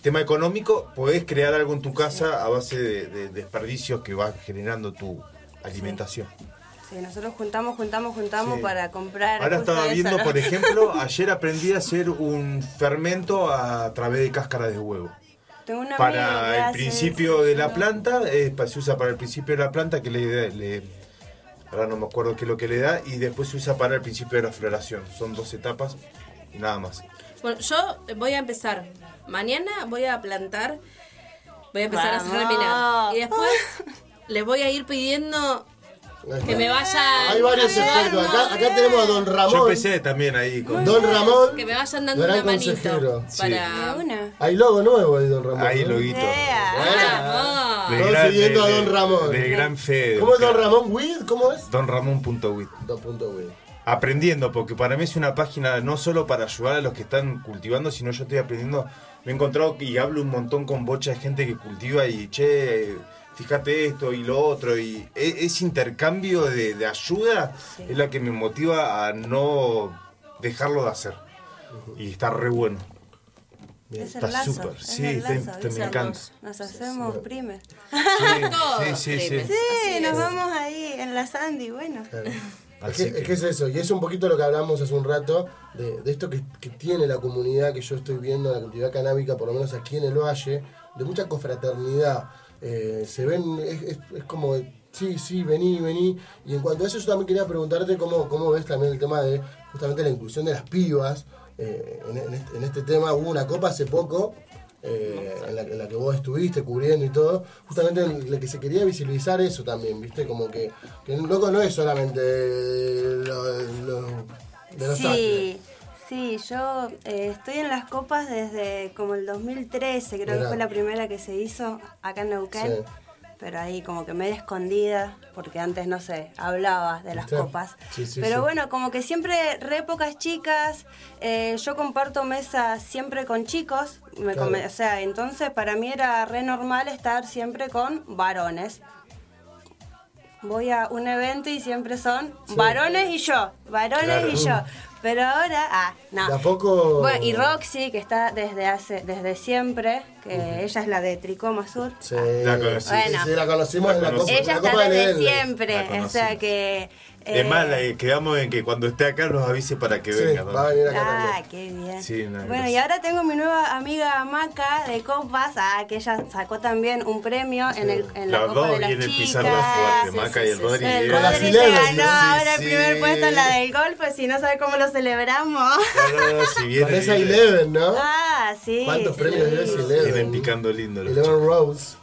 Speaker 6: tema económico, podés crear algo en tu casa a base de, de desperdicios que va generando tu alimentación.
Speaker 5: Sí, nosotros juntamos, juntamos, juntamos
Speaker 6: Sí.
Speaker 5: para comprar.
Speaker 6: Ahora
Speaker 5: justo
Speaker 6: estaba
Speaker 5: eso,
Speaker 6: viendo,
Speaker 5: ¿no?
Speaker 6: por ejemplo, ayer aprendí a hacer un fermento a través de cáscara de huevo.
Speaker 5: Tengo un amigo que
Speaker 6: para el
Speaker 5: hace-
Speaker 6: principio de la planta, eh, pa- se usa para el principio de la planta que le, le- ahora no me acuerdo qué es lo que le da, y después se usa para el principio de la floración. Son dos etapas y nada más.
Speaker 2: Bueno, yo voy a empezar. Mañana voy a plantar. Voy a empezar a hacer
Speaker 5: Vamos.
Speaker 2: germinar. Y después les voy a ir pidiendo
Speaker 4: Ahí
Speaker 2: que
Speaker 4: está.
Speaker 2: me vayan.
Speaker 4: Hay varios
Speaker 2: ayudando.
Speaker 4: expertos. Acá, acá tenemos a Don
Speaker 6: Yo
Speaker 4: Ramón.
Speaker 6: empecé también ahí con...
Speaker 4: Don Ramón.
Speaker 2: Que me vayan dando
Speaker 4: gran
Speaker 2: una manito.
Speaker 4: consejero. Sí.
Speaker 2: Para.
Speaker 4: Hay logo nuevo de Don Ramón.
Speaker 6: Ahí,
Speaker 4: ¿no?
Speaker 6: loguito.
Speaker 2: Ah,
Speaker 6: Del
Speaker 4: Todos
Speaker 6: gran-
Speaker 4: siguiendo
Speaker 6: de-
Speaker 4: a Don Ramón.
Speaker 6: Del gran Fede.
Speaker 4: ¿Cómo es Don Ramón Weed? ¿Cómo es?
Speaker 6: Don Ramón.wit.
Speaker 4: 2.weed.
Speaker 6: aprendiendo, porque para mí es una página no solo para ayudar a los que están cultivando, sino yo estoy aprendiendo. Me he encontrado y hablo un montón con bocha de gente que cultiva y che, fíjate esto y lo otro. Y e- ese intercambio de, de ayuda es la que me motiva a no dejarlo de hacer. Y está re bueno.
Speaker 5: Es el
Speaker 6: Está
Speaker 5: lazo,
Speaker 6: súper,
Speaker 5: es
Speaker 6: sí,
Speaker 5: el
Speaker 6: está-
Speaker 5: lazo,
Speaker 6: está- me
Speaker 5: ¿viste?
Speaker 6: encanta.
Speaker 5: Nos hacemos primes.
Speaker 6: sí, sí, sí.
Speaker 5: Sí,
Speaker 2: Así
Speaker 5: nos
Speaker 2: es.
Speaker 5: vamos ahí enlazando y bueno.
Speaker 4: Es que, es que es eso, y es un poquito lo que hablamos hace un rato, de, de esto que, que tiene la comunidad que yo estoy viendo, la comunidad canábica, por lo menos aquí en el Valle, de mucha confraternidad. Eh, se ven, es, es- es como, sí, sí, vení, vení. Y en cuanto a eso, yo también quería preguntarte cómo, cómo ves también el tema de justamente la inclusión de las pibas. eh, en, en este, en este tema hubo una copa hace poco, eh, en, la, en la que vos estuviste cubriendo y todo, justamente en la que se quería visibilizar eso también, ¿viste? Como que, que loco no es solamente lo- lo- de los ángeles.
Speaker 5: Sí, sí, yo eh, estoy en las copas desde como el 2013, creo que
Speaker 4: Mirá.
Speaker 5: fue la primera que se hizo acá en Neuquén.
Speaker 4: Sí.
Speaker 5: Pero ahí como que medio escondida, porque antes no sé, hablaba de las
Speaker 4: ¿Viste?
Speaker 5: copas.
Speaker 4: Sí, sí,
Speaker 5: Pero
Speaker 4: sí.
Speaker 5: bueno, como que siempre re pocas chicas, eh, yo comparto mesa siempre con chicos, me
Speaker 4: Claro.
Speaker 5: come- o sea, entonces para mí era re normal estar siempre con varones. Voy a un evento y siempre son varones y yo, varones
Speaker 4: Claro.
Speaker 5: y yo. Pero ahora, ah, no.
Speaker 4: De a poco-
Speaker 5: Bueno, y Roxy, que está desde hace, desde siempre, que ella es la de Tricoma Sur.
Speaker 4: Sí,
Speaker 6: La conocí.
Speaker 5: Bueno.
Speaker 4: sí, la conocimos en la copa.
Speaker 5: Ella
Speaker 4: la
Speaker 5: está
Speaker 4: copa
Speaker 5: desde
Speaker 4: Level.
Speaker 6: La
Speaker 5: siempre, o
Speaker 6: conocí.
Speaker 5: sea que... eh,
Speaker 6: Es más, la- quedamos en que cuando esté acá nos avise para que
Speaker 4: Sí,
Speaker 6: venga. ¿no?
Speaker 4: va a venir acá
Speaker 5: Ah,
Speaker 4: también.
Speaker 5: qué bien.
Speaker 6: Sí, no,
Speaker 5: bueno,
Speaker 6: no
Speaker 5: y
Speaker 6: sé.
Speaker 5: ahora tengo mi nueva amiga Maca de Copas, ah, que ella sacó también un premio en, el, en la
Speaker 6: Las
Speaker 5: Copa
Speaker 6: dos
Speaker 5: de las
Speaker 6: y en el
Speaker 5: chicas.
Speaker 6: pizarrón fuerte, Maca y el Rodri.
Speaker 5: El
Speaker 4: Con la
Speaker 5: Rodri se
Speaker 4: Silena,
Speaker 5: ganó
Speaker 4: sí,
Speaker 5: ahora
Speaker 6: sí.
Speaker 5: el primer puesto en la del golf, si no sabes cómo lo celebramos.
Speaker 6: No, no, no, si viene,
Speaker 4: Con esa
Speaker 6: viene.
Speaker 4: Eleven, ¿no?
Speaker 5: Ah, sí.
Speaker 4: ¿Cuántos
Speaker 5: sí.
Speaker 4: premios dio esa
Speaker 6: Vienen
Speaker 4: Eleven?
Speaker 6: picando lindo los
Speaker 4: Eleven Rose.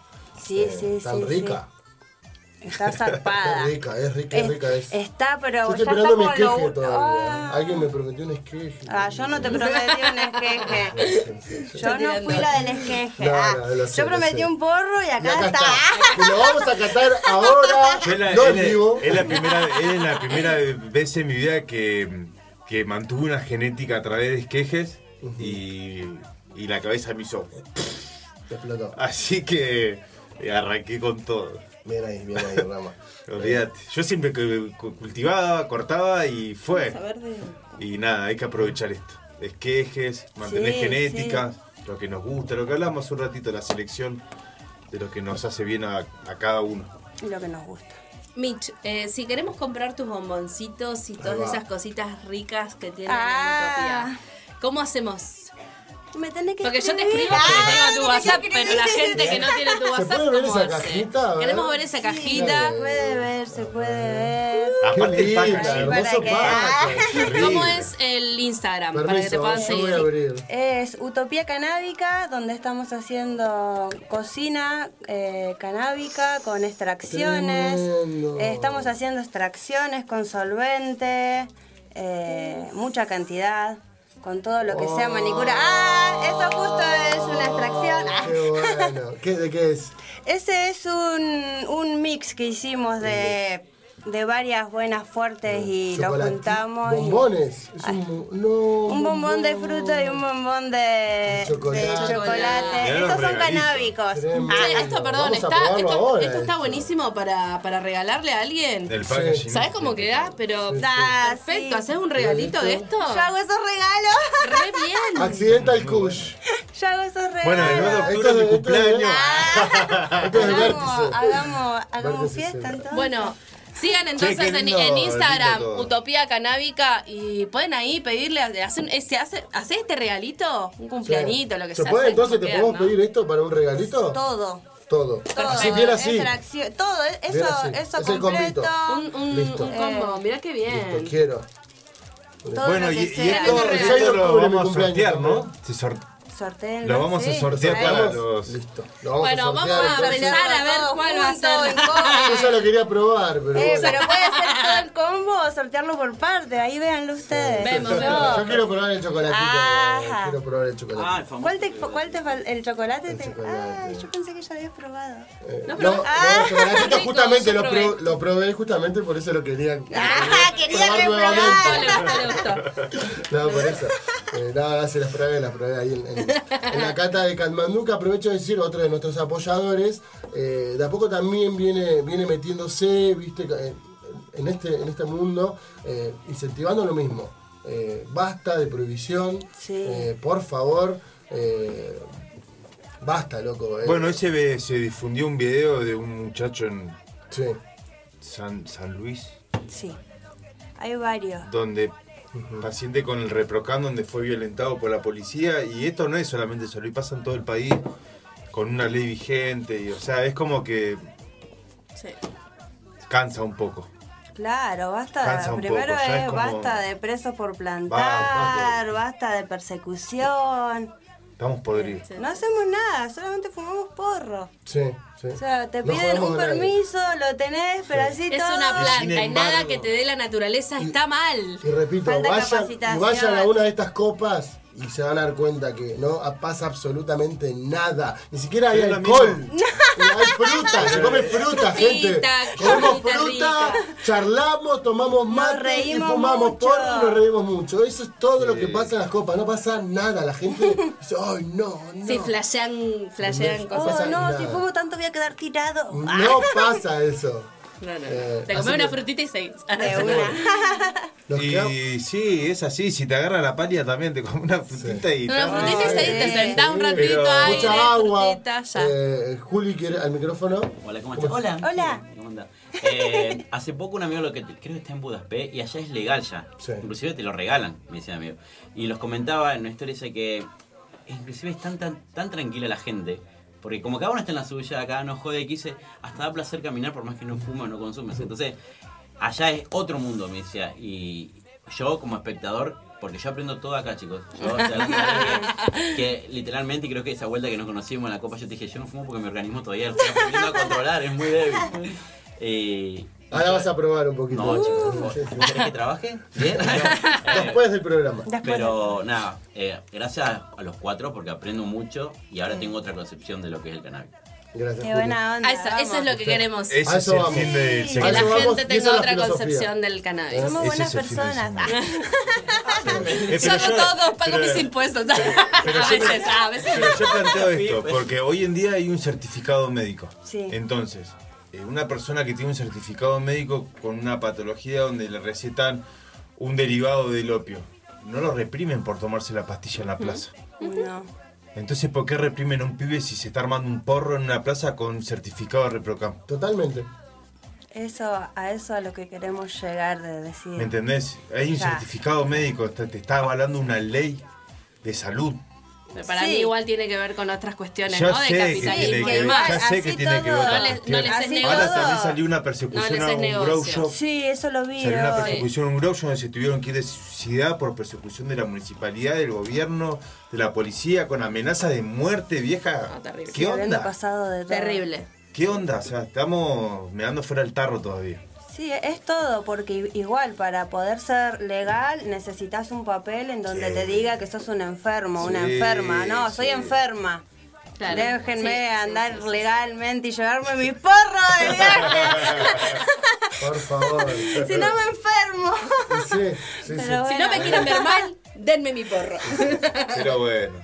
Speaker 5: Sí, sí, sí.
Speaker 4: Eh, Tan
Speaker 5: sí.
Speaker 4: rica.
Speaker 5: Está
Speaker 4: Es
Speaker 5: zarpada.
Speaker 4: rica, es rica, es
Speaker 5: Es-
Speaker 4: rica. Es.
Speaker 5: Está, pero
Speaker 4: Yo
Speaker 5: ya
Speaker 4: estoy
Speaker 5: está
Speaker 4: esperando mi
Speaker 5: como
Speaker 4: esqueje
Speaker 5: lo...
Speaker 4: todavía. Alguien me prometió un esqueje.
Speaker 5: Ah, yo no te prometí un esqueje. Yo no fui la del esqueje.
Speaker 4: No, no,
Speaker 5: ah.
Speaker 4: lo sé,
Speaker 5: yo
Speaker 4: lo
Speaker 5: prometí
Speaker 4: sé.
Speaker 5: un porro y
Speaker 4: Y
Speaker 5: acá,
Speaker 4: acá
Speaker 5: está.
Speaker 4: está. Que lo vamos a catar ahora.
Speaker 6: Yo es la,
Speaker 4: no
Speaker 6: es
Speaker 4: en
Speaker 6: la-
Speaker 4: vivo.
Speaker 6: es la primera, es la primera vez en mi vida que, que mantuve una genética a través de esquejes y, y la cabeza me hizo.
Speaker 4: Te explotó.
Speaker 6: Así que Y arranqué con todo.
Speaker 4: Bien ahí, bien ahí, Rama.
Speaker 6: Olvídate. Yo siempre cu- cu- cultivaba, cortaba y fue.
Speaker 5: Saber de-
Speaker 6: Y nada, hay que aprovechar esto. Esquejes, mantener
Speaker 5: Sí,
Speaker 6: genética, lo que nos gusta, lo que hablamos un ratito, la selección de lo que nos hace bien a, a cada uno.
Speaker 5: Y lo que nos gusta.
Speaker 2: Mitch, eh, si queremos comprar tus bomboncitos y
Speaker 6: Ahí
Speaker 2: todas
Speaker 6: va.
Speaker 2: esas cositas ricas que tienen
Speaker 5: Ah.
Speaker 2: en Utopía, ¿cómo hacemos?
Speaker 5: Me tenés que
Speaker 2: Porque yo te
Speaker 5: escribir.
Speaker 2: escribo porque
Speaker 5: Ah,
Speaker 2: tengo
Speaker 5: me
Speaker 2: tu
Speaker 5: tenés que
Speaker 2: WhatsApp,
Speaker 5: escribir.
Speaker 2: pero la gente que no tiene tu
Speaker 5: ¿Se
Speaker 2: WhatsApp,
Speaker 5: puede ver
Speaker 2: ¿cómo
Speaker 5: esa
Speaker 2: hace?
Speaker 5: cajita, verdad?
Speaker 2: Queremos ver esa cajita.
Speaker 5: Se puede ver, se puede ver.
Speaker 6: Aparte el
Speaker 4: lindo,
Speaker 6: packaging,
Speaker 4: hermoso
Speaker 6: ¿para qué?
Speaker 4: packaging.
Speaker 2: ¿Cómo es el Instagram? para que te
Speaker 4: Permiso,
Speaker 2: puedan
Speaker 4: yo voy a
Speaker 2: seguir.
Speaker 4: abrir.
Speaker 5: Es Utopía Canábica, donde estamos haciendo cocina eh, canábica con extracciones.
Speaker 4: Tremendo.
Speaker 5: Eh, estamos haciendo extracciones con solvente, eh, mucha cantidad, con todo lo que sea manicura. ¡Ah! Eso justo es una extracción. Ah.
Speaker 4: Qué bueno. ¿Qué- ¿De qué es?
Speaker 5: Ese es un, un mix que hicimos de, de varias buenas fuertes y lo
Speaker 4: Chocolate-
Speaker 5: juntamos. y-
Speaker 4: Bombones. Es un, bo- no,
Speaker 5: Un bombón de fruta y un bombón de de chocolate.
Speaker 4: Chocolate.
Speaker 6: Mirá los
Speaker 5: Estos son
Speaker 6: regalitos.
Speaker 5: canábicos.
Speaker 4: Tremendo.
Speaker 2: Che, Ah, esto, perdón,
Speaker 4: Vamos a
Speaker 2: está,
Speaker 4: probarlo
Speaker 2: esto,
Speaker 4: ahora,
Speaker 2: esto está
Speaker 4: esto.
Speaker 2: buenísimo para, para regalarle a alguien.
Speaker 6: El packaging.
Speaker 2: ¿Sabes cómo queda? Pero
Speaker 5: Ah, sí.
Speaker 2: perfecto, ¿haces un regalito de esto?
Speaker 5: Yo hago esos regalos.
Speaker 2: Re bien.
Speaker 4: Accidental Kush.
Speaker 5: Yo hago esos regalos.
Speaker 6: Bueno, el 9
Speaker 4: Esto
Speaker 6: de octubre es mi
Speaker 4: es-
Speaker 6: cumpleaños.
Speaker 2: Ah,
Speaker 4: Esto es el
Speaker 5: hagamos,
Speaker 4: vértice.
Speaker 5: hagamos, hagamos
Speaker 4: Vértice
Speaker 5: fiesta
Speaker 4: cero.
Speaker 5: entonces.
Speaker 2: Bueno, sigan entonces
Speaker 6: qué
Speaker 2: en,
Speaker 6: lindo,
Speaker 2: en Instagram
Speaker 6: lindo todo.
Speaker 2: Utopía Canábica y pueden ahí pedirle, hacen, eh, se hace, hace este regalito, un cumpleañito, lo que
Speaker 4: ¿Se
Speaker 2: sea.
Speaker 4: puede
Speaker 2: hace
Speaker 4: entonces? ¿Te
Speaker 2: cumpleaños,
Speaker 4: podemos
Speaker 2: ¿no?
Speaker 4: pedir esto para un regalito?
Speaker 5: todo.
Speaker 4: Todo.
Speaker 5: Todo.
Speaker 4: Así, bien así.
Speaker 5: Extracción, todo, eh, eso,
Speaker 4: Bien así.
Speaker 5: eso
Speaker 4: Es el
Speaker 5: completo.
Speaker 2: Un, un-
Speaker 4: Listo.
Speaker 2: un combo, mirá qué
Speaker 4: Te
Speaker 2: bien.
Speaker 4: quiero.
Speaker 5: Eh, Todo
Speaker 6: Bueno,
Speaker 5: lo
Speaker 6: y,
Speaker 5: que
Speaker 6: y
Speaker 5: sea.
Speaker 6: esto,
Speaker 2: Regalo.
Speaker 6: esto
Speaker 4: Regalo.
Speaker 6: lo
Speaker 4: Octubre, mi
Speaker 6: vamos a
Speaker 4: cumpleaños
Speaker 6: sortear, ¿no?
Speaker 4: también.
Speaker 6: Se sor-
Speaker 5: Sorteenlo,
Speaker 6: Lo vamos a
Speaker 5: sí.
Speaker 4: ¿Lo
Speaker 6: sortear para
Speaker 4: sorteamos?
Speaker 6: los...
Speaker 4: Listo. Lo vamos
Speaker 2: Bueno,
Speaker 4: a
Speaker 2: vamos
Speaker 4: sortear,
Speaker 2: a
Speaker 4: entonces.
Speaker 2: pensar a ver cuál va a
Speaker 5: Junto,
Speaker 2: ser.
Speaker 5: en combo.
Speaker 4: Yo ya lo quería probar, pero bueno.
Speaker 5: Eh, pero puede ser todo el combo o sortearlo por parte, ahí véanlo ustedes.
Speaker 2: Vemos,
Speaker 5: Yo-
Speaker 2: vemos.
Speaker 4: Yo quiero probar el chocolatito.
Speaker 5: Ajá.
Speaker 4: Quiero probar el chocolatito.
Speaker 8: Ah, el famoso.
Speaker 5: ¿Cuál te, cuál te fal- el chocolate?
Speaker 4: El
Speaker 5: te-
Speaker 4: chocolate.
Speaker 5: Ay, yo pensé que ya habías probado.
Speaker 4: Eh,
Speaker 2: No,
Speaker 4: No,
Speaker 2: pero-
Speaker 4: no,
Speaker 2: Ah.
Speaker 4: el chocolatito
Speaker 2: Rico,
Speaker 4: justamente
Speaker 2: yo
Speaker 4: lo,
Speaker 2: probé.
Speaker 4: pro- lo probé, justamente por eso lo quería.
Speaker 5: Ah, quería
Speaker 4: probar
Speaker 5: reprobar.
Speaker 4: nuevamente.
Speaker 2: Le gustó, le gustó.
Speaker 4: No, por eso. Eh, nada, se las probé, las probé ahí en, en- en la cata de Katmandú, que aprovecho de decir, otro de nuestros apoyadores, eh, de a poco también viene, viene metiéndose, viste, en, en este, en este mundo, eh, incentivando lo mismo. Eh, basta de prohibición,
Speaker 5: Sí.
Speaker 4: eh, por favor, eh, basta, loco. eh.
Speaker 6: Bueno, hoy se, ve- se difundió un video de un muchacho en
Speaker 4: Sí.
Speaker 6: San, San Luis,
Speaker 5: Sí, hay varios.
Speaker 6: donde paciente con el reprocan, donde fue violentado por la policía. Y esto no es solamente San Luis, pasa en todo el país con una ley vigente. Y, o sea, es como que
Speaker 2: Sí.
Speaker 6: cansa un poco.
Speaker 5: Claro, basta.
Speaker 6: Cansa un
Speaker 5: Primero
Speaker 6: poco, ya
Speaker 5: es,
Speaker 6: es como-
Speaker 5: basta de presos por plantar,
Speaker 6: Basta.
Speaker 5: basta de persecución.
Speaker 6: Estamos podridos.
Speaker 5: No hacemos nada, solamente fumamos porro.
Speaker 4: Sí, sí.
Speaker 5: O sea, te
Speaker 4: No
Speaker 5: piden
Speaker 4: jodamos
Speaker 5: un
Speaker 4: con nadie.
Speaker 5: permiso, lo tenés, pero así
Speaker 2: Es
Speaker 5: todo.
Speaker 2: una
Speaker 6: sin
Speaker 2: planta y nada
Speaker 6: embargo-
Speaker 2: que te dé la naturaleza está mal.
Speaker 4: Y repito,
Speaker 5: Falta
Speaker 4: vayan,
Speaker 5: capacitación.
Speaker 4: y vayan a una de estas copas y se van a dar cuenta que no pasa absolutamente nada. Ni siquiera hay
Speaker 6: Es lo
Speaker 4: alcohol. Hay fruta, se come fruta, gente. Comemos
Speaker 2: comidita
Speaker 4: fruta,
Speaker 2: rica.
Speaker 4: charlamos, tomamos mate y
Speaker 5: reímos
Speaker 4: fumamos
Speaker 5: mucho.
Speaker 4: porro y nos reímos mucho. Eso es todo lo que
Speaker 6: Sí.
Speaker 4: pasa en las copas. No pasa nada. La gente dice, ay, no, no.
Speaker 2: Sí, flashean, flashean
Speaker 4: No
Speaker 2: cosas.
Speaker 5: Oh,
Speaker 4: pasa
Speaker 5: no,
Speaker 4: nada.
Speaker 5: si fumo tanto voy a quedar tirado.
Speaker 4: No pasa eso.
Speaker 2: No, no, no.
Speaker 4: Eh,
Speaker 2: Te
Speaker 4: así
Speaker 2: comes una
Speaker 4: que-
Speaker 2: frutita y seguís.
Speaker 5: Ah, De una.
Speaker 4: Nos quedamos-
Speaker 6: Y sí, es así. Si te agarra la palia también, te comes una frutita y...
Speaker 2: Una frutita y seguís, te
Speaker 5: sí.
Speaker 2: sentás un ratito
Speaker 6: Pero-
Speaker 2: ahí.
Speaker 4: Mucha agua.
Speaker 2: Frutita, ya.
Speaker 4: Eh, Juli quiere al micrófono.
Speaker 8: Hola, ¿cómo estás? Hola.
Speaker 5: Hola.
Speaker 8: ¿Cómo andás? Eh, hace poco un amigo lo que creo que está en Budapest y allá es legal ya.
Speaker 4: Sí.
Speaker 8: Inclusive te lo regalan, me decía mi amigo. Y los comentaba en una historia dice que inclusive es tan, tan, tan tranquila la gente. Porque como cada uno está en la suya, cada uno jode, que dice, hasta da placer caminar por más que no fuma o no consumes. Entonces, allá es otro mundo, me decía. Y yo como espectador, porque yo aprendo todo acá, chicos. Yo, o sea, la verdad que, que literalmente creo que esa vuelta que nos conocimos en la copa, yo te dije, yo no fumo porque mi organismo todavía lo está aprendiendo a controlar, es muy débil. Eh,
Speaker 4: Ahora vas a probar un poquito.
Speaker 8: No, chicos, por favor.
Speaker 4: Sí, sí.
Speaker 8: ¿Querés que trabaje? Bien. Eh,
Speaker 4: Después del programa.
Speaker 5: Después
Speaker 8: pero nada, eh, gracias a los cuatro porque aprendo mucho y ahora tengo otra concepción de lo que es el cannabis.
Speaker 4: Gracias.
Speaker 5: Qué buena onda.
Speaker 2: Ah, eso, eso es lo que queremos.
Speaker 6: Ese es el fin del
Speaker 2: Que la
Speaker 6: secreto.
Speaker 2: gente
Speaker 6: Esa es
Speaker 2: tenga
Speaker 6: la
Speaker 2: otra
Speaker 6: filosofía. Eh,
Speaker 2: concepción del cannabis.
Speaker 6: Somos Ese buenas es el fin del personas. Eh,
Speaker 2: yo
Speaker 6: pero
Speaker 2: hago
Speaker 6: yo-
Speaker 2: todo, pago
Speaker 6: pero-
Speaker 2: mis impuestos.
Speaker 6: pero
Speaker 2: a
Speaker 6: yo-
Speaker 2: veces, a veces.
Speaker 6: Pero yo planteo esto, porque hoy en día hay un certificado médico.
Speaker 2: Sí.
Speaker 6: Entonces, eh, una persona que tiene un certificado médico con una patología donde le recetan un derivado del opio, no lo reprimen por tomarse la pastilla en la plaza.
Speaker 5: No.
Speaker 6: Entonces, ¿por qué reprimen a un pibe si se está armando un porro en una plaza con certificado de reprocam?
Speaker 4: Totalmente.
Speaker 5: Eso, a eso a lo que queremos llegar de decir.
Speaker 6: ¿Me entendés? Hay un
Speaker 5: Ya.
Speaker 6: certificado médico, está- te está avalando una ley de salud.
Speaker 2: Para mí igual tiene que ver con otras cuestiones,
Speaker 6: Ya
Speaker 2: ¿no? De
Speaker 6: sé que tiene
Speaker 2: capitalismo y
Speaker 6: que ver,
Speaker 2: demás.
Speaker 6: ya sé que tiene que ver
Speaker 2: No
Speaker 6: con
Speaker 2: les- no les es
Speaker 6: cuestiones.
Speaker 2: negocio.
Speaker 6: Ahora también salió una persecución a un grow shop.
Speaker 5: Sí, eso lo vi.
Speaker 6: Salió una
Speaker 5: hoy.
Speaker 6: persecución, un grosso donde se tuvieron que ir de ciudad por persecución de la municipalidad, del gobierno, de la policía, con amenaza de muerte, vieja. ¿Qué
Speaker 5: Ah, Sí, habiendo
Speaker 6: onda?
Speaker 5: pasado de todo.
Speaker 2: Terrible.
Speaker 6: ¿Qué onda? O sea, estamos meando fuera del tarro todavía.
Speaker 5: Sí, es todo, porque i- igual para poder ser legal necesitas un papel en donde
Speaker 6: Sí.
Speaker 5: te diga que sos un enfermo, una
Speaker 6: Sí,
Speaker 5: enferma. No, soy
Speaker 6: sí.
Speaker 5: enferma.
Speaker 2: Claro.
Speaker 5: Déjenme
Speaker 2: Sí, sí,
Speaker 5: andar legalmente y llevarme mi porro de viaje.
Speaker 4: Por favor.
Speaker 5: si no me enfermo.
Speaker 4: Sí, sí, sí.
Speaker 5: Pero
Speaker 2: Si
Speaker 5: bueno.
Speaker 2: no me quieren ver mal, denme mi porro.
Speaker 6: Pero bueno.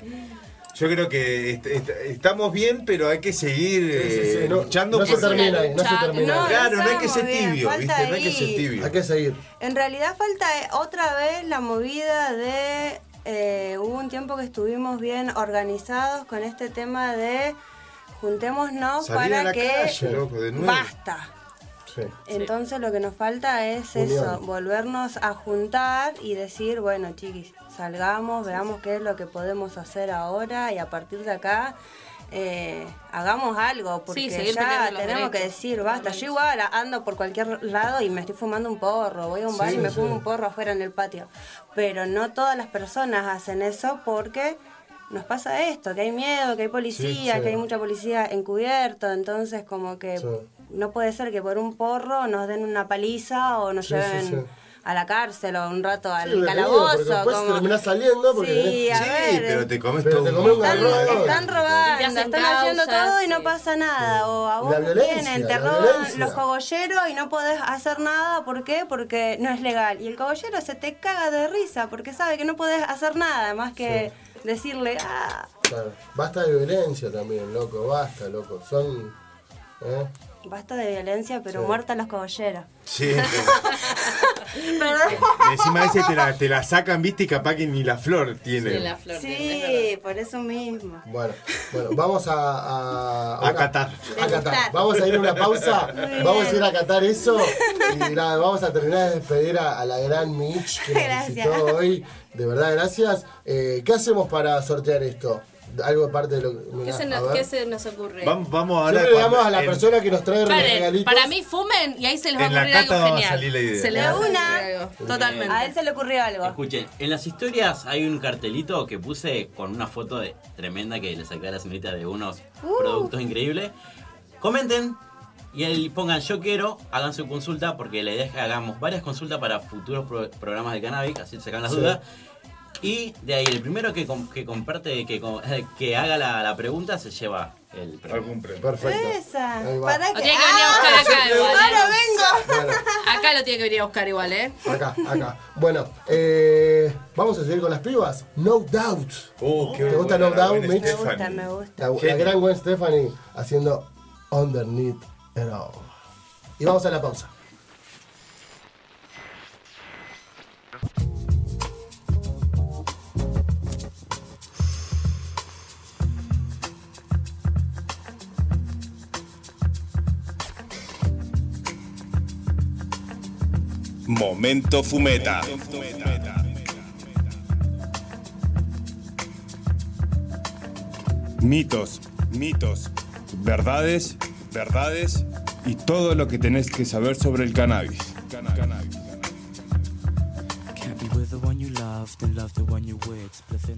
Speaker 6: Yo creo que est- est- estamos bien, pero hay que seguir
Speaker 4: sí,
Speaker 6: eh,
Speaker 4: sí, no-
Speaker 6: luchando
Speaker 4: no se
Speaker 6: por-
Speaker 4: termina ahí, no se
Speaker 5: Luchar- termina ahí. no,
Speaker 6: claro, no hay que
Speaker 5: estamos
Speaker 6: ser
Speaker 5: bien,
Speaker 6: tibio,
Speaker 5: falta
Speaker 6: ¿viste? No hay que
Speaker 5: ahí.
Speaker 6: ser tibio.
Speaker 4: Hay que seguir.
Speaker 5: En realidad falta eh, otra vez la movida de... eh, hubo un tiempo que estuvimos bien organizados con este tema de juntémonos
Speaker 6: Salir a
Speaker 5: para
Speaker 6: la
Speaker 5: que
Speaker 6: calle, loco, de nuevo.
Speaker 5: basta.
Speaker 4: Sí.
Speaker 5: Entonces lo que nos falta es
Speaker 4: Unión.
Speaker 5: eso, volvernos a juntar y decir, bueno chiquis, salgamos, veamos qué es lo que podemos hacer ahora y a partir de acá eh, hagamos algo, porque
Speaker 2: seguir
Speaker 5: ya
Speaker 2: peleando los
Speaker 5: tenemos que
Speaker 2: derechos,
Speaker 5: decir, basta, yo igual ando por cualquier lado y me estoy fumando un porro, voy a un bar
Speaker 4: Sí,
Speaker 5: y me
Speaker 4: sí.
Speaker 5: fumo un porro afuera en el patio, pero no todas las personas hacen eso porque... Nos pasa esto, que hay miedo, que hay policía,
Speaker 4: sí.
Speaker 5: que hay mucha policía encubierto, entonces como que
Speaker 4: Sí.
Speaker 5: no puede ser que por un porro nos den una paliza o nos
Speaker 4: Sí,
Speaker 5: lleven
Speaker 4: sí, sí.
Speaker 5: a la cárcel o un rato al
Speaker 4: Sí, detenido,
Speaker 5: calabozo.
Speaker 4: porque después
Speaker 5: como-
Speaker 4: terminás saliendo porque
Speaker 5: Sí, a
Speaker 6: Sí,
Speaker 5: ver, eh,
Speaker 6: pero te comes
Speaker 4: Pero
Speaker 6: todo
Speaker 4: te
Speaker 6: un
Speaker 4: comes un
Speaker 6: mundo.
Speaker 4: garrón.
Speaker 5: están
Speaker 2: Te
Speaker 5: robando,
Speaker 2: hacen
Speaker 5: están haciendo
Speaker 2: causas,
Speaker 5: todo y no
Speaker 2: sí.
Speaker 5: pasa nada. O a vos
Speaker 4: La violencia,
Speaker 5: vienen,
Speaker 4: la
Speaker 5: te roban
Speaker 4: violencia.
Speaker 5: los cogolleros y no podés hacer nada. ¿Por qué? Porque no es legal. Y el cogollero se te caga de risa porque sabe que no podés hacer nada más que decirle, ah,
Speaker 4: Claro. Basta de violencia también, loco, basta, loco. Son. ¿eh?
Speaker 5: basta de violencia, pero
Speaker 4: Sí.
Speaker 5: muerta los cogolleros.
Speaker 6: Sí. Y Encima ese te la, te la sacan, viste, y capaz que ni la flor tiene.
Speaker 5: Sí, por eso mismo.
Speaker 4: Bueno, bueno, vamos a. A,
Speaker 6: A Qatar.
Speaker 4: a Qatar.
Speaker 5: Degustar.
Speaker 4: Vamos a ir a una pausa.
Speaker 5: Muy
Speaker 4: Vamos a
Speaker 5: bien.
Speaker 4: ir a Qatar eso. Y nada, vamos a terminar de despedir a, a la gran Mitch que nos
Speaker 5: Gracias.
Speaker 4: visitó hoy. De verdad, gracias. Eh, ¿Qué hacemos para sortear esto? Algo aparte de lo
Speaker 2: ¿Qué
Speaker 4: mirá,
Speaker 2: se,
Speaker 4: a
Speaker 2: nos,
Speaker 4: ver.
Speaker 2: ¿Qué se nos ocurre?
Speaker 6: Vamos, vamos ahora.
Speaker 4: Siempre le
Speaker 6: cuando-
Speaker 4: damos a la
Speaker 6: en-
Speaker 4: persona que nos trae
Speaker 2: Paren,
Speaker 4: regalitos. Eh,
Speaker 2: para mí fumen y ahí se les va a
Speaker 6: En la
Speaker 2: ocurrir algo
Speaker 6: cata va a
Speaker 2: genial.
Speaker 6: salir la idea.
Speaker 2: Se les
Speaker 5: De
Speaker 2: va a ocurrir
Speaker 5: una.
Speaker 2: algo.
Speaker 5: A
Speaker 2: Totalmente.
Speaker 5: él se le ocurrió algo.
Speaker 10: Escuchen, en las historias hay un cartelito que puse con una foto de- tremenda que le saqué a la señorita de unos productos increíbles. Comenten y ahí pongan yo quiero, hagan su consulta porque la idea es que hagamos varias consultas para futuros pro- programas de cannabis, así sacan las
Speaker 4: Sí.
Speaker 10: dudas. Y de ahí, el primero que, com- que comparte, que, com- que haga la, la pregunta se lleva el premio.
Speaker 6: Algún premio.
Speaker 4: Perfecto.
Speaker 5: Esa.
Speaker 4: Ahí va.
Speaker 5: Para
Speaker 2: Lo
Speaker 5: que.
Speaker 2: tiene que venir a buscar acá igual. ¿eh?
Speaker 5: Ahora vengo.
Speaker 4: Bueno,
Speaker 2: Acá lo tiene que venir a buscar igual, ¿eh?
Speaker 4: acá, acá. Bueno, eh, vamos a seguir con las pibas. No doubt.
Speaker 6: Uh, qué
Speaker 4: ¿Te gusta
Speaker 6: buena,
Speaker 4: No Doubt,
Speaker 6: buena,
Speaker 4: Mitch?
Speaker 5: Me gusta,
Speaker 6: Stephanie.
Speaker 5: me gusta.
Speaker 4: La, la
Speaker 6: Genio.
Speaker 4: gran Gwen Stephanie haciendo Underneath It All. Y vamos a la pausa.
Speaker 1: Momento Fumeta. Mitos, mitos, verdades, verdades y todo lo que tenés que saber sobre el cannabis.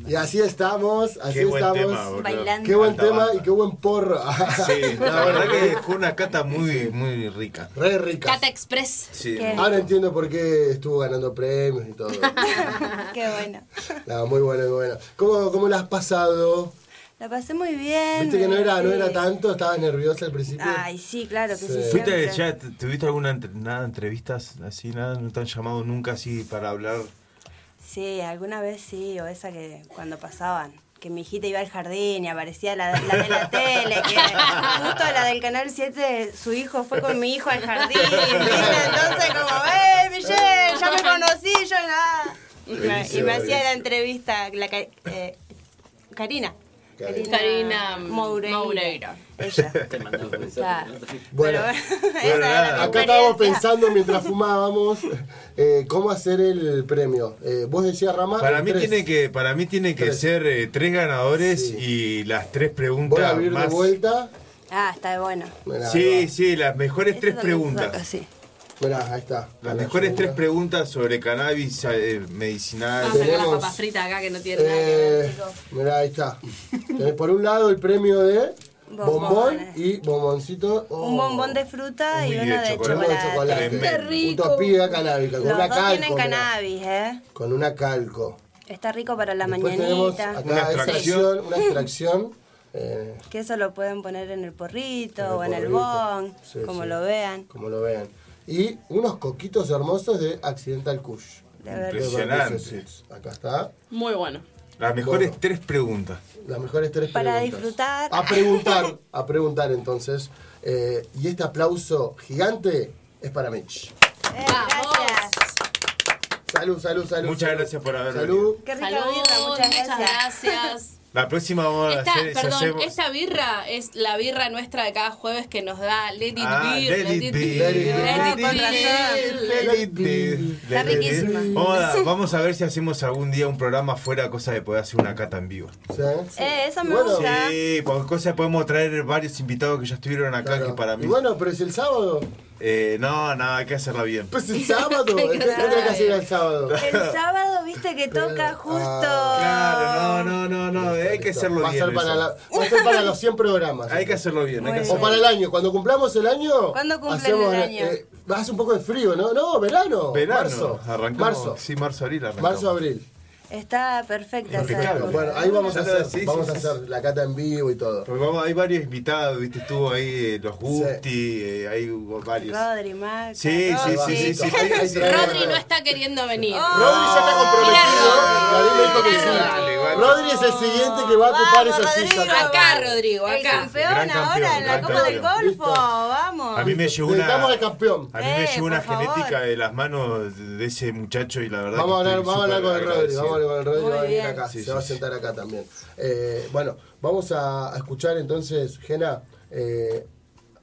Speaker 4: Y así estamos, así
Speaker 6: Qué buen
Speaker 4: estamos.
Speaker 6: tema, boludo.
Speaker 5: Bailando.
Speaker 4: qué buen
Speaker 6: Alta
Speaker 4: tema
Speaker 6: banda.
Speaker 4: y qué buen porro.
Speaker 6: Sí, la verdad que fue una cata muy, muy rica.
Speaker 4: Re rica.
Speaker 2: Cata Express.
Speaker 6: Sí. Ah,
Speaker 5: ¿Qué?
Speaker 4: Ahora entiendo por qué estuvo ganando premios y todo.
Speaker 5: Qué bueno.
Speaker 4: No, muy bueno, muy bueno. ¿Cómo, cómo la has pasado?
Speaker 5: La pasé muy bien.
Speaker 4: Viste que no era, no era
Speaker 5: Sí.
Speaker 4: tanto, estabas nerviosa al principio.
Speaker 5: Ay, sí, claro que sí.
Speaker 6: ¿Fuiste,
Speaker 5: siempre.
Speaker 6: ya, te- ¿Tuviste alguna entre- nada, entrevistas así? Nada, ¿No te han llamado nunca así para hablar?
Speaker 5: Sí, alguna vez sí, o esa que cuando pasaban, que mi hijita iba al jardín y aparecía la, la de la tele, que justo la del Canal 7, su hijo fue con mi hijo al jardín, ¿viste? entonces como, ¡eh, Michelle, ya me conocí, yo nada! Y me, y me hacía la entrevista, la ca- eh, Karina.
Speaker 2: Karina
Speaker 5: Moureira.
Speaker 2: Moureira.
Speaker 5: Ella. Claro.
Speaker 4: Bueno,
Speaker 5: Esa era la
Speaker 4: acá
Speaker 5: experiencia.
Speaker 4: estábamos pensando mientras fumábamos eh, cómo hacer el premio. Eh, vos decías, Rama,
Speaker 6: Para mí,
Speaker 4: tres.
Speaker 6: tiene que, para mí tiene que
Speaker 4: Tres.
Speaker 6: ser eh, tres ganadores y las tres
Speaker 4: Voy a
Speaker 6: preguntas
Speaker 4: abrir de
Speaker 6: más.
Speaker 4: vuelta.
Speaker 5: Ah, está bueno.
Speaker 6: Sí, sí, las mejores tres
Speaker 5: Esto también se saca,
Speaker 6: preguntas.
Speaker 5: sí.
Speaker 4: Mirá, ahí está.
Speaker 6: Las mejores tres preguntas sobre cannabis eh, medicinal.
Speaker 2: Vamos a sacar las
Speaker 4: Tenemos-
Speaker 2: papas fritas acá que no tienen nada que ver,
Speaker 4: Eh,
Speaker 2: chicos.
Speaker 4: mirá, ahí está. Tenés por un lado el premio de bombón
Speaker 5: Bombones.
Speaker 4: y bomboncito. oh,
Speaker 5: Un bombón de fruta y
Speaker 4: uy,
Speaker 5: uno de chocolate.
Speaker 4: de chocolate.
Speaker 5: Qué rico.
Speaker 4: Utopía canábica, con
Speaker 5: Los
Speaker 4: una
Speaker 5: dos
Speaker 4: calco.
Speaker 5: tienen
Speaker 4: mirá.
Speaker 5: cannabis, ¿eh?
Speaker 4: Con una calco.
Speaker 5: Está rico para la
Speaker 4: Después tenemos
Speaker 5: mañanita.
Speaker 4: acá esta sección, una extracción. eh,
Speaker 5: Que eso lo pueden poner en el porrito
Speaker 4: En el
Speaker 5: o en el
Speaker 4: porrito.
Speaker 5: bon,
Speaker 4: Sí,
Speaker 5: como
Speaker 4: sí.
Speaker 5: lo vean.
Speaker 4: como lo vean. Y unos coquitos hermosos de Accidental Kush.
Speaker 5: De verdad.
Speaker 6: Impresionante.
Speaker 4: Acá está.
Speaker 2: Muy bueno.
Speaker 6: Las mejores tres preguntas.
Speaker 4: Las mejores tres
Speaker 5: Para
Speaker 4: preguntas. Ah.
Speaker 5: disfrutar.
Speaker 4: A preguntar, a preguntar entonces. Eh, y este aplauso gigante es para Mitch.
Speaker 5: Eh, gracias.
Speaker 4: Salud, salud, salud.
Speaker 6: Muchas
Speaker 4: salud.
Speaker 6: gracias por haber
Speaker 4: Salud.
Speaker 5: Qué rica
Speaker 2: Salud,
Speaker 5: birra, muchas gracias.
Speaker 2: Oh, gracias.
Speaker 6: La próxima vamos a
Speaker 2: Esta,
Speaker 6: hacer. si
Speaker 2: perdón,
Speaker 6: hacemos-
Speaker 2: esta birra es la birra nuestra de cada jueves que nos da Let It
Speaker 6: Ah,
Speaker 2: Be.
Speaker 6: let it be,
Speaker 4: Let it be,
Speaker 2: Let It
Speaker 5: con
Speaker 2: Be.
Speaker 5: razón.
Speaker 6: let it be, let it be.
Speaker 5: riquísima.
Speaker 6: Vamos a- Vamos a ver si hacemos algún día un programa fuera, cosa de poder hacer una cata en vivo.
Speaker 4: Sí.
Speaker 5: Eh, eso me
Speaker 4: Bueno.
Speaker 5: gusta.
Speaker 6: Sí, porque cosa podemos traer varios invitados que ya estuvieron acá,
Speaker 4: Claro.
Speaker 6: que para mí.
Speaker 4: Y bueno, pero es el sábado.
Speaker 6: Eh, no, nada, hay que hacerla bien.
Speaker 4: Pues el sábado. ¿Qué tenés que hacer el sábado?
Speaker 6: Eh,
Speaker 5: El sábado, viste que
Speaker 4: ah,
Speaker 5: toca justo.
Speaker 6: Claro, no, no, no, no, hay que hacerlo
Speaker 4: Va a
Speaker 6: bien.
Speaker 4: ser para,
Speaker 6: eso.
Speaker 4: la- va a ser para los 100 programas.
Speaker 6: Hay que hacerlo bien, hay que
Speaker 4: O
Speaker 6: hacerlo
Speaker 4: para el año, cuando cumplamos el año.
Speaker 5: ¿Cuándo cumplen
Speaker 4: hacemos,
Speaker 5: el año?
Speaker 4: eh, hace un poco de frío, ¿no? No, verano.
Speaker 6: bien. Verano,
Speaker 4: Marzo.
Speaker 6: arrancamos.
Speaker 4: Marzo.
Speaker 6: Sí, marzo, abril arrancamos.
Speaker 4: Marzo, abril.
Speaker 5: Está perfecta esa
Speaker 6: Impecable.
Speaker 5: birra.
Speaker 4: Bueno, ahí vamos a
Speaker 6: Ya lo
Speaker 4: hacer,
Speaker 6: decís,
Speaker 4: vamos
Speaker 6: sí,
Speaker 4: a
Speaker 6: sí,
Speaker 4: hacer la cata en vivo y todo.
Speaker 6: Porque vamos, hay varios invitados, viste, estuvo ahí eh, los Gusti, eh, hay hubo varios.
Speaker 5: Rodri, Maca,
Speaker 6: Sí, sí, sí,
Speaker 5: Rodri.
Speaker 6: sí, sí.
Speaker 4: Ahí- ahí traemos-
Speaker 2: Rodri no está queriendo venir.
Speaker 4: Rodri ya está comprometido. Rodri me dijo que sí.
Speaker 6: Dale, vale.
Speaker 4: Rodri es el siguiente que va a ocupar
Speaker 5: Vamos,
Speaker 4: esa
Speaker 5: Rodrigo.
Speaker 4: silla.
Speaker 2: Acá, Rodrigo,
Speaker 5: El
Speaker 2: acá.
Speaker 6: Gran
Speaker 5: campeón
Speaker 6: campeón,
Speaker 5: ahora en la
Speaker 6: gran
Speaker 5: Copa del
Speaker 6: campeón.
Speaker 5: Golfo. Vamos.
Speaker 6: A mí me llegó
Speaker 4: Necesitamos
Speaker 6: una,
Speaker 4: al campeón.
Speaker 6: a mí me
Speaker 5: Eh,
Speaker 6: llegó una
Speaker 5: por favor.
Speaker 6: genética de las manos de ese muchacho y la verdad
Speaker 4: Vamos a
Speaker 6: que
Speaker 4: hablar,
Speaker 6: estoy
Speaker 4: vamos a hablar
Speaker 6: súper
Speaker 4: con el Rodri,
Speaker 6: agradecido.
Speaker 4: vamos a hablar con el Rodri,
Speaker 5: Muy
Speaker 4: va a venir
Speaker 5: bien.
Speaker 4: acá,
Speaker 6: Sí,
Speaker 4: se
Speaker 6: sí,
Speaker 4: va a
Speaker 6: sí.
Speaker 4: sentar acá también. Eh, bueno, vamos a, a escuchar entonces, Gena, eh,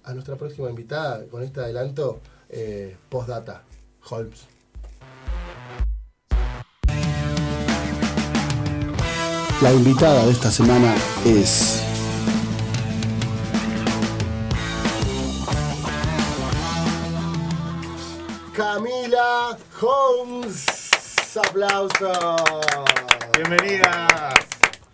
Speaker 4: a nuestra próxima invitada con este adelanto eh, postdata, Holmes.
Speaker 3: La invitada de esta semana es.
Speaker 4: Camila Holmes, aplauso.
Speaker 6: Bienvenida.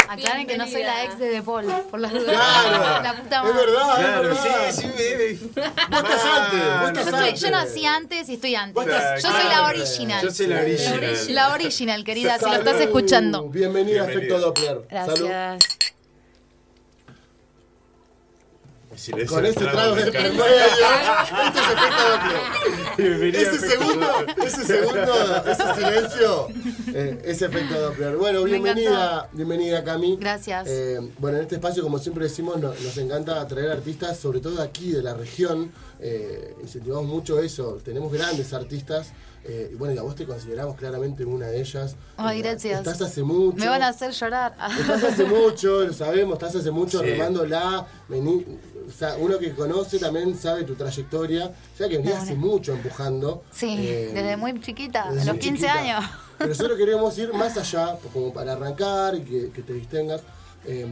Speaker 8: Aclaren que no soy la ex de De Paul, por las dudas.
Speaker 4: Claro,
Speaker 8: la puta
Speaker 4: es
Speaker 8: madre.
Speaker 4: verdad,
Speaker 6: Claro,
Speaker 4: es
Speaker 6: sí,
Speaker 4: verdad.
Speaker 6: sí, baby.
Speaker 4: Vos estás antes, vos estás
Speaker 8: Yo,
Speaker 4: antes.
Speaker 8: soy- yo nací antes y estoy antes.
Speaker 6: estás-
Speaker 8: yo soy la
Speaker 6: claro.
Speaker 8: original.
Speaker 6: Ah, Yo soy la original.
Speaker 8: La original, querida, si lo estás
Speaker 4: Salud.
Speaker 8: escuchando.
Speaker 4: Bienvenida, a
Speaker 6: Bienvenida.
Speaker 4: Efecto Doppler. Salud.
Speaker 8: Gracias.
Speaker 6: Si le
Speaker 4: Con
Speaker 6: hice
Speaker 4: este
Speaker 6: el
Speaker 4: trago
Speaker 6: me
Speaker 4: de
Speaker 6: encanta.
Speaker 4: primer este es efecto Doppler.
Speaker 6: Bienvenida,
Speaker 4: Ese
Speaker 6: Efecto
Speaker 4: Este segundo,
Speaker 6: Doppler.
Speaker 4: ese segundo, ese silencio, eh, ese efecto Doppler. Bueno,
Speaker 8: Me
Speaker 4: bienvenida, bienvenida Cami.
Speaker 8: Gracias.
Speaker 4: Eh, bueno, en este espacio, como siempre decimos, no- nos encanta traer artistas, sobre todo de aquí, de la región. Eh, incentivamos mucho eso. Tenemos grandes artistas. eh, y bueno, y a vos te consideramos claramente una de ellas.
Speaker 8: Ay,
Speaker 4: Eh,
Speaker 8: gracias.
Speaker 4: Estás hace mucho.
Speaker 8: Me van a hacer llorar.
Speaker 4: Estás hace mucho, lo sabemos, estás hace mucho
Speaker 6: Sí.
Speaker 4: remándola. vení- o sea, uno que conoce también sabe tu trayectoria. O sea que venís hace mucho empujando.
Speaker 8: Sí,
Speaker 4: eh,
Speaker 8: desde muy chiquita,
Speaker 4: desde
Speaker 8: a los
Speaker 4: muy
Speaker 8: 15
Speaker 4: chiquita.
Speaker 8: años.
Speaker 4: Pero nosotros queremos ir más allá, pues, como para arrancar y que, que te distengas. eh,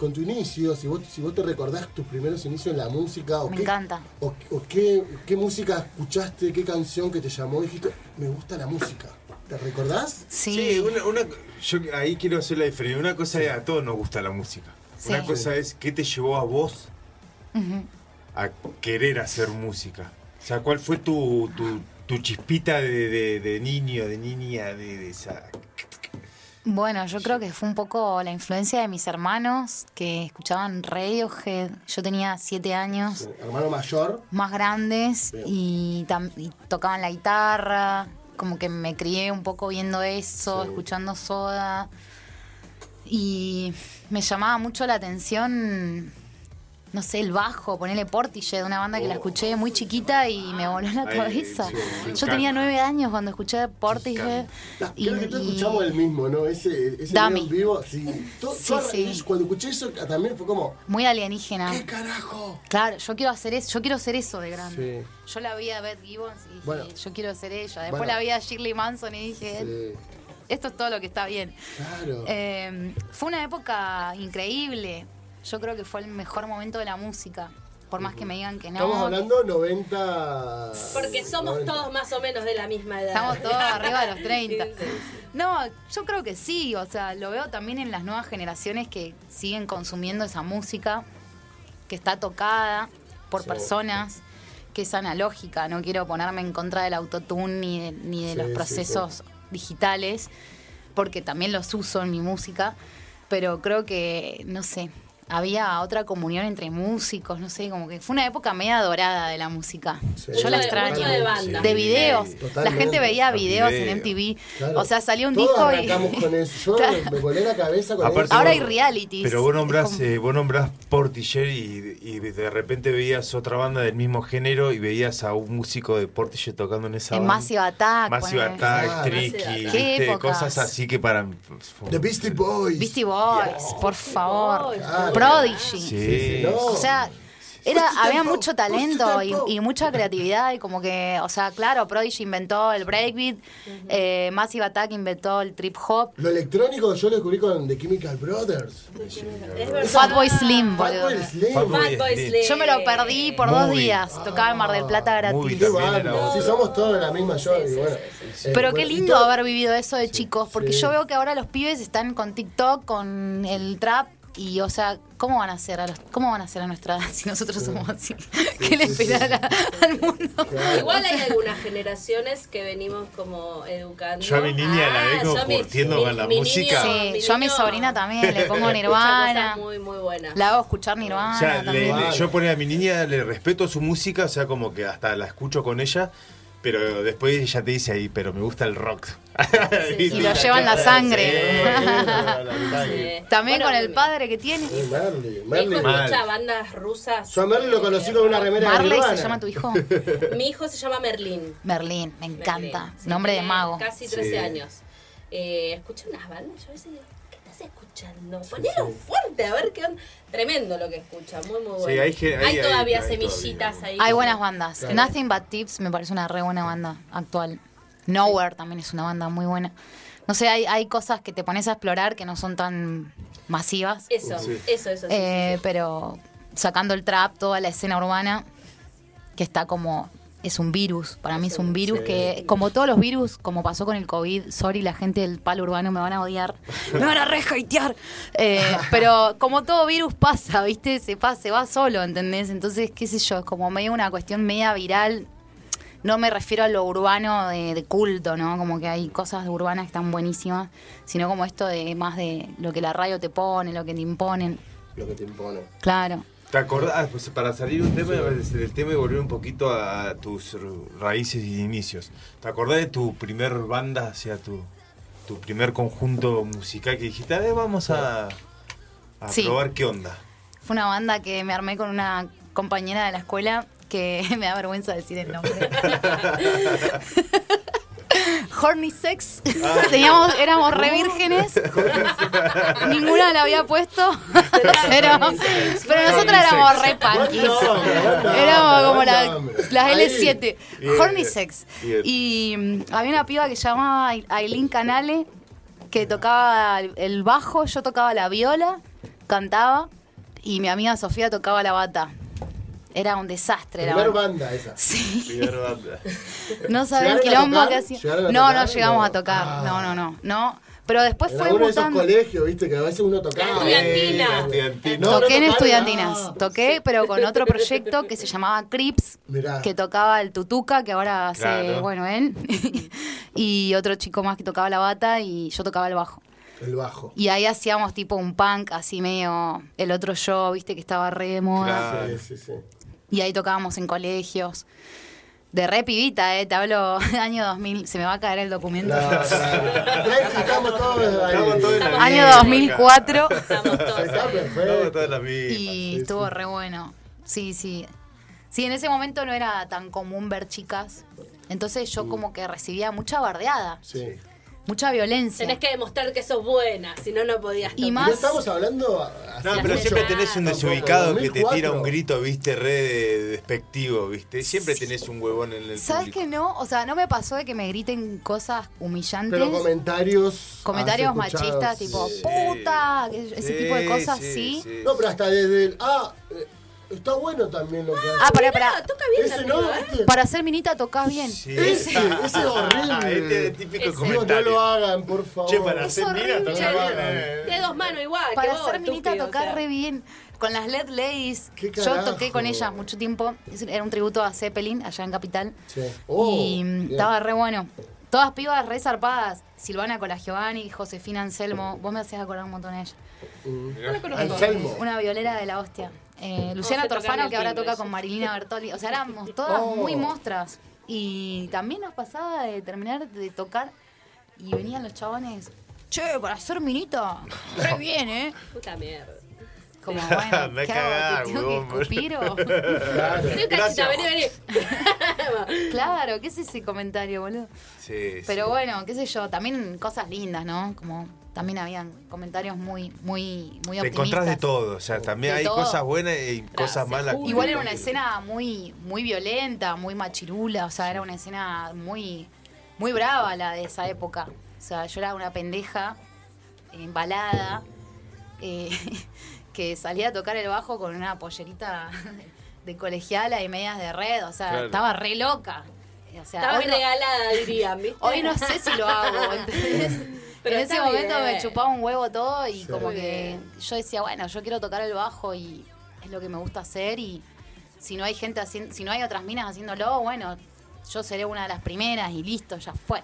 Speaker 4: con tu inicio, si vos, si vos te recordás tus primeros inicios en la música, o,
Speaker 8: Me
Speaker 4: qué,
Speaker 8: encanta.
Speaker 4: o, o qué, qué música escuchaste, qué canción que te llamó, dijiste, me gusta la música. ¿Te recordás?
Speaker 8: Sí.
Speaker 6: Sí, una, una- yo ahí quiero hacer la diferencia. Una cosa es, a todos nos gusta la música.
Speaker 8: Sí.
Speaker 6: Una cosa es, ¿qué te llevó a vos
Speaker 8: Ujú.
Speaker 6: a querer hacer música? O sea, ¿cuál fue tu, tu, tu chispita de, de- de niño, de niña, de, de esa...
Speaker 8: Bueno, yo creo que fue un poco la influencia de mis hermanos que escuchaban Radiohead. Yo tenía siete años.
Speaker 4: Hermano mayor.
Speaker 8: Más grandes y, tam- y tocaban la guitarra. Como que me crié un poco viendo eso, escuchando soda. Y me llamaba mucho la atención, no sé, el bajo, ponerle Portiche de una banda que la
Speaker 4: Oh.
Speaker 8: escuché muy chiquita y me voló la
Speaker 4: Ay,
Speaker 8: cabeza.
Speaker 4: sí, me
Speaker 8: Yo tenía
Speaker 4: encanta.
Speaker 8: nueve años cuando escuché Portishead. y-
Speaker 4: Creo que todos
Speaker 8: y-
Speaker 4: escuchamos el mismo, ¿no? Ese, ese video
Speaker 8: Dummy.
Speaker 4: en vivo. Sí. Todo-
Speaker 8: Sí,
Speaker 4: todo-
Speaker 8: sí.
Speaker 4: es- Cuando escuché eso también fue como.
Speaker 8: Muy alienígena.
Speaker 4: ¿Qué carajo?
Speaker 8: Claro, yo quiero hacer eso, yo quiero ser eso de grande.
Speaker 4: Sí.
Speaker 8: Yo la vi a Beth Gibbons y dije,
Speaker 4: Bueno.
Speaker 8: yo quiero ser ella. Después
Speaker 4: Bueno.
Speaker 8: la vi a Shirley Manson y dije,
Speaker 4: Sí,
Speaker 8: esto es todo lo que está bien.
Speaker 4: claro.
Speaker 8: Eh, fue una época increíble. Yo creo que fue el mejor momento de la música. Por más que me digan que no.
Speaker 4: Estamos hablando 90.
Speaker 2: Porque somos todos más o menos de la misma edad.
Speaker 8: Estamos todos arriba de los 30. No, yo creo que sí, o sea, lo veo también en las nuevas generaciones que siguen consumiendo esa música, que está tocada por
Speaker 11: Sí.
Speaker 8: personas, que es analógica, no quiero ponerme en contra del autotune ni de, ni de
Speaker 11: Sí,
Speaker 8: los
Speaker 11: sí,
Speaker 8: procesos digitales, porque también los uso en mi música, pero creo que, no sé, había otra comunión entre músicos, no sé, como que fue una época media dorada de la música. Yo la
Speaker 2: Mucho de-
Speaker 8: extraño.
Speaker 2: mucho de banda.
Speaker 8: De videos. La
Speaker 4: Totalmente.
Speaker 8: gente veía
Speaker 4: Los
Speaker 8: videos
Speaker 4: videos.
Speaker 8: en MTV.
Speaker 4: Claro.
Speaker 8: O sea, salió un
Speaker 4: Todos
Speaker 8: disco
Speaker 4: arrancamos
Speaker 8: y.
Speaker 4: con eso. Yo
Speaker 8: Claro.
Speaker 4: me volé la cabeza con
Speaker 6: Aparte,
Speaker 4: eso.
Speaker 8: Ahora hay realities.
Speaker 6: Pero vos nombrás,
Speaker 8: Es como-
Speaker 6: eh, vos nombrás Portishead y, y de repente veías otra banda del mismo género y veías a un músico de Portishead tocando en esa
Speaker 8: en
Speaker 6: banda.
Speaker 8: Massive Attack.
Speaker 6: Ah, Massive
Speaker 8: ponele.
Speaker 6: Attack, Tricky,
Speaker 8: Qué
Speaker 6: ¿viste?
Speaker 8: épocas.
Speaker 6: cosas así que para...
Speaker 4: The Beastie Boys. Ah,
Speaker 8: Beastie Boys, por favor.
Speaker 6: Claro.
Speaker 8: Prodigy.
Speaker 6: Sí, sí, no.
Speaker 8: Eh, O sea. Era, había mucho talento y, y mucha creatividad y como que, o sea, claro, Prodigy inventó el breakbeat, eh, Massive Attack inventó el trip hop,
Speaker 4: Lo electrónico yo lo descubrí con The Chemical Brothers.
Speaker 8: Fatboy Slim, boludo.
Speaker 4: Fatboy Slim.
Speaker 2: Fatboy Slim.
Speaker 8: Yo me lo perdí por dos
Speaker 4: Movie.
Speaker 8: días, tocaba en Mar del Plata gratis.
Speaker 4: Qué bárbaro. Sí, somos todos de la misma yo. y bueno, eh,
Speaker 8: Pero qué
Speaker 4: bueno, y
Speaker 8: lindo
Speaker 4: todo-
Speaker 8: haber vivido eso de chicos, porque
Speaker 4: sí.
Speaker 8: yo veo que ahora los pibes están con TikTok, con el trap, y o sea, ¿cómo van a ser a los, cómo van a ser a nuestra edad si nosotros somos así? ¿Qué le esperará al mundo?
Speaker 2: Igual hay algunas generaciones que venimos como educando.
Speaker 6: Yo a mi niña la
Speaker 2: Ah,
Speaker 6: vengo
Speaker 2: yo a mi-
Speaker 6: curtiendo
Speaker 2: mi-
Speaker 6: con la
Speaker 2: mi
Speaker 6: música.
Speaker 2: niño-
Speaker 8: Sí, yo a mi
Speaker 2: niño
Speaker 8: sobrina también le pongo
Speaker 2: escucha
Speaker 8: Nirvana,
Speaker 2: cosas muy, muy buenas.
Speaker 8: la hago escuchar Nirvana
Speaker 6: O sea, le-
Speaker 8: también.
Speaker 6: le- yo ponía a mi niña, le respeto su música, o sea, como que hasta la escucho con ella, pero después ella te dice ahí, pero me gusta el rock.
Speaker 8: Y lo lleva en la sangre.
Speaker 2: Sí.
Speaker 8: También con el padre que tiene.
Speaker 4: Eh, Marley,
Speaker 2: Mi hijo
Speaker 4: Marley.
Speaker 2: escucha bandas rusas.
Speaker 4: Yo a Marley lo conocí con una remera de
Speaker 8: Marley
Speaker 4: Nirvana.
Speaker 8: se llama tu hijo.
Speaker 2: Mi hijo se llama Merlín.
Speaker 8: Merlín, me encanta.
Speaker 2: Sí,
Speaker 8: Nombre de
Speaker 2: tiene
Speaker 8: mago.
Speaker 2: Casi 13
Speaker 8: Sí.
Speaker 2: años. Eh, escucha unas bandas, yo a veces digo, ¿qué estás escuchando? Ponelo fuerte, a ver qué onda. Tremendo lo que escucha, muy, muy bueno.
Speaker 6: Sí, hay ge- hay- hay-
Speaker 2: todavía
Speaker 6: hay
Speaker 2: semillitas ahí.
Speaker 8: Hay buenas bandas.
Speaker 2: Claro.
Speaker 8: Nothing But Tips me parece una re buena banda actual. Nowhere también es una banda muy buena. No sé, hay, hay cosas que te pones a explorar que no son tan masivas.
Speaker 2: Eso, Sí. eso, eso, sí,
Speaker 8: Eh, Pero sacando el trap, toda la escena urbana, que está como... Es un virus, para mí es un virus
Speaker 11: Sí.
Speaker 8: que, como todos los virus, como pasó con el COVID, sorry, la gente del palo urbano me van a odiar, me van a re hatear. Eh, pero como todo virus pasa, ¿viste? Se, pasa, se va solo, ¿entendés? Entonces, qué sé yo, es como medio una cuestión media viral. No me refiero a lo urbano de, de culto, ¿no? Como que hay cosas urbanas que están buenísimas, sino como esto de más de lo que la radio te pone, lo que te imponen.
Speaker 4: Lo que te impone.
Speaker 8: Claro.
Speaker 6: ¿Te acordás? Pues para salir un tema, este, del tema y volver un poquito a tus raíces y inicios. ¿Te acordás de tu primer banda, o sea, tu, tu primer conjunto musical que dijiste, a ver, vamos a, a
Speaker 8: Sí.
Speaker 6: probar qué onda?
Speaker 8: Fue una banda que me armé con una compañera de la escuela que me da vergüenza decir el nombre. Horny Sex.
Speaker 11: Ah.
Speaker 8: Teníamos, éramos re vírgenes. Ninguna la había puesto. pero, pero nosotras éramos re punkies. Éramos como la- las L7. Horny Sex.
Speaker 11: Bien.
Speaker 8: Y mm, había una piba que se llamaba Ai- Aileen Canale que tocaba el- el bajo, yo tocaba la viola, cantaba y mi amiga Sofía tocaba la bata. Era un desastre la
Speaker 4: Primer
Speaker 8: banda.
Speaker 4: banda esa.
Speaker 8: Sí.
Speaker 6: Primer banda.
Speaker 8: No sabés el
Speaker 4: ¿Llegaron a
Speaker 8: quilombo
Speaker 4: tocar?
Speaker 8: que hacía.
Speaker 4: ¿Llegaron a
Speaker 8: No,
Speaker 4: tocar?
Speaker 8: no llegamos
Speaker 4: No.
Speaker 8: a tocar.
Speaker 4: Ah.
Speaker 8: No, no, no. No. Pero después
Speaker 4: En
Speaker 8: fue
Speaker 4: alguno de esos
Speaker 8: mutando.
Speaker 4: colegios, viste, que a veces uno tocaba. Eh,
Speaker 8: estudiantina. toqué en estudiantinas. Toqué, pero con otro proyecto que se llamaba Crips,
Speaker 4: Mirá.
Speaker 8: que tocaba el tutuca, que ahora hace,
Speaker 4: Claro.
Speaker 8: bueno, él. y otro chico más que tocaba la bata y yo tocaba el bajo.
Speaker 4: El bajo.
Speaker 8: Y ahí hacíamos tipo un punk así medio el otro yo, viste que estaba re de moda.
Speaker 4: Sí, Ah. sí, sí.
Speaker 8: Y ahí tocábamos en colegios. De re pibita, eh, te hablo año 2000, se me va a caer el documento.
Speaker 4: Estamos todos
Speaker 6: Estamos todos en la
Speaker 8: Año
Speaker 6: misma.
Speaker 8: 2004.
Speaker 4: Está
Speaker 6: Estamos todos
Speaker 4: perfecto.
Speaker 6: en la misma.
Speaker 8: Y estuvo re bueno. Sí, sí. Sí, en ese momento no era tan común ver chicas. Entonces
Speaker 4: Uh.
Speaker 8: yo como que recibía mucha bardeada,
Speaker 4: Sí.
Speaker 8: mucha violencia.
Speaker 11: Tenés que demostrar que sos buena, si no, no podías.
Speaker 8: Y
Speaker 11: tocar.
Speaker 8: más- Ah,
Speaker 4: No estamos hablando. hace
Speaker 6: No, pero
Speaker 4: mucho.
Speaker 6: siempre tenés un desubicado que te tira
Speaker 4: 2004.
Speaker 6: un grito, viste, re de- despectivo, viste. Siempre tenés un huevón en el
Speaker 8: ¿Sabes
Speaker 6: público.
Speaker 8: que no? O sea, no me pasó de que me griten cosas humillantes.
Speaker 4: Pero comentarios.
Speaker 8: comentarios
Speaker 4: has escuchado,
Speaker 8: machistas,
Speaker 4: sí.
Speaker 8: tipo, puta, que- ese tipo de cosas, sí.
Speaker 4: No, pero hasta desde el. Ah, eh, está bueno también lo que hace.
Speaker 8: Ah, pará, pará.
Speaker 4: Ese no, ¿viste?
Speaker 8: ¿eh? Para ser minita tocás bien.
Speaker 4: Ese, ese es horrible.
Speaker 6: Este es típico
Speaker 4: Digo,
Speaker 6: comentario.
Speaker 4: No lo hagan, por favor.
Speaker 6: Che, para hacer minas
Speaker 8: horrible.
Speaker 6: también.
Speaker 11: De dos manos igual.
Speaker 8: Para
Speaker 11: que vos,
Speaker 8: ser minita
Speaker 11: estúpido,
Speaker 8: tocás
Speaker 11: o sea.
Speaker 8: re bien. Con las LED Ladies,
Speaker 4: ¿Qué
Speaker 8: yo
Speaker 4: carajo?
Speaker 8: toqué con ellas mucho tiempo. Es- Era un tributo a Zeppelin, allá en Capital.
Speaker 4: Che. Oh,
Speaker 8: y mm,
Speaker 4: bien.
Speaker 8: estaba re bueno. Todas pibas re zarpadas. Silvana Colagiovanni, Josefina Anselmo. Vos me hacías acordar un montón de ella.
Speaker 4: Mm. Anselmo.
Speaker 8: Una violera de la hostia. Eh, Luciana
Speaker 11: sé tocar
Speaker 8: Torfano,
Speaker 11: el
Speaker 8: que ahora
Speaker 11: timbre,
Speaker 8: toca
Speaker 11: yo.
Speaker 8: con Marilina Bertoli. O sea, éramos todas
Speaker 4: Oh.
Speaker 8: muy mostras. Y también nos pasaba de terminar de tocar y venían los chabones. Che, para ser minita. Re bien, ¿eh?
Speaker 11: Puta mierda.
Speaker 8: Como, bueno,
Speaker 6: Me
Speaker 8: ¿qué hago?
Speaker 6: cagás,
Speaker 8: ¿Te tengo
Speaker 6: Ah, huevón,
Speaker 8: que escupir o...?
Speaker 4: Claro.
Speaker 11: Vení, cachita, vení, vení.
Speaker 8: Claro, ¿qué es ese comentario, boludo?
Speaker 6: Sí,
Speaker 8: Pero
Speaker 6: sí.
Speaker 8: bueno, qué sé yo, también cosas lindas, ¿no? Como también habían comentarios muy, muy, muy
Speaker 6: Te
Speaker 8: optimistas.
Speaker 6: encontrás de todo, o sea, también
Speaker 8: De
Speaker 6: hay
Speaker 8: todo.
Speaker 6: cosas buenas y cosas malas.
Speaker 8: Igual era una escena muy, muy violenta, muy machirula, o sea, era una escena muy, muy brava la de esa época. O sea, yo era una pendeja eh, embalada eh, que salía a tocar el bajo con una pollerita de colegiala y medias de red, o sea,
Speaker 6: Claro.
Speaker 8: estaba re loca. O sea,
Speaker 11: Estaba
Speaker 8: hoy no-
Speaker 11: regalada, dirían, ¿viste?
Speaker 8: Hoy no sé si lo hago, ¿entendés?
Speaker 11: Pero
Speaker 8: en ese
Speaker 11: está
Speaker 8: momento
Speaker 11: bien.
Speaker 8: me chupaba un huevo todo y como
Speaker 11: Muy
Speaker 8: que
Speaker 11: bien.
Speaker 8: yo decía, bueno, yo quiero tocar el bajo y es lo que me gusta hacer y si no hay gente haciendo, si no hay otras minas haciéndolo, bueno, yo seré una de las primeras y listo, ya fue.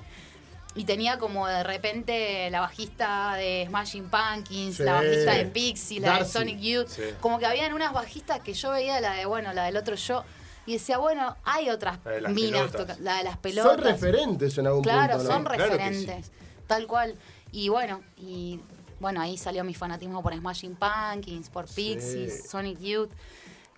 Speaker 8: Y tenía como de repente la bajista de Smashing Pumpkins,
Speaker 4: Sí.
Speaker 8: la bajista de Pixie, la
Speaker 4: Darcy.
Speaker 8: de Sonic Youth,
Speaker 6: Sí.
Speaker 8: como que habían unas bajistas que yo veía la de, bueno, la del otro yo y decía, bueno, hay otras
Speaker 6: La de las
Speaker 8: minas,
Speaker 6: pelotas.
Speaker 8: toca- la de las pelotas.
Speaker 4: Son referentes en algún
Speaker 8: Claro,
Speaker 4: punto. ¿no?
Speaker 8: son
Speaker 6: Claro que
Speaker 8: referentes. Tal cual. Y bueno, y bueno, ahí salió mi fanatismo por Smashing Pumpkins, por Pixies, Sonic Youth.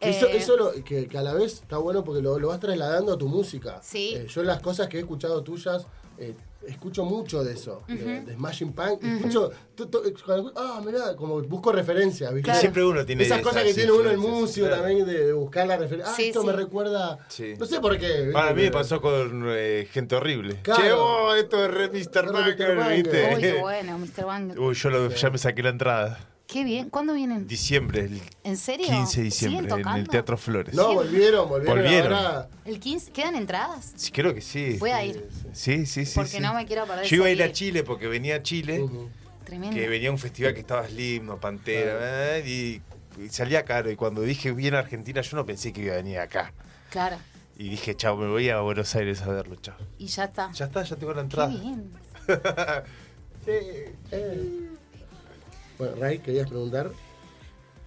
Speaker 4: Que Eso,
Speaker 8: Eh,
Speaker 4: eso lo- que, que a la vez está bueno porque lo, lo vas trasladando a tu música.
Speaker 8: Sí.
Speaker 4: Eh, yo las cosas que he escuchado tuyas, eh, escucho mucho de eso, de- de, Smashing Punk. Escucho, to- to- cuando- ah, mirá, como busco referencias, ¿viste?
Speaker 6: Y siempre uno tiene
Speaker 4: Esas cosas que
Speaker 6: esas
Speaker 4: tiene uno el
Speaker 6: influencias,
Speaker 4: músico
Speaker 6: claro.
Speaker 4: también, de, de buscar la referencia. Ah,
Speaker 8: Sí,
Speaker 4: esto
Speaker 8: sí.
Speaker 4: me recuerda...
Speaker 6: Sí.
Speaker 4: No sé por qué.
Speaker 6: Para mí
Speaker 4: ¿viste?
Speaker 6: me pasó con eh, gente horrible.
Speaker 4: Claro.
Speaker 6: Che, oh, esto es re Mr. Bunker,
Speaker 4: Bunker.
Speaker 6: ¿viste?
Speaker 8: Uy, qué bueno, Mr. Bang.
Speaker 6: Uy, yo lo- ya me saqué la entrada.
Speaker 8: Qué bien. ¿Cuándo vienen?
Speaker 6: Diciembre, el
Speaker 8: ¿En serio?
Speaker 6: 15 de
Speaker 8: ¿Siguen
Speaker 6: diciembre, en el
Speaker 8: tocando?
Speaker 6: Teatro Flores.
Speaker 4: No, volvieron, volvieron.
Speaker 6: Volvieron.
Speaker 4: ahora.
Speaker 8: ¿El 15? ¿Quedan entradas?
Speaker 6: Sí, creo que sí.
Speaker 8: Voy a ir.
Speaker 6: Sí, sí, sí.
Speaker 8: Porque
Speaker 6: sí.
Speaker 8: no me quiero perder
Speaker 6: Yo iba a
Speaker 8: ese
Speaker 6: ir a
Speaker 8: día.
Speaker 6: Chile porque venía a Chile,
Speaker 4: Ujú.
Speaker 8: Tremendo.
Speaker 6: que venía un festival que estaba Slim, Pantera, ¿eh? y, y salía caro. Y cuando dije bien a Argentina, yo no pensé que iba a venir acá.
Speaker 8: Claro.
Speaker 6: Y dije, chao, me voy a Buenos Aires a verlo, chao.
Speaker 8: Y ya está.
Speaker 6: Ya está, ya tengo la
Speaker 8: Qué
Speaker 6: entrada.
Speaker 8: bien.
Speaker 4: Eh. Bueno, Ray, querías preguntar.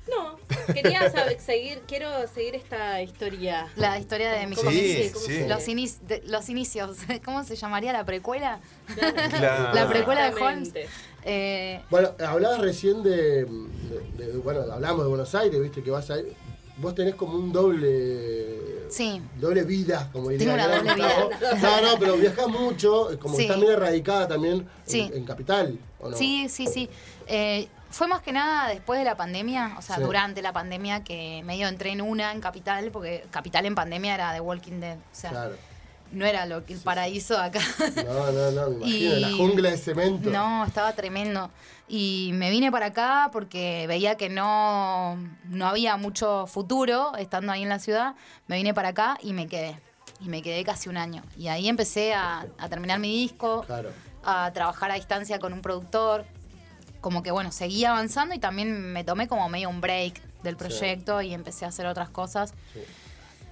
Speaker 11: No, quería saber- seguir, quiero seguir esta historia.
Speaker 8: La historia de mis
Speaker 6: Sí,
Speaker 8: comienzos.
Speaker 6: sí.
Speaker 8: Los, inis- de- los inicios. ¿Cómo se llamaría la precuela?
Speaker 6: Claro.
Speaker 8: La precuela de Holmes.
Speaker 11: Exactamente.
Speaker 8: Eh,
Speaker 4: Bueno, hablabas recién de, de- de- Bueno, hablamos de Buenos Aires, viste que vas a ir. Vos tenés como un doble.
Speaker 8: Sí.
Speaker 4: Doble vida, como diría.
Speaker 8: una
Speaker 4: acá,
Speaker 8: doble
Speaker 4: Gustavo. No, no, pero viajás mucho, como que
Speaker 8: Sí.
Speaker 4: estás bien erradicada también en-
Speaker 8: Sí.
Speaker 4: en, Capital, ¿o no?
Speaker 8: Sí, sí, sí. Eh, fue más que nada después de la pandemia, o sea,
Speaker 4: Sí.
Speaker 8: durante la pandemia que medio entré en una en Capital, porque Capital en pandemia era The Walking Dead. O sea,
Speaker 4: Claro.
Speaker 8: no era lo que el paraíso de acá.
Speaker 4: No, no, no, me imagino,
Speaker 8: Y-
Speaker 4: la jungla de cemento.
Speaker 8: No, estaba tremendo. Y me vine para acá porque veía que no, no había mucho futuro estando ahí en la ciudad. Me vine para acá y me quedé. Y me quedé casi un año. Y ahí empecé a, a terminar mi disco,
Speaker 4: Claro.
Speaker 8: a trabajar a distancia con un productor. Como que, bueno, seguí avanzando y también me tomé como medio un break del proyecto y empecé a hacer otras cosas.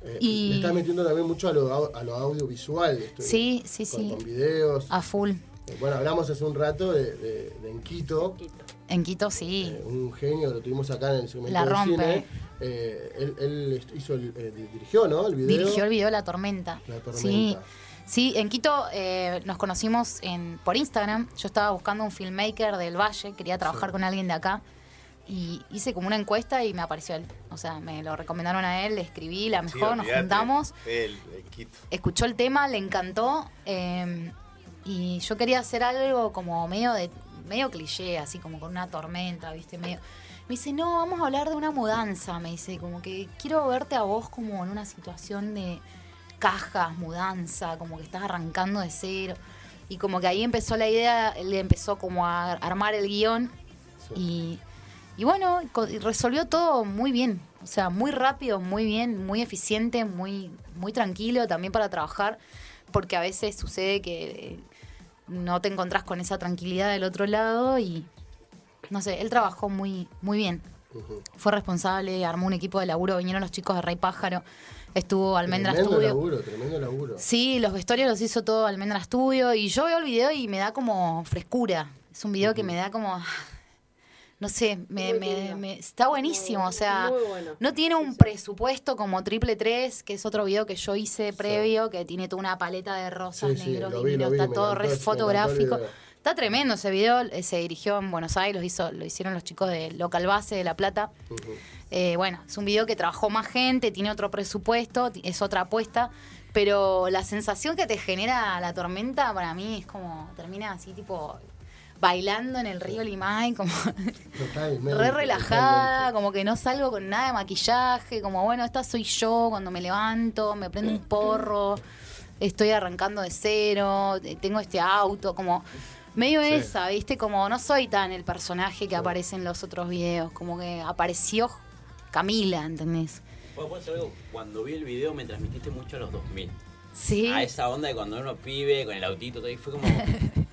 Speaker 4: Eh,
Speaker 8: y-
Speaker 4: Le estás metiendo también mucho a lo, au- a lo audiovisual. esto,
Speaker 8: Sí, sí,
Speaker 4: con-
Speaker 8: sí.
Speaker 4: Con videos.
Speaker 8: A full.
Speaker 4: Eh, bueno, hablamos hace un rato de, de, de en Quito, Eh,
Speaker 8: En Quito sí.
Speaker 4: un genio, lo tuvimos acá en el segmento
Speaker 8: La
Speaker 4: de
Speaker 8: rompe.
Speaker 4: cine. Eh, él, él hizo el- eh, dirigió, ¿no? El video.
Speaker 8: Dirigió el video La Tormenta.
Speaker 4: La tormenta.
Speaker 8: Sí. Sí, en Quito eh, nos conocimos en, por Instagram. Yo estaba buscando un filmmaker del Valle, quería trabajar con alguien de acá. Y hice como una encuesta y me apareció él. O sea, me lo recomendaron a él, le escribí, la mejor, nos juntamos.
Speaker 6: El, el Quito.
Speaker 8: Escuchó el tema, le encantó. eh, y yo quería hacer algo como medio de medio cliché, así como con una tormenta, ¿viste? Medio. Me dice, no, vamos a hablar de una mudanza. Me dice, como que quiero verte a vos como en una situación de cajas, mudanza, como que estás arrancando de cero. Y como que ahí empezó la idea, él empezó como a armar el guión. Y, y bueno, co- y resolvió todo muy bien. O sea, muy rápido, muy bien, muy eficiente, muy, muy tranquilo también para trabajar. Porque a veces sucede que eh, no te encontrás con esa tranquilidad del otro lado y no sé, él trabajó muy, muy bien. Fue responsable, armó un equipo de laburo, vinieron los chicos de Rey Pájaro, estuvo Almendra
Speaker 4: tremendo
Speaker 8: Studio.
Speaker 4: laburo, tremendo laburo.
Speaker 8: Sí, los vestuarios los hizo todo Almendra Studio y yo veo el video y me da como frescura. Es un video que me da como... No sé, me, me- me- está buenísimo, o sea,
Speaker 11: muy bueno.
Speaker 8: no tiene un presupuesto como Triple 3, que es otro video que yo hice previo, que tiene toda una paleta de rosas,
Speaker 4: Sí, sí,
Speaker 8: negros,
Speaker 4: lo vi,
Speaker 8: divinos,
Speaker 4: lo vi,
Speaker 8: está
Speaker 4: me
Speaker 8: todo
Speaker 4: encantó
Speaker 8: re
Speaker 4: ese- me encantó el
Speaker 8: fotográfico.
Speaker 4: video.
Speaker 8: Está tremendo ese video, eh, se dirigió en Buenos Aires, lo, hizo, lo hicieron los chicos de Local Base de La Plata. Eh, bueno, es un video que trabajó más gente, tiene otro presupuesto, ti- es otra apuesta, pero la sensación que te genera la tormenta para mí es como, termina así tipo bailando en el río Limay, como
Speaker 4: Totalmente,
Speaker 8: re relajada, como que no salgo con nada de maquillaje, como bueno, esta soy yo cuando me levanto, me prendo un porro, estoy arrancando de cero, eh, tengo este auto, como medio
Speaker 12: Sí.
Speaker 8: esa, ¿viste? Como no soy tan el personaje que aparece en los otros videos, como que apareció Camila, ¿entendés?
Speaker 10: Bueno, puede ser algo, cuando vi el video me transmitiste mucho a los 2000.
Speaker 8: Sí.
Speaker 10: A esa onda de cuando uno pibe, con el autito, todo, y fue como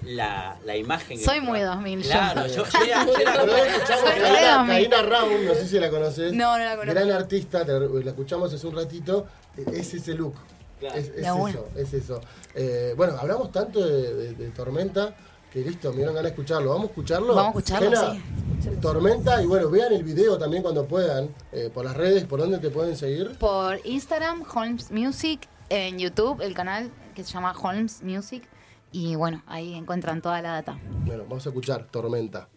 Speaker 10: la, la imagen que...
Speaker 8: Soy muy 2000 yo.
Speaker 10: Claro, yo, yo era... yo era-
Speaker 4: Pero hoy escuchamos
Speaker 8: Soy
Speaker 4: a
Speaker 8: re
Speaker 4: Karina,
Speaker 8: 2000.
Speaker 4: Karina Raum, no sé si la conoces.
Speaker 8: No, no la conozco.
Speaker 4: Gran artista, te- la escuchamos hace un ratito. E, Es ese look. Es, es
Speaker 8: La buena.
Speaker 4: eso, es eso. Eh, bueno, hablamos tanto de, de- de Tormenta que listo, me dieron ganas de escucharlo. ¿Vamos a escucharlo?
Speaker 8: Vamos a escucharlo, sí.
Speaker 4: Tormenta, y bueno, vean el video también cuando puedan, eh, por las redes, por dónde te pueden seguir.
Speaker 8: Por Instagram, Holmes Music, en YouTube, el canal que se llama Holmes Music, y bueno, ahí encuentran toda la data.
Speaker 4: Bueno, vamos a escuchar Tormenta.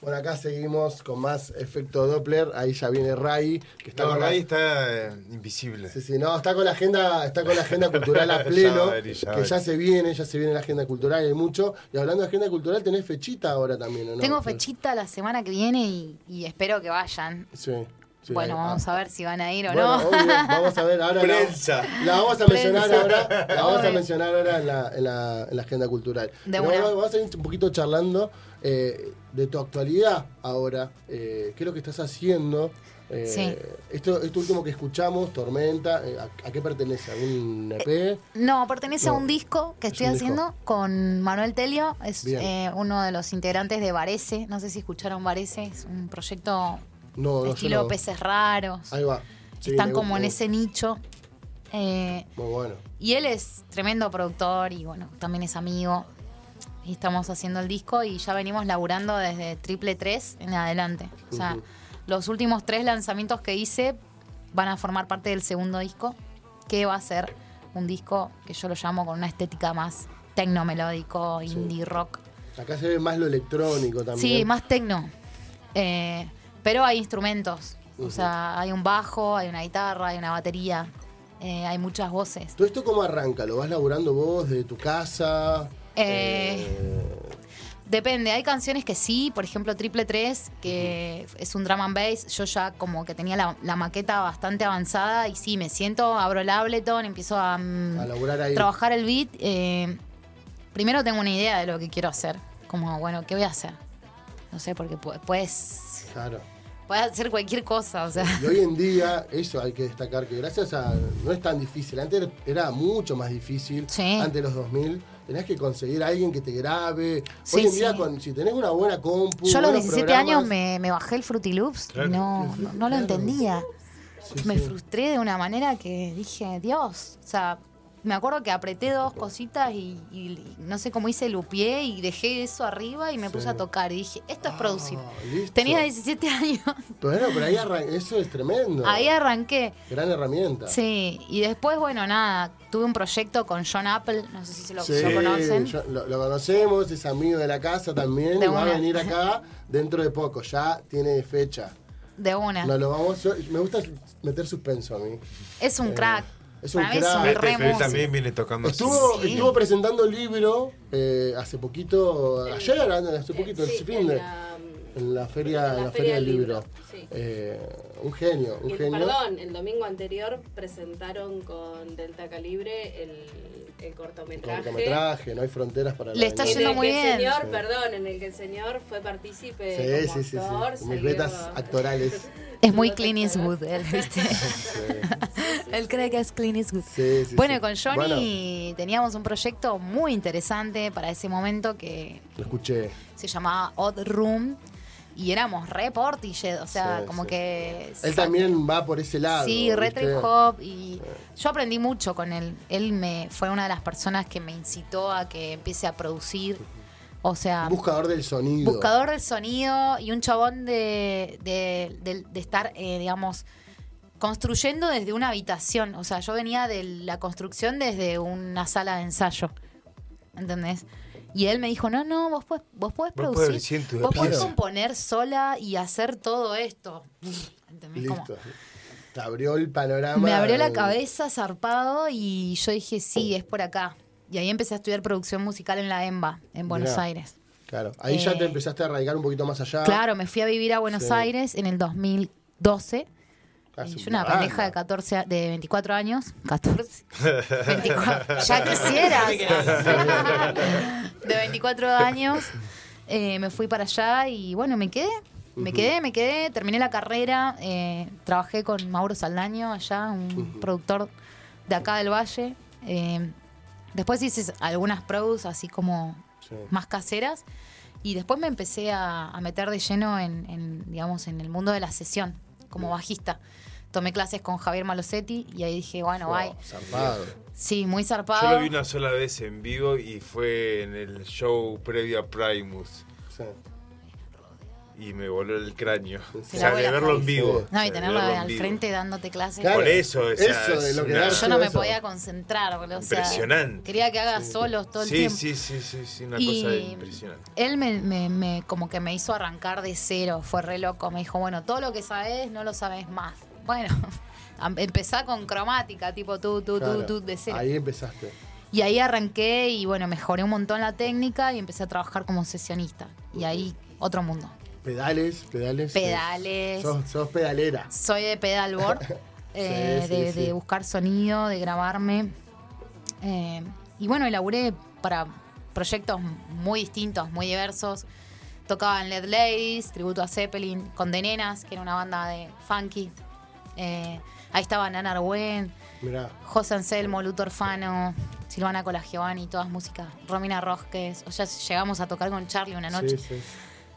Speaker 4: Bueno, acá seguimos con más efecto Doppler. Ahí ya viene Ray, que está
Speaker 6: No,
Speaker 4: con la-
Speaker 6: Ray está eh, invisible.
Speaker 4: Sí, sí, no, está con la agenda, está con la agenda cultural a pleno,
Speaker 6: Ya va a venir, ya va a
Speaker 4: que ya
Speaker 6: venir.
Speaker 4: se viene, ya se viene la agenda cultural, hay mucho. Y hablando de agenda cultural, tenés fechita ahora también, ¿o ¿no?
Speaker 8: Tengo fechita la semana que viene y, y espero que vayan.
Speaker 4: Sí. sí,
Speaker 8: bueno,
Speaker 4: ahí- ah.
Speaker 8: vamos a ver si van a ir o
Speaker 4: Bueno,
Speaker 8: no.
Speaker 4: obvio, vamos a ver ahora. la-
Speaker 6: Prensa.
Speaker 4: La, vamos a mencionar
Speaker 8: Prensa.
Speaker 4: ahora. La vamos a
Speaker 8: Obvio.
Speaker 4: mencionar ahora en la, en la- en la agenda cultural.
Speaker 8: De
Speaker 4: Pero
Speaker 8: una.
Speaker 4: vamos, vamos a ir un poquito charlando eh, de tu actualidad ahora. eh, ¿Qué es lo que estás haciendo? Eh,
Speaker 8: Sí.
Speaker 4: esto, esto último que escuchamos, Tormenta, eh, ¿a, a qué pertenece? ¿A un EP?
Speaker 8: No, pertenece
Speaker 4: No,
Speaker 8: a un disco que
Speaker 4: es
Speaker 8: estoy
Speaker 4: un disco.
Speaker 8: haciendo con Manuel Telio, es
Speaker 4: Bien.
Speaker 8: eh, uno de los integrantes de Varese. No sé si escucharon Varese, es un proyecto
Speaker 4: No, no, yo
Speaker 8: estilo
Speaker 4: no.
Speaker 8: peces raros.
Speaker 4: Ahí va. Sí,
Speaker 8: Están
Speaker 4: me
Speaker 8: como
Speaker 4: gusta.
Speaker 8: en ese nicho. Eh,
Speaker 4: Muy bueno.
Speaker 8: Y él es tremendo productor y bueno, también es amigo. Y estamos haciendo el disco y ya venimos laburando desde Triple 3 en adelante. O sea,
Speaker 12: Ujú.
Speaker 8: los últimos tres lanzamientos que hice van a formar parte del segundo disco, que va a ser un disco que yo lo llamo con una estética más tecno-melódico, indie rock.
Speaker 4: Acá se ve más lo electrónico también.
Speaker 8: Sí, más tecno. Eh, pero hay instrumentos. O
Speaker 4: Ujú.
Speaker 8: sea, hay un bajo, Oh, hay una guitarra, hay una batería, eh, hay muchas voces.
Speaker 4: ¿Todo esto cómo arranca? ¿Lo vas laburando vos desde tu casa?
Speaker 8: Eh, Depende, hay canciones que sí, por ejemplo Triple 3, que es un drum and bass, yo ya como que tenía la, la maqueta bastante avanzada y sí, me siento, abro el Ableton, empiezo a, mm,
Speaker 4: A laburar ahí.
Speaker 8: trabajar el beat. eh, primero tengo una idea de lo que quiero hacer, como bueno, ¿qué voy a hacer? No sé, porque pu- puedes,
Speaker 4: Claro.
Speaker 8: puedes hacer cualquier cosa, o sea.
Speaker 4: Y hoy en día, eso hay que destacar, que gracias a... No es tan difícil. Antes era mucho más difícil, antes de los 2000. tenés que conseguir a alguien que te grabe.
Speaker 8: Sí,
Speaker 4: Hoy en día,
Speaker 8: sí.
Speaker 4: con, si tenés una buena compu.
Speaker 8: Yo a los
Speaker 4: Uh, buenos
Speaker 8: 17
Speaker 4: programas-
Speaker 8: años me, me bajé el Fruity Loops y
Speaker 4: Claro.
Speaker 8: no, no, no lo entendía. me frustré de una manera que dije, Dios, o sea, me acuerdo que apreté dos cositas y, y no sé cómo hice, lupié y dejé eso arriba y me puse a tocar y dije, esto es producir.
Speaker 4: Ah, listo.
Speaker 8: Tenía 17 años,
Speaker 4: Bueno, pero ahí arran- eso es tremendo.
Speaker 8: ahí arranqué.
Speaker 4: Gran herramienta.
Speaker 8: Sí, y después, bueno, nada, tuve un proyecto con John Apple, no sé si lo,
Speaker 4: Sí,
Speaker 8: lo conocen.
Speaker 4: yo- lo, lo conocemos, es amigo de la casa también.
Speaker 8: De
Speaker 4: y va a
Speaker 8: una.
Speaker 4: venir acá dentro de poco, ya tiene fecha.
Speaker 8: De una.
Speaker 4: No lo vamos. yo- me gusta meter suspenso a mí.
Speaker 8: Es un
Speaker 4: Eh,
Speaker 8: crack.
Speaker 4: Es un
Speaker 8: Para mí es
Speaker 4: crack.
Speaker 8: un re
Speaker 6: Pero él
Speaker 8: músico.
Speaker 6: también viene tocando así.
Speaker 4: Estuvo, estuvo presentando el libro eh, hace poquito, ayer, hace poquito, el fin de. En la feria, en la feria del libro.
Speaker 11: sí.
Speaker 4: Eh, un genio, un
Speaker 11: Y el-
Speaker 4: genio.
Speaker 11: perdón, el domingo anterior presentaron con Delta Calibre el, el cortometraje.
Speaker 4: Cortometraje, no hay fronteras para la
Speaker 8: Le está
Speaker 4: venganza.
Speaker 8: yendo muy
Speaker 11: que el
Speaker 8: bien.
Speaker 11: señor,
Speaker 4: Sí.
Speaker 11: perdón, en el que el señor fue partícipe
Speaker 4: Sí,
Speaker 11: como
Speaker 4: sí, sí,
Speaker 11: actor,
Speaker 4: sí. Mis
Speaker 11: salió-
Speaker 4: vetas actorales.
Speaker 8: Es muy Clint Eastwood, él, ¿viste? él cree que es Clint Eastwood.
Speaker 4: Sí, sí,
Speaker 8: bueno,
Speaker 4: sí.
Speaker 8: con Johnny teníamos un proyecto muy interesante para ese momento que
Speaker 4: Lo escuché.
Speaker 8: se llamaba Odd Room y éramos re Eh, Portishead, o sea,
Speaker 4: Sí,
Speaker 8: como
Speaker 4: sí.
Speaker 8: que...
Speaker 4: Él también va por ese lado.
Speaker 8: Sí, re
Speaker 4: ¿viste?
Speaker 8: trip hop y yo aprendí mucho con él. Él me fue una de las personas que me incitó a que empiece a producir. O sea,
Speaker 4: Buscador del sonido.
Speaker 8: Buscador del sonido y un chabón de, de- de- de estar, eh, digamos, construyendo desde una habitación. O sea, yo venía de la construcción desde una sala de ensayo. ¿Entendés? Y él me dijo, no, no, vos podés, vos podés
Speaker 6: Vos podés
Speaker 8: producir,
Speaker 6: decir tu
Speaker 8: vos podés
Speaker 6: pieza".
Speaker 8: componer sola y hacer todo esto. ¿Entendés? Como-
Speaker 4: Listo. Te abrió el panorama.
Speaker 8: me abrió la
Speaker 4: del-
Speaker 8: cabeza zarpado y yo dije, sí, es por acá. Y ahí empecé a estudiar producción musical en la EMBA, en Buenos
Speaker 4: Mirá.
Speaker 8: Aires.
Speaker 4: Claro, ahí ya
Speaker 8: Eh,
Speaker 4: te empezaste a arraigar un poquito más allá.
Speaker 8: Claro, me fui a vivir a Buenos
Speaker 4: Sí.
Speaker 8: Aires en el 2012.
Speaker 4: Hace
Speaker 8: Yo una
Speaker 4: banda.
Speaker 8: pendeja de 14, a- de 24 años, 14, 24, ya quisieras, de 24 años, eh, me fui para allá y bueno, me quedé, me
Speaker 4: Ujú.
Speaker 8: quedé, me quedé, terminé la carrera, eh, trabajé con Mauro Saldaño allá, un productor de acá del Valle, eh, después hice algunas pros así como
Speaker 4: Sí.
Speaker 8: más caseras y después me empecé a, a meter de lleno en, en, digamos, en el mundo de la sesión, como bajista. Tomé clases con Javier Malosetti y ahí dije, bueno,
Speaker 4: Wow,
Speaker 8: bye.
Speaker 4: zarpado.
Speaker 8: Sí, muy
Speaker 6: Yo
Speaker 8: zarpado.
Speaker 6: lo vi una sola vez en vivo y fue en el show previo a Primus.
Speaker 4: Sí.
Speaker 6: Y me voló el cráneo. O
Speaker 8: Se
Speaker 6: sea,
Speaker 8: la
Speaker 6: de
Speaker 8: vuela,
Speaker 6: verlo en
Speaker 8: Javi.
Speaker 6: vivo. O
Speaker 8: No,
Speaker 6: sea,
Speaker 8: y
Speaker 6: de
Speaker 8: tenerlo
Speaker 6: verlo en
Speaker 8: al
Speaker 6: vivo.
Speaker 8: frente dándote clases.
Speaker 4: Claro.
Speaker 6: Por eso, o sea,
Speaker 4: Eso de
Speaker 6: es
Speaker 4: lo que
Speaker 6: una-
Speaker 4: da
Speaker 8: Yo no me
Speaker 4: eso.
Speaker 8: podía concentrar, boludo. o sea,
Speaker 6: Impresionante.
Speaker 8: quería que haga solos todo el
Speaker 6: sí,
Speaker 8: tiempo.
Speaker 6: sí, sí, sí, sí, una
Speaker 8: Y- Eh,
Speaker 6: cosa impresionante.
Speaker 8: Él me, me- me- como que me hizo arrancar de cero, fue re loco. Me dijo, bueno, todo lo que sabes no lo sabes más. Bueno, am- empezá con cromática, tipo tú, tú,
Speaker 4: Claro,
Speaker 8: tú, tú, de cero.
Speaker 4: Ahí empezaste.
Speaker 8: Y ahí arranqué y bueno, mejoré un montón la técnica y empecé a trabajar como sesionista. Y ahí otro mundo.
Speaker 4: Pedales, pedales. sí.
Speaker 8: Pedales.
Speaker 4: Sos, sos pedalera.
Speaker 8: Soy de pedalboard, eh,
Speaker 4: Sí, sí,
Speaker 8: de,
Speaker 4: sí.
Speaker 8: de buscar sonido, de grabarme. Eh, y bueno, elaboré para proyectos muy distintos, muy diversos. Tocaba en Led Ladies, tributo a Zeppelin, con De Nenas, que era una banda de funky. Eh, ahí estaba Nana Argüen,
Speaker 4: Mirá.
Speaker 8: José Anselmo, Luto Orfano, Silvana Colagiovanni, todas músicas. Romina Rosques. O sea, llegamos a tocar con Charlie una noche.
Speaker 4: Sí, sí.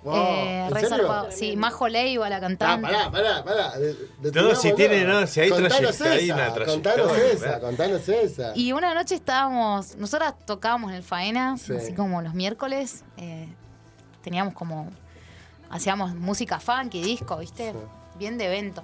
Speaker 4: Wow,
Speaker 8: Eh,
Speaker 4: ¿en
Speaker 8: re
Speaker 4: serio?
Speaker 8: zarpado. Sí, Majo Leiva, la
Speaker 4: Ah,
Speaker 8: cantante.
Speaker 4: pará, pará, pará. de-
Speaker 6: No, si
Speaker 4: detengámonos.
Speaker 6: tiene, no, si hay
Speaker 4: Contanos
Speaker 6: trayectoria, hay
Speaker 4: esa,
Speaker 6: una trayectoria,
Speaker 4: Contanos esa,
Speaker 6: ¿verdad?
Speaker 4: contanos esa.
Speaker 8: Y una noche estábamos, nosotras tocábamos en el Faena,
Speaker 4: Sí.
Speaker 8: así como los miércoles. eh, teníamos como, hacíamos música funk y disco, ¿viste?
Speaker 4: Sí.
Speaker 8: Bien de evento.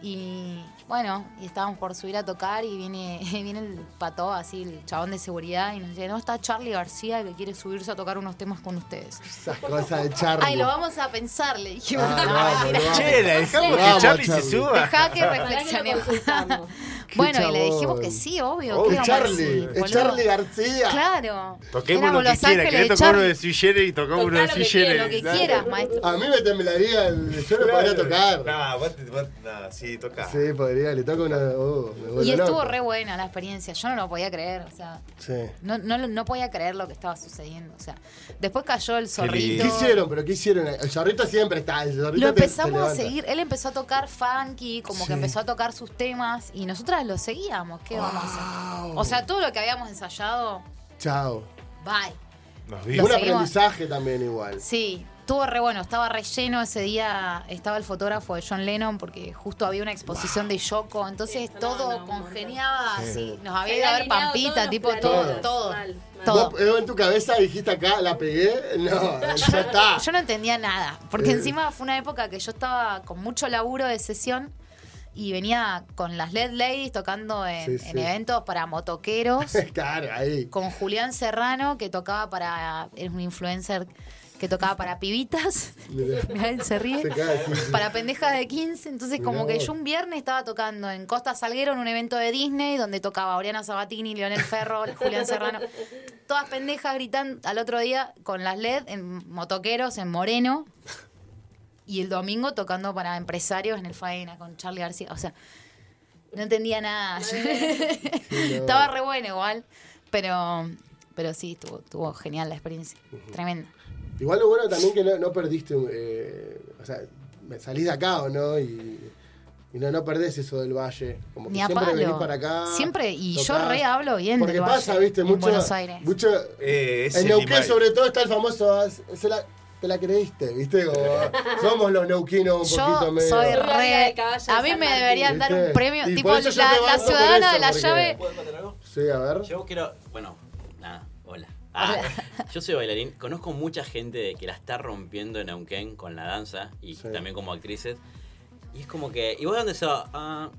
Speaker 8: Y bueno, y estábamos por subir a tocar y viene, viene el pato, así el chabón de seguridad, y nos dice, no, está Charlie García que quiere subirse a tocar unos temas con ustedes.
Speaker 4: Esas cosas de Charlie.
Speaker 8: Ay, lo vamos a pensar, le dijimos.
Speaker 4: Ah, lo vamos, lo vamos.
Speaker 6: Che, la
Speaker 4: Lo
Speaker 6: dejamos
Speaker 4: vamos,
Speaker 6: que Charlie se
Speaker 4: Charlie.
Speaker 6: suba.
Speaker 8: Dejá que
Speaker 11: que lo
Speaker 8: reflexionemos.
Speaker 11: consultamos.
Speaker 8: bueno, y le
Speaker 4: chabón.
Speaker 8: dijimos que sí, obvio.
Speaker 4: Oh,
Speaker 8: ¿qué
Speaker 4: es
Speaker 8: vamos a
Speaker 4: Charlie,
Speaker 8: decir,
Speaker 4: es
Speaker 8: boludo?
Speaker 4: Charlie García.
Speaker 8: Claro.
Speaker 6: Toquemos
Speaker 8: Éramos
Speaker 6: lo que
Speaker 8: Los
Speaker 6: quiera.
Speaker 8: Ángeles
Speaker 6: Querés
Speaker 8: de
Speaker 6: tocar uno de
Speaker 8: Charlie.
Speaker 6: Sui Generis y tocamos uno
Speaker 11: Tocá
Speaker 6: de
Speaker 11: lo
Speaker 6: Sui
Speaker 11: que quieras,
Speaker 6: Generis.
Speaker 8: Lo que
Speaker 6: Dale.
Speaker 8: quieras, maestro.
Speaker 4: A mí me temblaría, el, yo lo podría tocar.
Speaker 6: No, vos, te- vos- no, sí, toca.
Speaker 4: Sí, podría, le toco una. oh, me vuelvo
Speaker 8: Y estuvo
Speaker 4: loco.
Speaker 8: re buena la experiencia. Yo no lo podía creer. O sea,
Speaker 4: Sí.
Speaker 8: no, no, no podía creer lo que estaba sucediendo. O sea, después cayó el zorrito.
Speaker 4: ¿Qué hicieron? ¿Pero qué hicieron? El zorrito siempre está. El zorrito
Speaker 8: Lo
Speaker 4: te- te
Speaker 8: empezamos a
Speaker 4: levanta.
Speaker 8: seguir. Él empezó a tocar funky, como
Speaker 4: Sí.
Speaker 8: que empezó a tocar sus temas. Y nosotras lo seguíamos. ¿Qué vamos a hacer? O sea, todo lo que habíamos ensayado
Speaker 4: Chao.
Speaker 5: Bye.
Speaker 4: Nos
Speaker 5: vimos.
Speaker 4: Un
Speaker 5: Lo seguimos.
Speaker 4: aprendizaje también igual.
Speaker 5: Sí, estuvo re bueno, estaba relleno ese día, estaba el fotógrafo de John Lennon porque justo había una exposición de Yoko, entonces todo congeniaba
Speaker 4: Sí.
Speaker 5: así, nos
Speaker 13: Se
Speaker 5: había ido a
Speaker 13: habían
Speaker 5: ver
Speaker 13: alineado todos
Speaker 5: Pampita,
Speaker 13: los
Speaker 5: tipo todo,
Speaker 4: planetas.
Speaker 5: todo.
Speaker 4: ¿Vos, Evo, en tu cabeza dijiste acá, la pegué? No, ya está.
Speaker 5: Yo no entendía nada, porque
Speaker 4: Eh.
Speaker 5: encima fue una época que yo estaba con mucho laburo de sesión y venía con las LED Ladies tocando en,
Speaker 4: Sí, sí.
Speaker 5: en eventos para motoqueros.
Speaker 4: claro, ahí.
Speaker 5: Con Julián Serrano, que tocaba para. Es un influencer que tocaba para pibitas.
Speaker 4: Mirá.
Speaker 5: Mirá, él se ríe.
Speaker 4: Se cae, sí, sí.
Speaker 5: Para pendejas de 15. Entonces, como
Speaker 4: Mirá
Speaker 5: que
Speaker 4: vos.
Speaker 5: yo un viernes estaba tocando en Costa Salguero en un evento de Disney donde tocaba Oriana Sabatini, Leonel Ferro, Julián Serrano. Todas pendejas gritando al otro día con las LED en motoqueros, en Moreno. Y el domingo tocando para empresarios en el Faena con Charlie García. O sea, no entendía nada. Estaba re bueno igual. Pero, pero sí, estuvo, estuvo genial la experiencia. Tremenda.
Speaker 4: Igual lo bueno también que no, no perdiste, eh, o sea, me salís de acá o no y, y no, no perdés eso del valle. Como que
Speaker 5: Ni a
Speaker 4: siempre
Speaker 5: palo.
Speaker 4: venís para acá.
Speaker 5: Siempre, y yo
Speaker 4: tocás.
Speaker 5: re hablo bien
Speaker 4: Porque
Speaker 5: del
Speaker 4: pasa,
Speaker 5: valle,
Speaker 4: viste,
Speaker 5: en
Speaker 4: mucho.
Speaker 5: Buenos Aires.
Speaker 4: mucho
Speaker 6: Eh, es
Speaker 4: en
Speaker 6: el
Speaker 4: Neuquén,
Speaker 6: Imal.
Speaker 4: sobre todo, está el famoso. "Ah, se la- te la creíste, viste, como, somos los neuquinos un poquito
Speaker 5: Yo
Speaker 4: medio.
Speaker 13: Amiga
Speaker 5: soy
Speaker 13: de
Speaker 5: re.
Speaker 13: caballo de
Speaker 5: A mí
Speaker 13: San
Speaker 5: me
Speaker 13: Martín.
Speaker 5: deberían dar un
Speaker 4: ¿Viste?
Speaker 5: premio.
Speaker 4: Y
Speaker 5: Tipo,
Speaker 4: por
Speaker 5: la,
Speaker 4: eso yo te
Speaker 5: la
Speaker 4: banco por
Speaker 5: ciudadana
Speaker 4: eso,
Speaker 5: de la
Speaker 4: porque-
Speaker 5: llave.
Speaker 4: Sí, a ver.
Speaker 8: Yo quiero. Bueno, nada, hola. Ah, Yo soy bailarín, conozco mucha gente de que la está rompiendo en Neuquén con la danza y también como actrices. Y es como que. ¿Y vos dónde sos? Ah,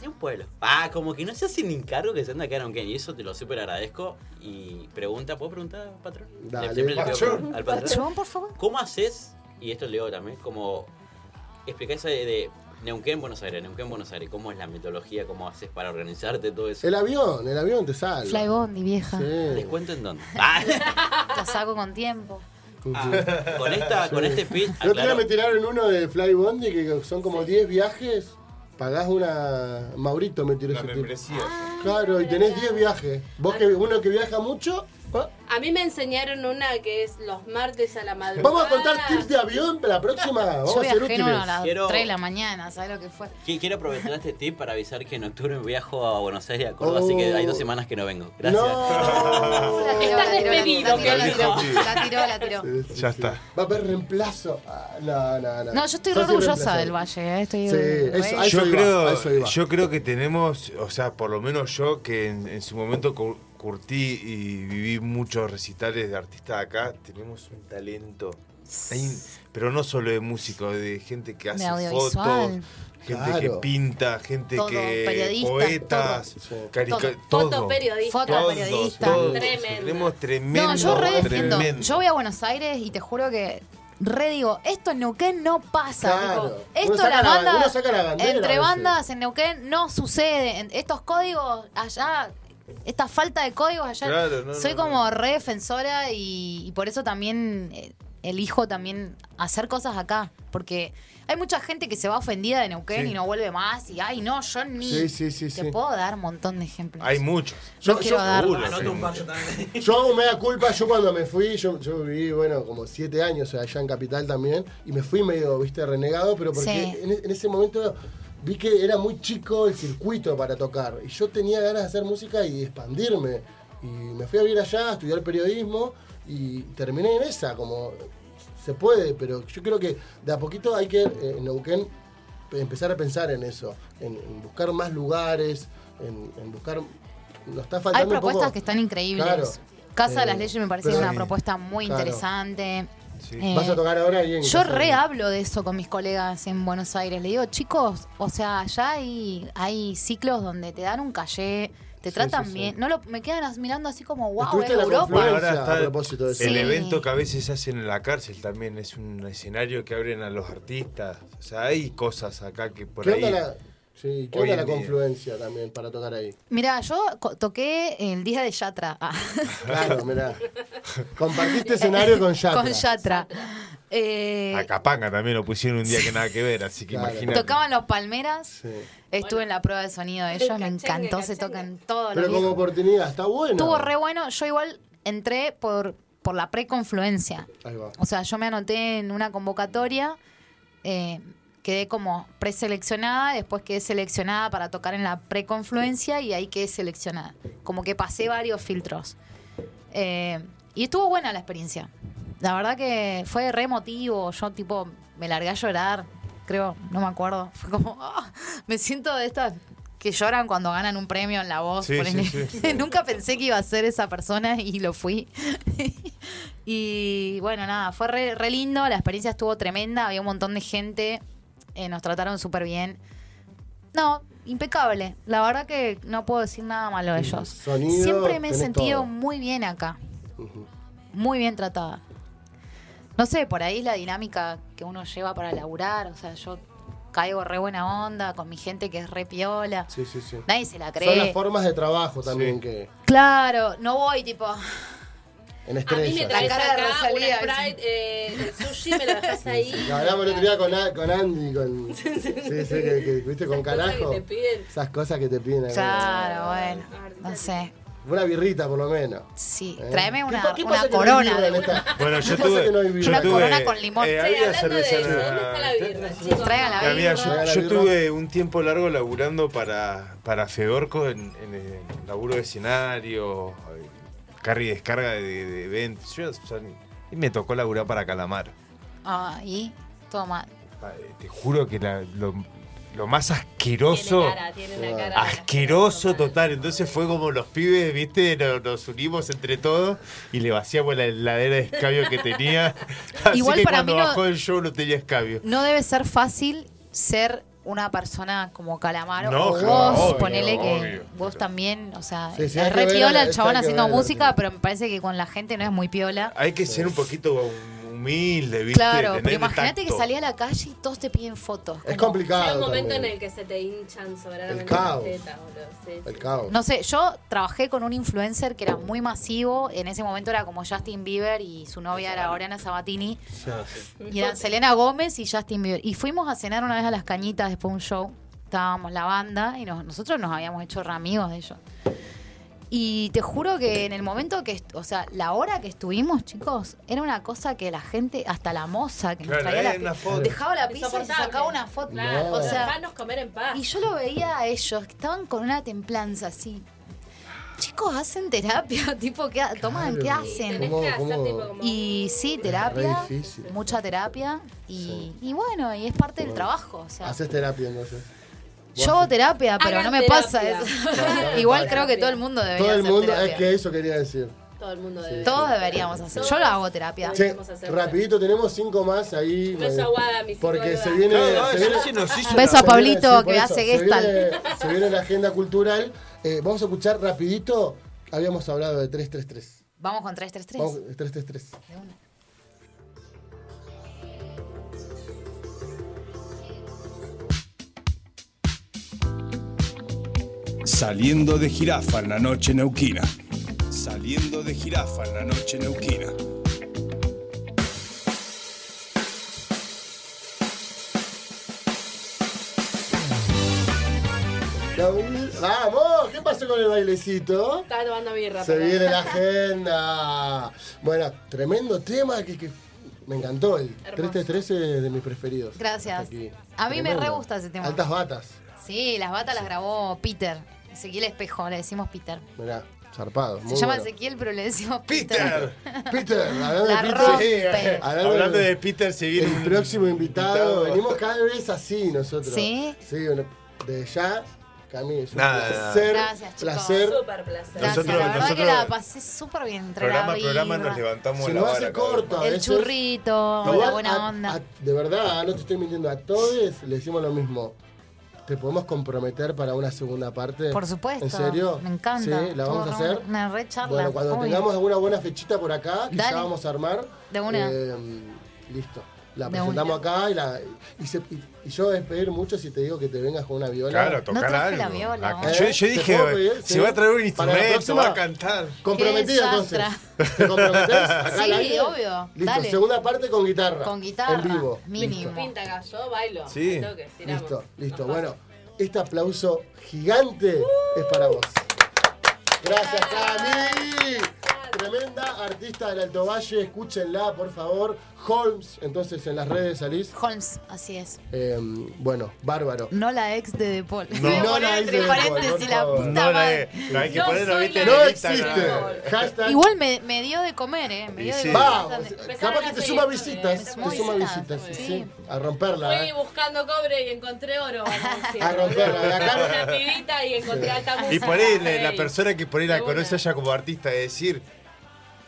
Speaker 8: de un pueblo. Ah, como que no se hacen ni cargo que se anda acá en Neuquén. Y eso te lo súper agradezco. Y pregunta, ¿puedo preguntar, patrón?
Speaker 4: Dale,
Speaker 8: Siempre le pido
Speaker 4: patrón.
Speaker 8: pregunta al
Speaker 5: Patrón, por favor.
Speaker 8: ¿Cómo haces? Y esto leo también, como explicar eso de, de Neuquén, Buenos Aires, Neuquén, Buenos Aires, cómo es la mitología, cómo haces para organizarte, todo eso.
Speaker 4: El avión, el avión te sale.
Speaker 5: Flybondi, vieja.
Speaker 8: ¿Les cuento en dónde? Ah,
Speaker 5: La saco con tiempo.
Speaker 8: ah, con, esta,
Speaker 4: Sí.
Speaker 8: con este pitch,
Speaker 4: El otro día
Speaker 8: aclaro,
Speaker 4: me tiraron uno de Fly Bondi que son como 10 viajes. Pagás una. Maurito me tiró ese tipo. Claro, y tenés 10 viajes. Vos que uno que viaja mucho. ¿ah?
Speaker 13: A mí me enseñaron una que es los martes a la madrugada.
Speaker 4: Vamos a contar tips de avión para la próxima. Vamos
Speaker 5: Ah. Yo
Speaker 4: a ser
Speaker 5: viajé en
Speaker 4: útiles.
Speaker 5: una a las
Speaker 8: Quiero-
Speaker 5: 3 de la mañana, ¿sabes lo que fue?
Speaker 8: qui- quiero aprovechar este tip para avisar que en octubre viajo a Buenos Aires, a Córdoba, así
Speaker 4: Oh.
Speaker 8: que hay dos semanas que no vengo. Gracias.
Speaker 5: La
Speaker 13: Estás
Speaker 5: tiró, la tiró, la
Speaker 13: despedido,
Speaker 5: tiró, la tiró,
Speaker 6: querido.
Speaker 5: La tiró, la tiró.
Speaker 6: Ya está.
Speaker 4: Va a haber reemplazo. Ah, no, no, no.
Speaker 5: No, yo estoy
Speaker 4: Sos
Speaker 5: re orgullosa
Speaker 4: irreemplazable.
Speaker 5: del Valle, eh, estoy
Speaker 4: Sí,
Speaker 5: re-
Speaker 4: eso- a
Speaker 6: yo,
Speaker 4: iba, a eso
Speaker 6: creo,
Speaker 4: iba.
Speaker 6: yo creo que tenemos, o sea, por lo menos yo que en, en su momento cu- curtí y viví muchos recitales de artistas de acá, tenemos un talento. Hay un- pero no solo de músicos, de gente que hace fotos,
Speaker 5: audiovisual.
Speaker 6: gente que
Speaker 4: Claro.
Speaker 6: pinta, gente
Speaker 5: Todo,
Speaker 6: que
Speaker 5: periodistas,
Speaker 6: poetas, carica-
Speaker 13: Todo.
Speaker 6: todo.
Speaker 13: Fotoperiodista.
Speaker 6: Todos,
Speaker 5: Fotoperiodista.
Speaker 6: todos.
Speaker 13: Tremendo.
Speaker 6: Tenemos tremendo.
Speaker 5: No, yo re defiendo.
Speaker 6: tremendo.
Speaker 5: Yo voy a Buenos Aires y te juro que re digo, esto en Neuquén no pasa.
Speaker 4: Claro.
Speaker 5: Digo,
Speaker 4: Uno
Speaker 5: esto
Speaker 4: saca
Speaker 5: las
Speaker 4: la-
Speaker 5: bandas,
Speaker 4: uno saca la bandera a
Speaker 5: entre
Speaker 4: veces.
Speaker 5: bandas en Neuquén no sucede. En- Estos códigos allá, esta falta de códigos allá.
Speaker 6: Claro, no,
Speaker 5: soy
Speaker 6: no,
Speaker 5: como re defensora y, y por eso también eh, elijo también hacer cosas acá. Porque hay mucha gente que se va ofendida de Neuquén
Speaker 6: Sí.
Speaker 5: y no vuelve más. Y ay, no, yo ni.
Speaker 4: Sí, sí, sí,
Speaker 5: te
Speaker 4: sí.
Speaker 5: puedo dar un montón de ejemplos.
Speaker 6: Hay muchos.
Speaker 5: No quiero dar-
Speaker 6: Seguro, sí.
Speaker 4: Yo hago media culpa, yo cuando me fui, yo, yo viví, bueno, como siete años allá en Capital también, y me fui medio, viste, renegado, pero porque
Speaker 5: Sí.
Speaker 4: en, en ese momento vi que era muy chico el circuito para tocar, y yo tenía ganas de hacer música y expandirme, y me fui a vivir allá, a estudiar periodismo, y terminé en esa, como se puede, pero yo creo que de a poquito hay que, eh, en Neuquén, pe- empezar a pensar en eso, en, en buscar más lugares, en, en buscar... Nos está faltando
Speaker 5: Hay
Speaker 4: un poco-
Speaker 5: propuestas que están increíbles.
Speaker 4: Claro.
Speaker 5: Casa de
Speaker 4: Eh,
Speaker 5: las Leyes me parece
Speaker 4: pero-
Speaker 5: una
Speaker 4: Sí.
Speaker 5: propuesta muy
Speaker 4: Claro.
Speaker 5: interesante. Eh,
Speaker 4: Vas a tocar ahora ahí en
Speaker 5: Yo
Speaker 4: Casa de-
Speaker 5: re hablo de eso con mis colegas en Buenos Aires. Le digo, chicos, o sea, allá hay, hay ciclos donde te dan un callé, te tratan
Speaker 4: sí, sí.
Speaker 5: bien. No lo, me quedan as- mirando así como, wow, es
Speaker 4: Estuviste en la
Speaker 5: Europa.
Speaker 6: Bueno,
Speaker 4: Florencia,
Speaker 6: ahora está
Speaker 4: a propósito de eso.
Speaker 6: el
Speaker 5: Sí.
Speaker 6: evento que a veces hacen en la cárcel también es un escenario que abren a los artistas. O sea, hay cosas acá que por
Speaker 4: ¿Qué
Speaker 6: ahí.
Speaker 4: onda la, sí, ¿qué
Speaker 6: hoy
Speaker 4: onda
Speaker 6: en
Speaker 4: la
Speaker 6: día.
Speaker 4: confluencia también para tocar ahí?
Speaker 5: Mirá, yo co- toqué el día de Yatra. Ah.
Speaker 4: Claro, mirá. Compartiste escenario con Yatra.
Speaker 5: Con Yatra. Eh,
Speaker 6: A Capanga también lo pusieron un día que nada que ver, así que
Speaker 4: Claro.
Speaker 6: imagínate.
Speaker 5: tocaban los Palmeras.
Speaker 4: Sí.
Speaker 5: Estuve en la prueba de sonido de ellos, me encantó, se tocan todos los
Speaker 4: Pero como
Speaker 5: viejos.
Speaker 4: oportunidad, está bueno.
Speaker 5: Estuvo re bueno. Yo igual entré por, por la preconfluencia.
Speaker 4: Ahí va.
Speaker 5: O sea, yo me anoté en una convocatoria, eh, quedé como preseleccionada, después quedé seleccionada para tocar en la preconfluencia y ahí quedé seleccionada. Como que pasé varios filtros.
Speaker 8: Eh, y estuvo buena la experiencia. La verdad que fue re emotivo. Yo, tipo, me largué a llorar. Creo, no me acuerdo. Fue como, ah, me siento de estas que lloran cuando ganan un premio en la voz.
Speaker 12: Sí,
Speaker 8: ponele.
Speaker 12: sí, sí.
Speaker 8: Nunca pensé que iba a ser esa persona y lo fui. y bueno, nada, fue re, re lindo. La experiencia estuvo tremenda. Había un montón de gente. eh, nos trataron súper bien. No, impecable. La verdad que no puedo decir nada malo de ellos.
Speaker 4: Sonido,
Speaker 8: Siempre me he
Speaker 4: tenés
Speaker 8: sentido
Speaker 4: todo.
Speaker 8: muy bien acá. Muy bien tratada. No sé, por ahí es la dinámica que uno lleva para laburar. O sea, yo caigo re buena onda con mi gente que es re piola.
Speaker 4: Sí, sí, sí.
Speaker 8: Nadie se la
Speaker 4: Son las
Speaker 8: cree.
Speaker 4: formas de trabajo también que.
Speaker 8: Claro, no voy tipo.
Speaker 4: En
Speaker 11: A mí me
Speaker 4: estrellas.
Speaker 11: traes
Speaker 8: cara de
Speaker 11: acá
Speaker 8: Rosalía,
Speaker 11: una Sprite, eh, el sushi, me la dejas ahí.
Speaker 4: Lo hablamos el otro día con, A- con Andy, con. Sí, sí, que, que- viste, con
Speaker 11: Cosas
Speaker 4: carajo.
Speaker 11: que te piden.
Speaker 4: Esas cosas que te piden. acá.
Speaker 8: Claro, bueno. No sé.
Speaker 4: Una birrita, por lo menos.
Speaker 8: Sí,
Speaker 4: ¿Eh?
Speaker 8: tráeme
Speaker 4: ¿Qué
Speaker 8: una,
Speaker 4: pa- qué
Speaker 8: una
Speaker 4: pasa que no hay
Speaker 8: corona.
Speaker 4: birra en
Speaker 8: de una.
Speaker 4: esta-
Speaker 6: Bueno,
Speaker 4: ¿Qué
Speaker 6: yo
Speaker 4: pasa
Speaker 6: tuve.
Speaker 4: que no hay birra?
Speaker 6: yo tuve,
Speaker 8: corona con limón.
Speaker 6: eh,
Speaker 8: Sí,
Speaker 6: había
Speaker 8: hablando de
Speaker 6: cerveza
Speaker 8: eso,
Speaker 6: en
Speaker 8: ¿dónde
Speaker 6: la-
Speaker 8: está la birra, chicos? Traigan la
Speaker 6: Eh, mira,
Speaker 8: birra.
Speaker 6: yo, yo tuve un tiempo largo laburando para, para Fedorco en, en el laburo de escenario, eh, carry y descarga de, de eventos. Yo, o sea, y me tocó laburar para Calamar.
Speaker 8: Ah, y toma.
Speaker 6: eh, Te juro que la- lo, lo más asqueroso.
Speaker 8: Tiene cara, tiene una cara de
Speaker 6: asqueroso total. Entonces fue como los pibes, viste, No- nos, unimos entre todos y le vaciamos la heladera de escabio que tenía. Así
Speaker 8: Igual
Speaker 6: que
Speaker 8: para
Speaker 6: cuando
Speaker 8: mí no-
Speaker 6: bajó el show no tenía escabio.
Speaker 8: No debe ser fácil ser una persona como Calamaro
Speaker 6: No,
Speaker 8: o
Speaker 6: claro,
Speaker 8: vos,
Speaker 6: obvio,
Speaker 8: ponele que
Speaker 6: obvio.
Speaker 8: vos también, o sea,
Speaker 6: Sí, sí, hay
Speaker 8: es
Speaker 6: que
Speaker 8: re
Speaker 6: ver,
Speaker 8: piola el
Speaker 6: hay
Speaker 8: chabón
Speaker 6: que
Speaker 8: haciendo
Speaker 6: ver.
Speaker 8: música, pero me parece que con la gente no es muy piola.
Speaker 6: Hay que ser un poquito humilde, ¿viste?
Speaker 8: Claro,
Speaker 6: Tener
Speaker 8: pero imagínate que
Speaker 6: tacto.
Speaker 8: salís a la calle y todos te piden fotos.
Speaker 4: Es
Speaker 8: como-
Speaker 11: Llega un
Speaker 4: complicado.
Speaker 11: momento
Speaker 4: también.
Speaker 11: en el que se te hinchan
Speaker 4: El
Speaker 11: sobradamente las
Speaker 4: caos.
Speaker 11: tetas, boludo. Sí, sí.
Speaker 4: El caos.
Speaker 8: No sé, yo trabajé con un influencer que era muy masivo, en ese momento era como Justin Bieber y su novia era Oriana Sabatini, y eran Selena Gómez y Justin Bieber. Y fuimos a cenar una vez a las cañitas después de un show, estábamos la banda y nos- nosotros nos habíamos hecho re amigos de ellos. Y te juro que en el momento que, est- o sea, la hora que estuvimos, chicos, era una cosa que la gente, hasta la moza que
Speaker 6: Claro,
Speaker 8: nos traía
Speaker 6: eh,
Speaker 8: la
Speaker 6: una
Speaker 8: pi-
Speaker 6: foto.
Speaker 8: dejaba la pizza y se sacaba una foto.
Speaker 11: Claro,
Speaker 8: O sea,
Speaker 11: dejanos comer en paz.
Speaker 8: y yo lo veía a ellos, que estaban con una templanza así. Chicos, hacen terapia, tipo, ¿qué, ha- toman, ¿qué hacen?
Speaker 4: Tenés que ¿Cómo- hacer, cómo? tipo,
Speaker 8: Y sí, terapia, mucha terapia, y, y bueno, y es parte del trabajo. O sea,
Speaker 4: Haces terapia entonces.
Speaker 8: yo hago
Speaker 5: Ah,
Speaker 8: terapia, pero
Speaker 11: Hagan
Speaker 8: no me
Speaker 11: terapia.
Speaker 8: pasa eso.
Speaker 4: Claro,
Speaker 8: Igual
Speaker 4: claro.
Speaker 8: creo que todo el mundo debería
Speaker 4: Todo el
Speaker 8: hacer
Speaker 4: mundo,
Speaker 8: terapia.
Speaker 4: es que eso quería decir.
Speaker 11: Todo el mundo debe.
Speaker 8: Todos deberíamos hacer. Yo lo hago terapia.
Speaker 4: Che, rapidito, tenemos cinco más ahí.
Speaker 8: Beso
Speaker 4: me-
Speaker 8: a Guada, mi
Speaker 4: Porque
Speaker 8: psicóloga.
Speaker 4: se viene.
Speaker 6: No, no,
Speaker 4: se
Speaker 6: ya
Speaker 4: viene-
Speaker 6: se nos hizo
Speaker 8: Beso la- a
Speaker 4: se viene-
Speaker 8: Pablito,
Speaker 4: sí, por
Speaker 8: que
Speaker 4: eso,
Speaker 8: hace
Speaker 4: se
Speaker 8: Gestalt.
Speaker 4: viene- Se viene la agenda cultural. Eh, vamos a escuchar rapidito. Habíamos hablado de 333.
Speaker 8: Vamos con 333.
Speaker 4: Vamos, 333.
Speaker 1: Saliendo de jirafa en la noche neuquina. Saliendo de jirafa en la noche neuquina.
Speaker 4: La- Vamos, ¿qué pasó con el bailecito?
Speaker 11: Estaba tomando birra.
Speaker 4: Se
Speaker 11: pero-
Speaker 4: viene la agenda. Bueno, tremendo tema que, que me encantó. El 333 es eh, de mis preferidos.
Speaker 8: Gracias.
Speaker 4: Aquí.
Speaker 8: A mí me
Speaker 4: Tremendo.
Speaker 8: re gusta ese tema.
Speaker 4: Altas batas.
Speaker 8: Sí, las batas las grabó Peter. Ezequiel Espejo, le decimos Peter.
Speaker 4: Mirá, zarpado.
Speaker 8: Se llama Ezequiel, pero le decimos Peter.
Speaker 4: Peter, hablando
Speaker 8: La
Speaker 4: de Peter.
Speaker 8: rompe.
Speaker 6: Hablando de Peter, se viene
Speaker 4: El próximo invitado. Venimos cada vez así nosotros.
Speaker 8: ¿Sí?
Speaker 4: Sí, bueno, de ya, Camille. es un
Speaker 6: Nada,
Speaker 4: placer,
Speaker 6: nada.
Speaker 8: Gracias, chicos.
Speaker 4: placer.
Speaker 11: Súper placer.
Speaker 8: Gracias,
Speaker 6: Nosotros-
Speaker 8: la verdad que
Speaker 6: nosotros-
Speaker 8: la pasé súper bien. entre la
Speaker 6: Programa a
Speaker 8: birra,
Speaker 6: programa nos levantamos
Speaker 4: Se
Speaker 6: la
Speaker 4: nos
Speaker 6: vara.
Speaker 4: hace
Speaker 6: cada vez
Speaker 4: corto.
Speaker 6: más.
Speaker 4: a
Speaker 8: el
Speaker 4: veces.
Speaker 8: churrito,
Speaker 4: Igual
Speaker 8: la
Speaker 4: a-
Speaker 8: buena onda.
Speaker 4: a- de verdad, no te estoy mintiendo. A todos le decimos lo mismo. ¿Te podemos comprometer para una segunda parte?
Speaker 8: Por supuesto.
Speaker 4: ¿En serio?
Speaker 8: Me encanta.
Speaker 4: Sí, la vamos a
Speaker 8: Estuvo
Speaker 4: hacer.
Speaker 8: re- Una re charla.
Speaker 4: Bueno, cuando
Speaker 8: obvio.
Speaker 4: tengamos alguna buena fechita por acá, que ya
Speaker 8: Dale.
Speaker 4: vamos a armar.
Speaker 8: De una.
Speaker 4: eh, listo. La
Speaker 8: De
Speaker 4: presentamos acá y, la, y, se- y- y yo voy a pedir mucho si te digo que te vengas con una viola.
Speaker 6: Claro, tocar algo.
Speaker 4: ¿Eh?
Speaker 6: Yo, yo
Speaker 4: ¿Te
Speaker 6: dije,
Speaker 4: puedo pedir?
Speaker 6: se
Speaker 4: Sí.
Speaker 6: va a traer un
Speaker 4: Para la
Speaker 6: instrumento,
Speaker 4: próxima,
Speaker 6: va a cantar.
Speaker 4: Comprometido
Speaker 8: Qué
Speaker 4: entonces.
Speaker 8: desastre.
Speaker 4: ¿Te comprometés? Acá
Speaker 8: Sí,
Speaker 4: al aire?
Speaker 8: obvio.
Speaker 4: Listo,
Speaker 8: Dale.
Speaker 4: segunda parte con guitarra.
Speaker 8: Con guitarra.
Speaker 4: En vivo.
Speaker 8: Mínimo.
Speaker 4: Listo.
Speaker 11: Pinta acá, yo bailo.
Speaker 4: Sí.
Speaker 11: al toque, tiramos.
Speaker 4: Listo, listo. Bueno, este aplauso gigante es para vos. Gracias, Cami. Tremenda artista del Alto Valle, escúchenla, por favor. Holmes, entonces en las redes salís.
Speaker 8: Holmes, así es.
Speaker 4: Eh, bueno, bárbaro.
Speaker 8: No la ex de De Paul.
Speaker 4: No.
Speaker 8: Voy a
Speaker 4: No
Speaker 8: poner
Speaker 4: la ex
Speaker 8: entre
Speaker 4: de De Paul,
Speaker 8: paréntesis
Speaker 4: por
Speaker 8: la
Speaker 4: favor.
Speaker 8: puta
Speaker 4: No la
Speaker 8: madre.
Speaker 4: ex. Hay que ponerlo,
Speaker 8: soy
Speaker 4: viste,
Speaker 8: la
Speaker 4: en
Speaker 8: ex.
Speaker 4: el Instagram. No. Hashtag-
Speaker 8: Igual me, me dio de comer, ¿eh? Me
Speaker 4: Y
Speaker 8: dio
Speaker 4: sí.
Speaker 8: de
Speaker 4: Va,
Speaker 8: comer.
Speaker 4: Capaz que te suma visitas. Te suma visitas, sí, sí. A romperla,
Speaker 5: Fui
Speaker 4: ¿eh?
Speaker 5: buscando cobre y encontré oro. Valencia.
Speaker 4: A romperla. De acá
Speaker 5: Una pibita y encontré alta música.
Speaker 6: Y por ahí la, la
Speaker 5: Ey.
Speaker 6: persona que por ahí la
Speaker 5: De una.
Speaker 6: conoce allá como artista, es decir,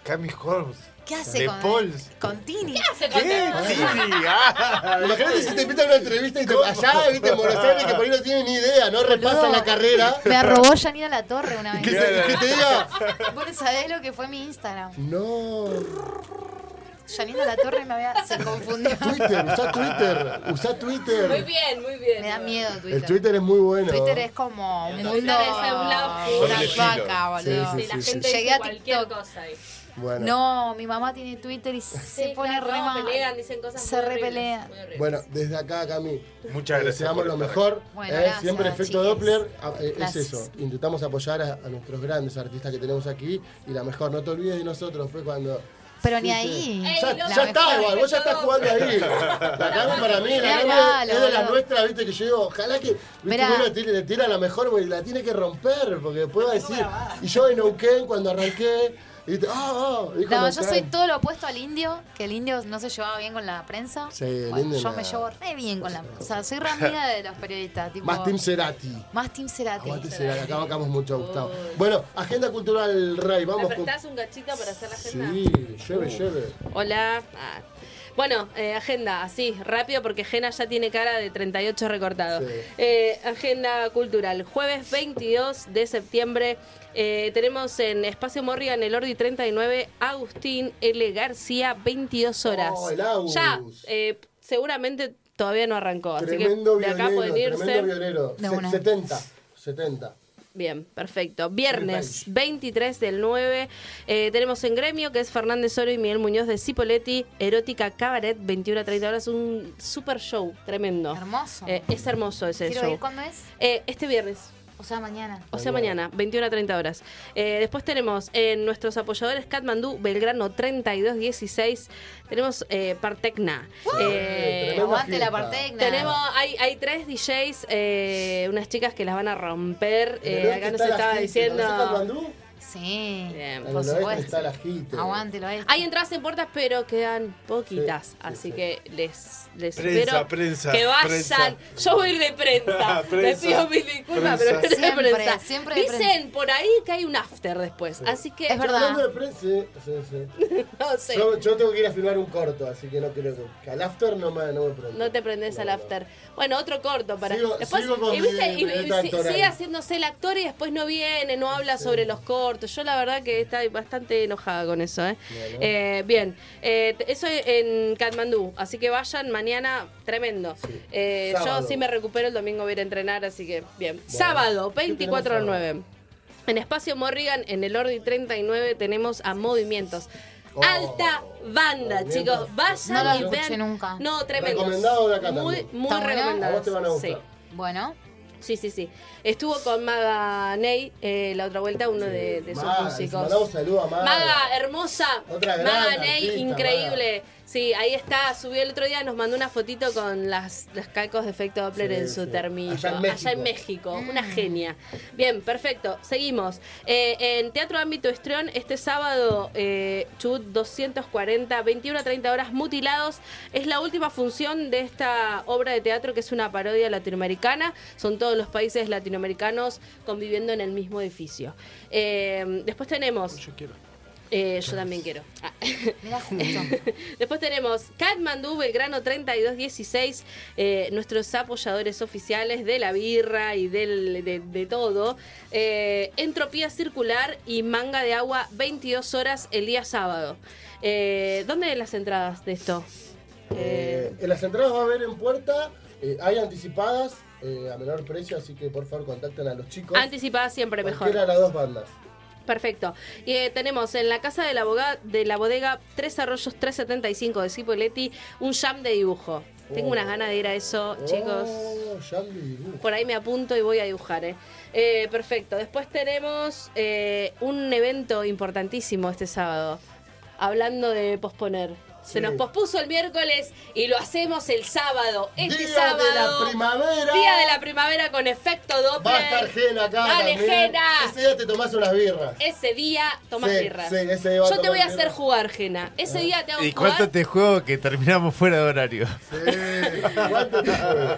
Speaker 6: Cami Holmes.
Speaker 8: ¿Qué hace
Speaker 6: De
Speaker 8: con-
Speaker 6: Paul.
Speaker 8: Con Tini. ¿Qué
Speaker 5: hace
Speaker 6: con ¿Qué? Tini? Tini, ah.
Speaker 4: Imagínate si te invitan a una entrevista y te, allá, viste, en Buenos Aires, que por ahí no tienen ni idea, no repasan la carrera.
Speaker 8: Me arrobó Janina La Torre una vez.
Speaker 4: Que te, que te diga,
Speaker 8: Vos no sabés lo que fue mi Instagram.
Speaker 4: no,
Speaker 8: Janina La Torre me había. Se confundió.
Speaker 4: Twitter, usá Twitter, usá
Speaker 5: Muy
Speaker 4: Twitter.
Speaker 5: bien, muy bien.
Speaker 8: Me da miedo Twitter.
Speaker 4: El Twitter es muy bueno.
Speaker 8: Twitter es como un mundo.
Speaker 5: Twitter es un lado-
Speaker 8: Una
Speaker 5: Sí, sí,
Speaker 8: vaca,
Speaker 4: sí,
Speaker 8: boludo.
Speaker 4: sí, sí,
Speaker 5: La gente
Speaker 8: Llegué
Speaker 5: dice
Speaker 8: a
Speaker 5: cualquier cosa ahí.
Speaker 4: Bueno.
Speaker 8: No, mi mamá tiene Twitter y se pone
Speaker 5: claro,
Speaker 8: re
Speaker 5: no,
Speaker 8: mal.
Speaker 5: pelean, dicen cosas
Speaker 8: se
Speaker 5: muy horribles,
Speaker 8: repelea.
Speaker 4: Bueno, desde acá, Cami. Eh,
Speaker 6: Muchas
Speaker 4: te
Speaker 6: gracias
Speaker 4: Deseamos
Speaker 6: por
Speaker 4: lo
Speaker 6: estar
Speaker 4: mejor.
Speaker 6: acá.
Speaker 8: Bueno,
Speaker 4: eh,
Speaker 8: gracias,
Speaker 4: siempre efecto
Speaker 8: chiques.
Speaker 4: Doppler. ah, eh, es
Speaker 8: Gracias.
Speaker 4: eso. Intentamos apoyar a, a nuestros grandes artistas que tenemos aquí. Y la mejor, no te olvides de nosotros, fue cuando.
Speaker 8: Pero ni
Speaker 4: fuiste-
Speaker 8: ahí.
Speaker 4: Ya,
Speaker 8: La
Speaker 4: ya
Speaker 8: mejor.
Speaker 4: está, igual, vos ya estás jugando ahí. La Cami para mí, la
Speaker 8: Mirá,
Speaker 4: Cami
Speaker 8: claro,
Speaker 4: es de las
Speaker 8: boludo.
Speaker 4: nuestras, viste, que yo digo, ojalá que viste,
Speaker 8: Mirá.
Speaker 4: uno tire- le tira la mejor, porque la tiene que romper, porque después va a decir. Y yo en Neuquén, cuando arranqué, y te- ah, ah, dijo
Speaker 8: No, yo
Speaker 4: Neuquén.
Speaker 8: soy todo lo opuesto al indio, que el indio no se llevaba bien con la prensa.
Speaker 4: Sí, el
Speaker 8: Bueno,
Speaker 4: indio
Speaker 8: yo
Speaker 4: nada.
Speaker 8: me llevo re bien con la prensa. O sea, soy re amiga de los periodistas. Tipo,
Speaker 4: Más Tim Cerati.
Speaker 8: Más Team Cerati.
Speaker 4: Aguante Cerati, acá bancamos mucho a Gustavo. Bueno, agenda cultural Ray,
Speaker 5: ¿Me
Speaker 4: vamos con.
Speaker 5: prestás un gachito para hacer la agenda?
Speaker 4: Sí, lleve, lleve.
Speaker 5: Hola. Ah. Bueno, eh, agenda, así, rápido, porque Jena ya tiene cara de 38
Speaker 14: Sí.
Speaker 5: recortado. Eh, agenda cultural. Jueves 22 de septiembre eh, tenemos en Espacio Morrigan, el Ordi 39, Agustín L. García, 22 horas.
Speaker 4: Oh, el Agus.
Speaker 5: ya, eh, seguramente todavía no arrancó, así
Speaker 4: Tremendo
Speaker 5: que de acá
Speaker 4: violero,
Speaker 5: pueden irse.
Speaker 4: tremendo violero.
Speaker 5: De
Speaker 4: Se-
Speaker 5: una.
Speaker 4: 70, 70.
Speaker 5: Bien, perfecto. Viernes 23 del 9 eh, tenemos en gremio que es Fernández Oro y Miguel Muñoz de Cipoletti, Erótica Cabaret, 21 a 30 horas, un super show tremendo.
Speaker 8: Hermoso.
Speaker 5: Eh, es hermoso ese
Speaker 8: Quiero
Speaker 5: show.
Speaker 8: ir cuándo es.
Speaker 5: Eh, este viernes.
Speaker 8: O sea, mañana.
Speaker 5: O sea, mañana, 21 a 30 horas. Eh, después tenemos en nuestros apoyadores Katmandú, Belgrano 3216. Tenemos eh, Partecna. Eh,
Speaker 8: tremenda Aguante fiesta. la Partecna.
Speaker 5: Tenemos, hay, hay tres DJs, eh, unas chicas que las van a romper.
Speaker 4: En el
Speaker 5: Eh,
Speaker 4: oeste
Speaker 5: acá nos
Speaker 4: está la
Speaker 5: estaba
Speaker 4: gente,
Speaker 5: diciendo.
Speaker 4: ¿conocés Katmandú?
Speaker 8: Sí.
Speaker 4: En
Speaker 5: Bien,
Speaker 4: el
Speaker 5: por
Speaker 4: oeste
Speaker 5: supuesto.
Speaker 4: este está la gente.
Speaker 8: Aguántelo ahí.
Speaker 5: eh, Hay entradas en puertas, pero quedan poquitas. así que les, les
Speaker 6: Prensa,
Speaker 5: espero
Speaker 6: prensa,
Speaker 5: que vayan.
Speaker 6: prensa.
Speaker 5: Yo voy a ir de prensa. Les
Speaker 6: Prensa,
Speaker 5: pido mil disculpas, pero voy
Speaker 8: prensa.
Speaker 5: a ir de
Speaker 8: Siempre,
Speaker 5: prensa.
Speaker 8: siempre de
Speaker 5: Dicen por ahí que hay un after después. Así que.
Speaker 8: Es verdad.
Speaker 4: Hablando de prensa, sí, sí, sí.
Speaker 5: No sé.
Speaker 4: Yo, yo tengo que ir a filmar un corto, así que no creo que. que al after no me, no me prendo.
Speaker 5: No te prendes al after. Bueno, otro corto para.
Speaker 4: Sigo-
Speaker 5: después,
Speaker 4: sigo con
Speaker 5: y
Speaker 4: mi-
Speaker 5: viste,
Speaker 4: mi
Speaker 5: y- y
Speaker 4: beta
Speaker 5: si-
Speaker 4: actoral.
Speaker 5: sigue haciéndose el actor y después no viene, no habla sobre los cortos. Yo la verdad que estoy bastante enojada con eso. ¿eh?
Speaker 14: Bueno.
Speaker 5: Eh, bien, Eh, t- eso en Katmandú. Así que vayan mañana, tremendo. Eh, yo
Speaker 14: Sábado.
Speaker 5: sí me recupero el domingo, voy a ir a entrenar, así que bien. Sábado, 24 al 9. En Espacio Morrigan, en el Ordi 39, tenemos a Movimientos.
Speaker 4: Oh.
Speaker 5: Alta banda,
Speaker 4: Movimientos.
Speaker 5: chicos. Vayan
Speaker 8: No la
Speaker 5: y
Speaker 8: escuché
Speaker 5: vean.
Speaker 8: nunca.
Speaker 5: No, tremendo.
Speaker 4: Recomendado de acá
Speaker 5: Muy,
Speaker 4: también.
Speaker 5: muy
Speaker 4: ¿Está bueno?
Speaker 5: recomendado.
Speaker 4: A vos te van a gustar.
Speaker 5: Sí.
Speaker 8: Bueno.
Speaker 5: Sí, sí, sí. Estuvo con Maga Ney eh, la otra vuelta, uno de, de sus
Speaker 4: Maga,
Speaker 5: músicos.
Speaker 4: mandamos saludo a Maga.
Speaker 5: hermosa.
Speaker 4: Otra gran
Speaker 5: Maga Ney,
Speaker 4: artista,
Speaker 5: increíble. Sí, ahí está. Subió el otro día, nos mandó una fotito con las, los calcos de efecto Doppler
Speaker 14: Sí,
Speaker 5: en su
Speaker 14: sí.
Speaker 5: termito.
Speaker 14: Allá en
Speaker 5: Allá en México. Una genia. Bien, perfecto. Seguimos. Eh, en Teatro Ámbito Estrión, este sábado, eh, Chubut 240, 21 a 30 horas, Mutilados. Es la última función de esta obra de teatro que es una parodia latinoamericana. Son todos los países latinoamericanos conviviendo en el mismo edificio. Eh, después tenemos... Yo quiero. yo también quiero. Ah. Después tenemos Katmandú, Belgrano 3216, eh, nuestros apoyadores oficiales de la birra y del, de, de todo. Eh, Entropía Circular y Manga de Agua 22 horas el día sábado. Eh, ¿Dónde las entradas de esto?
Speaker 4: Eh, en las entradas va a haber en puerta, eh, hay anticipadas eh, a menor precio, así que por favor contacten a los chicos.
Speaker 5: Anticipadas siempre mejor.
Speaker 4: Cualquiera de las dos bandas.
Speaker 5: Perfecto. Y eh, tenemos en la casa de la, boga- de la bodega Tres Arroyos 375 de Cipoletti un jam de dibujo. Tengo
Speaker 4: Oh.
Speaker 5: unas ganas de ir a eso, chicos.
Speaker 4: Oh, Yandy, uh.
Speaker 5: Por ahí me apunto y voy a dibujar, ¿eh? Eh, perfecto. Después tenemos eh, un evento importantísimo este sábado. Hablando de posponer.
Speaker 4: Sí.
Speaker 5: Se nos pospuso el miércoles y lo hacemos el sábado. Este
Speaker 4: Día de
Speaker 5: sábado.
Speaker 4: la primavera.
Speaker 5: Día de la primavera con efecto Doppler.
Speaker 4: Va a estar Jena acá.
Speaker 5: Dale,
Speaker 4: también.
Speaker 5: Jena.
Speaker 4: Ese día te tomás unas birras.
Speaker 5: Ese día tomás
Speaker 4: Sí,
Speaker 5: birras.
Speaker 4: sí, ese día va a
Speaker 5: Yo te
Speaker 4: tomar
Speaker 5: voy a
Speaker 4: birra.
Speaker 5: hacer jugar, Jena. Ese día te hago
Speaker 6: ¿Y
Speaker 5: jugar.
Speaker 6: cuánto te juego que terminamos fuera de horario?
Speaker 4: ¿Cuánto te juego?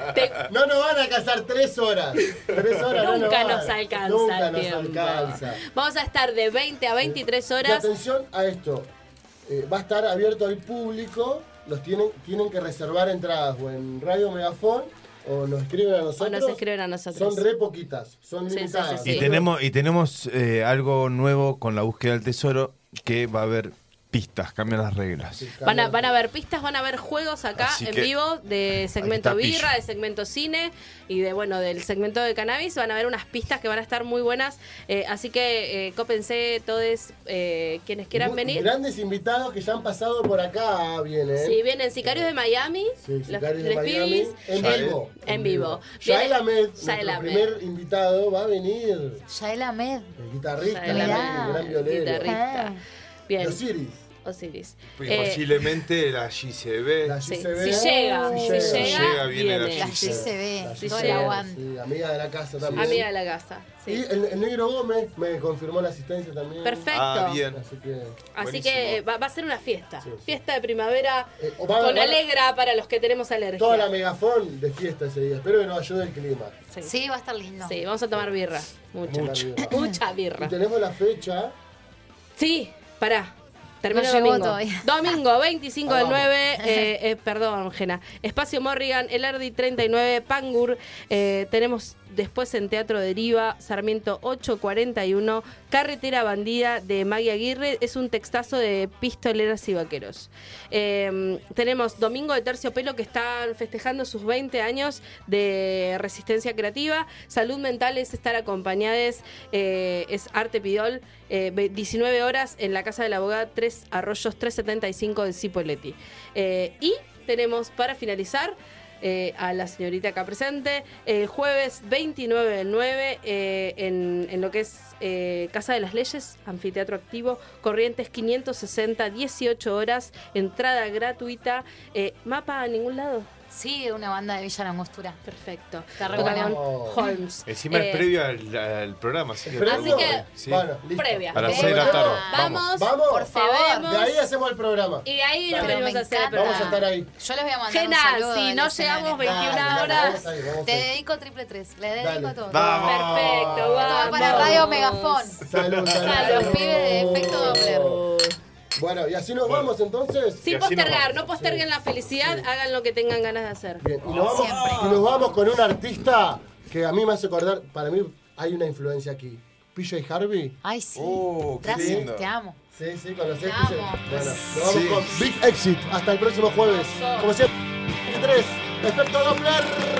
Speaker 4: No nos van a casar tres horas. Tres horas no
Speaker 5: Nunca
Speaker 4: van.
Speaker 5: nos alcanza
Speaker 4: Nunca
Speaker 5: el
Speaker 4: nos
Speaker 5: tiempo.
Speaker 4: alcanza.
Speaker 5: Vamos a estar de 20 a 23
Speaker 4: Y
Speaker 5: horas.
Speaker 4: atención a esto. Eh, va a estar abierto al público. Los tienen, tienen que reservar entradas o en Radio Megafón o nos escriben a nosotros.
Speaker 5: nos escriben a nosotros.
Speaker 4: Son re poquitas, son
Speaker 5: Sí, sí, sí,
Speaker 4: limitadas.
Speaker 5: sí.
Speaker 6: Y tenemos, y tenemos eh, algo nuevo con la búsqueda del tesoro que va a haber pistas, cambian las reglas.
Speaker 5: Van a, van a ver pistas, van a ver juegos acá
Speaker 6: Así
Speaker 5: en
Speaker 6: que-
Speaker 5: vivo de segmento
Speaker 6: Ahí está,
Speaker 5: birra, de segmento cine y de bueno del segmento de cannabis. Van a ver unas pistas que van a estar muy buenas. Eh, así que eh, cópense todos eh, quienes quieran
Speaker 4: Muy-
Speaker 5: venir.
Speaker 4: Grandes invitados que ya han pasado por acá vienen.
Speaker 5: Sí, vienen Sicarios de Miami,
Speaker 4: Sí,
Speaker 5: los
Speaker 4: Sicarios de
Speaker 5: tres
Speaker 4: Miami,
Speaker 5: pibis,
Speaker 4: en
Speaker 5: eh,
Speaker 4: vivo.
Speaker 5: En vivo.
Speaker 4: Yael
Speaker 5: Viene-
Speaker 4: Ahmed,
Speaker 5: Yael
Speaker 4: nuestro
Speaker 5: Ahmed.
Speaker 4: primer invitado, va a venir.
Speaker 8: Yael Ahmed.
Speaker 4: El guitarrista,
Speaker 5: Yael
Speaker 4: el
Speaker 5: Ahmed,
Speaker 4: gran violero.
Speaker 5: guitarrista. Bien.
Speaker 4: Osiris.
Speaker 5: Osiris.
Speaker 1: Y
Speaker 5: Eh,
Speaker 1: posiblemente la GCB.
Speaker 4: La
Speaker 5: Sí, GCB. si llega, si llega,
Speaker 1: viene la
Speaker 5: viene. La
Speaker 1: GCB.
Speaker 8: GCB,
Speaker 4: Sí,
Speaker 5: no
Speaker 4: sí,
Speaker 5: la aguanto.
Speaker 4: sí, amiga de la casa también.
Speaker 5: Amiga de la casa. sí.
Speaker 4: Y el, el negro Gómez me confirmó la asistencia también.
Speaker 5: Perfecto. Ah, bien.
Speaker 4: Así que.
Speaker 5: Así que eh, va, va a ser una fiesta. Fiesta de primavera
Speaker 4: Eh, o va-
Speaker 5: con
Speaker 4: va-
Speaker 5: alegra para los que tenemos alergia.
Speaker 4: Toda la megafón de fiesta ese día. Espero que nos ayude el clima.
Speaker 5: Sí.
Speaker 8: va a estar lindo.
Speaker 5: Sí, vamos a tomar birra. Mucha.
Speaker 4: Mucha.
Speaker 5: Mucha birra.
Speaker 4: Y tenemos la fecha.
Speaker 5: Sí, pará. Termino
Speaker 8: No
Speaker 5: el
Speaker 8: llegó
Speaker 5: domingo.
Speaker 8: todavía.
Speaker 5: Domingo 25
Speaker 8: Ah,
Speaker 5: del
Speaker 8: vamos.
Speaker 5: 9, eh, eh, perdón, Jena. Espacio Morrigan, El Ardi 39, Pangur. eh, tenemos después en Teatro Deriva, Sarmiento 841, Carretera Bandida de Maggie Aguirre. Es un textazo de pistoleras y vaqueros. Eh, tenemos Domingo de Terciopelo que están festejando sus 20 años de resistencia creativa. Salud mental es estar acompañades, eh, es Arte Pidol, eh, ve- 19 horas en la Casa de la Abogada Tres Arroyos 375 de Cipoletti. Eh, y tenemos para finalizar. eh, a la señorita acá presente, el jueves 29 del 9 eh, en, en lo que es eh, Casa de las Leyes, Anfiteatro Activo, Corrientes 560, 18 horas, entrada gratuita, eh, mapa a ningún lado.
Speaker 8: Sí, una banda de Villa La Angostura.
Speaker 5: Perfecto.
Speaker 8: Está re
Speaker 5: Toca
Speaker 8: buena.
Speaker 5: con Holmes.
Speaker 6: Encima
Speaker 5: Eh,
Speaker 6: es previo al, al programa, así
Speaker 8: Ah,
Speaker 6: que.
Speaker 5: Así que,
Speaker 6: Sí.
Speaker 4: Bueno, listo.
Speaker 5: previa.
Speaker 6: A las seis de la tarde.
Speaker 5: Vamos,
Speaker 4: Vamos.
Speaker 5: por favor.
Speaker 4: De ahí hacemos el programa.
Speaker 5: Y de ahí lo
Speaker 4: Dale.
Speaker 5: venimos a hacer.
Speaker 8: encanta.
Speaker 5: pero-
Speaker 4: Vamos a estar ahí.
Speaker 8: Yo les voy a mandar
Speaker 5: Jena,
Speaker 8: un saludo.
Speaker 5: si
Speaker 8: de
Speaker 5: no
Speaker 8: los
Speaker 5: llegamos
Speaker 8: Enanes.
Speaker 5: 21
Speaker 8: Dale,
Speaker 5: horas,
Speaker 8: dale, vamos ahí, vamos Te ahí. dedico triple tres. Le dedico
Speaker 4: Dale.
Speaker 8: a todos.
Speaker 4: Vamos.
Speaker 5: Perfecto,
Speaker 8: Todo para
Speaker 5: vamos.
Speaker 8: Radio Megafón.
Speaker 4: Salud,
Speaker 8: A los pibes de efecto Doppler.
Speaker 4: Bueno, y así nos vamos entonces.
Speaker 5: Sin postergar, no posterguen la felicidad, hagan lo que tengan ganas de hacer.
Speaker 4: Bien, y, nos vamos, y nos vamos con un artista que a mí me hace acordar, para mí hay una influencia aquí. PJ Harvey.
Speaker 8: Ay, sí.
Speaker 4: Oh, qué
Speaker 8: Gracias,
Speaker 4: lindo.
Speaker 8: te amo.
Speaker 4: Sí, sí, conocés
Speaker 8: Te
Speaker 4: PJ.
Speaker 8: amo.
Speaker 4: Bueno, nos vamos
Speaker 8: Sí.
Speaker 4: con Big Exit. Hasta el próximo jueves. Como siempre, 23, Efecto Doppler.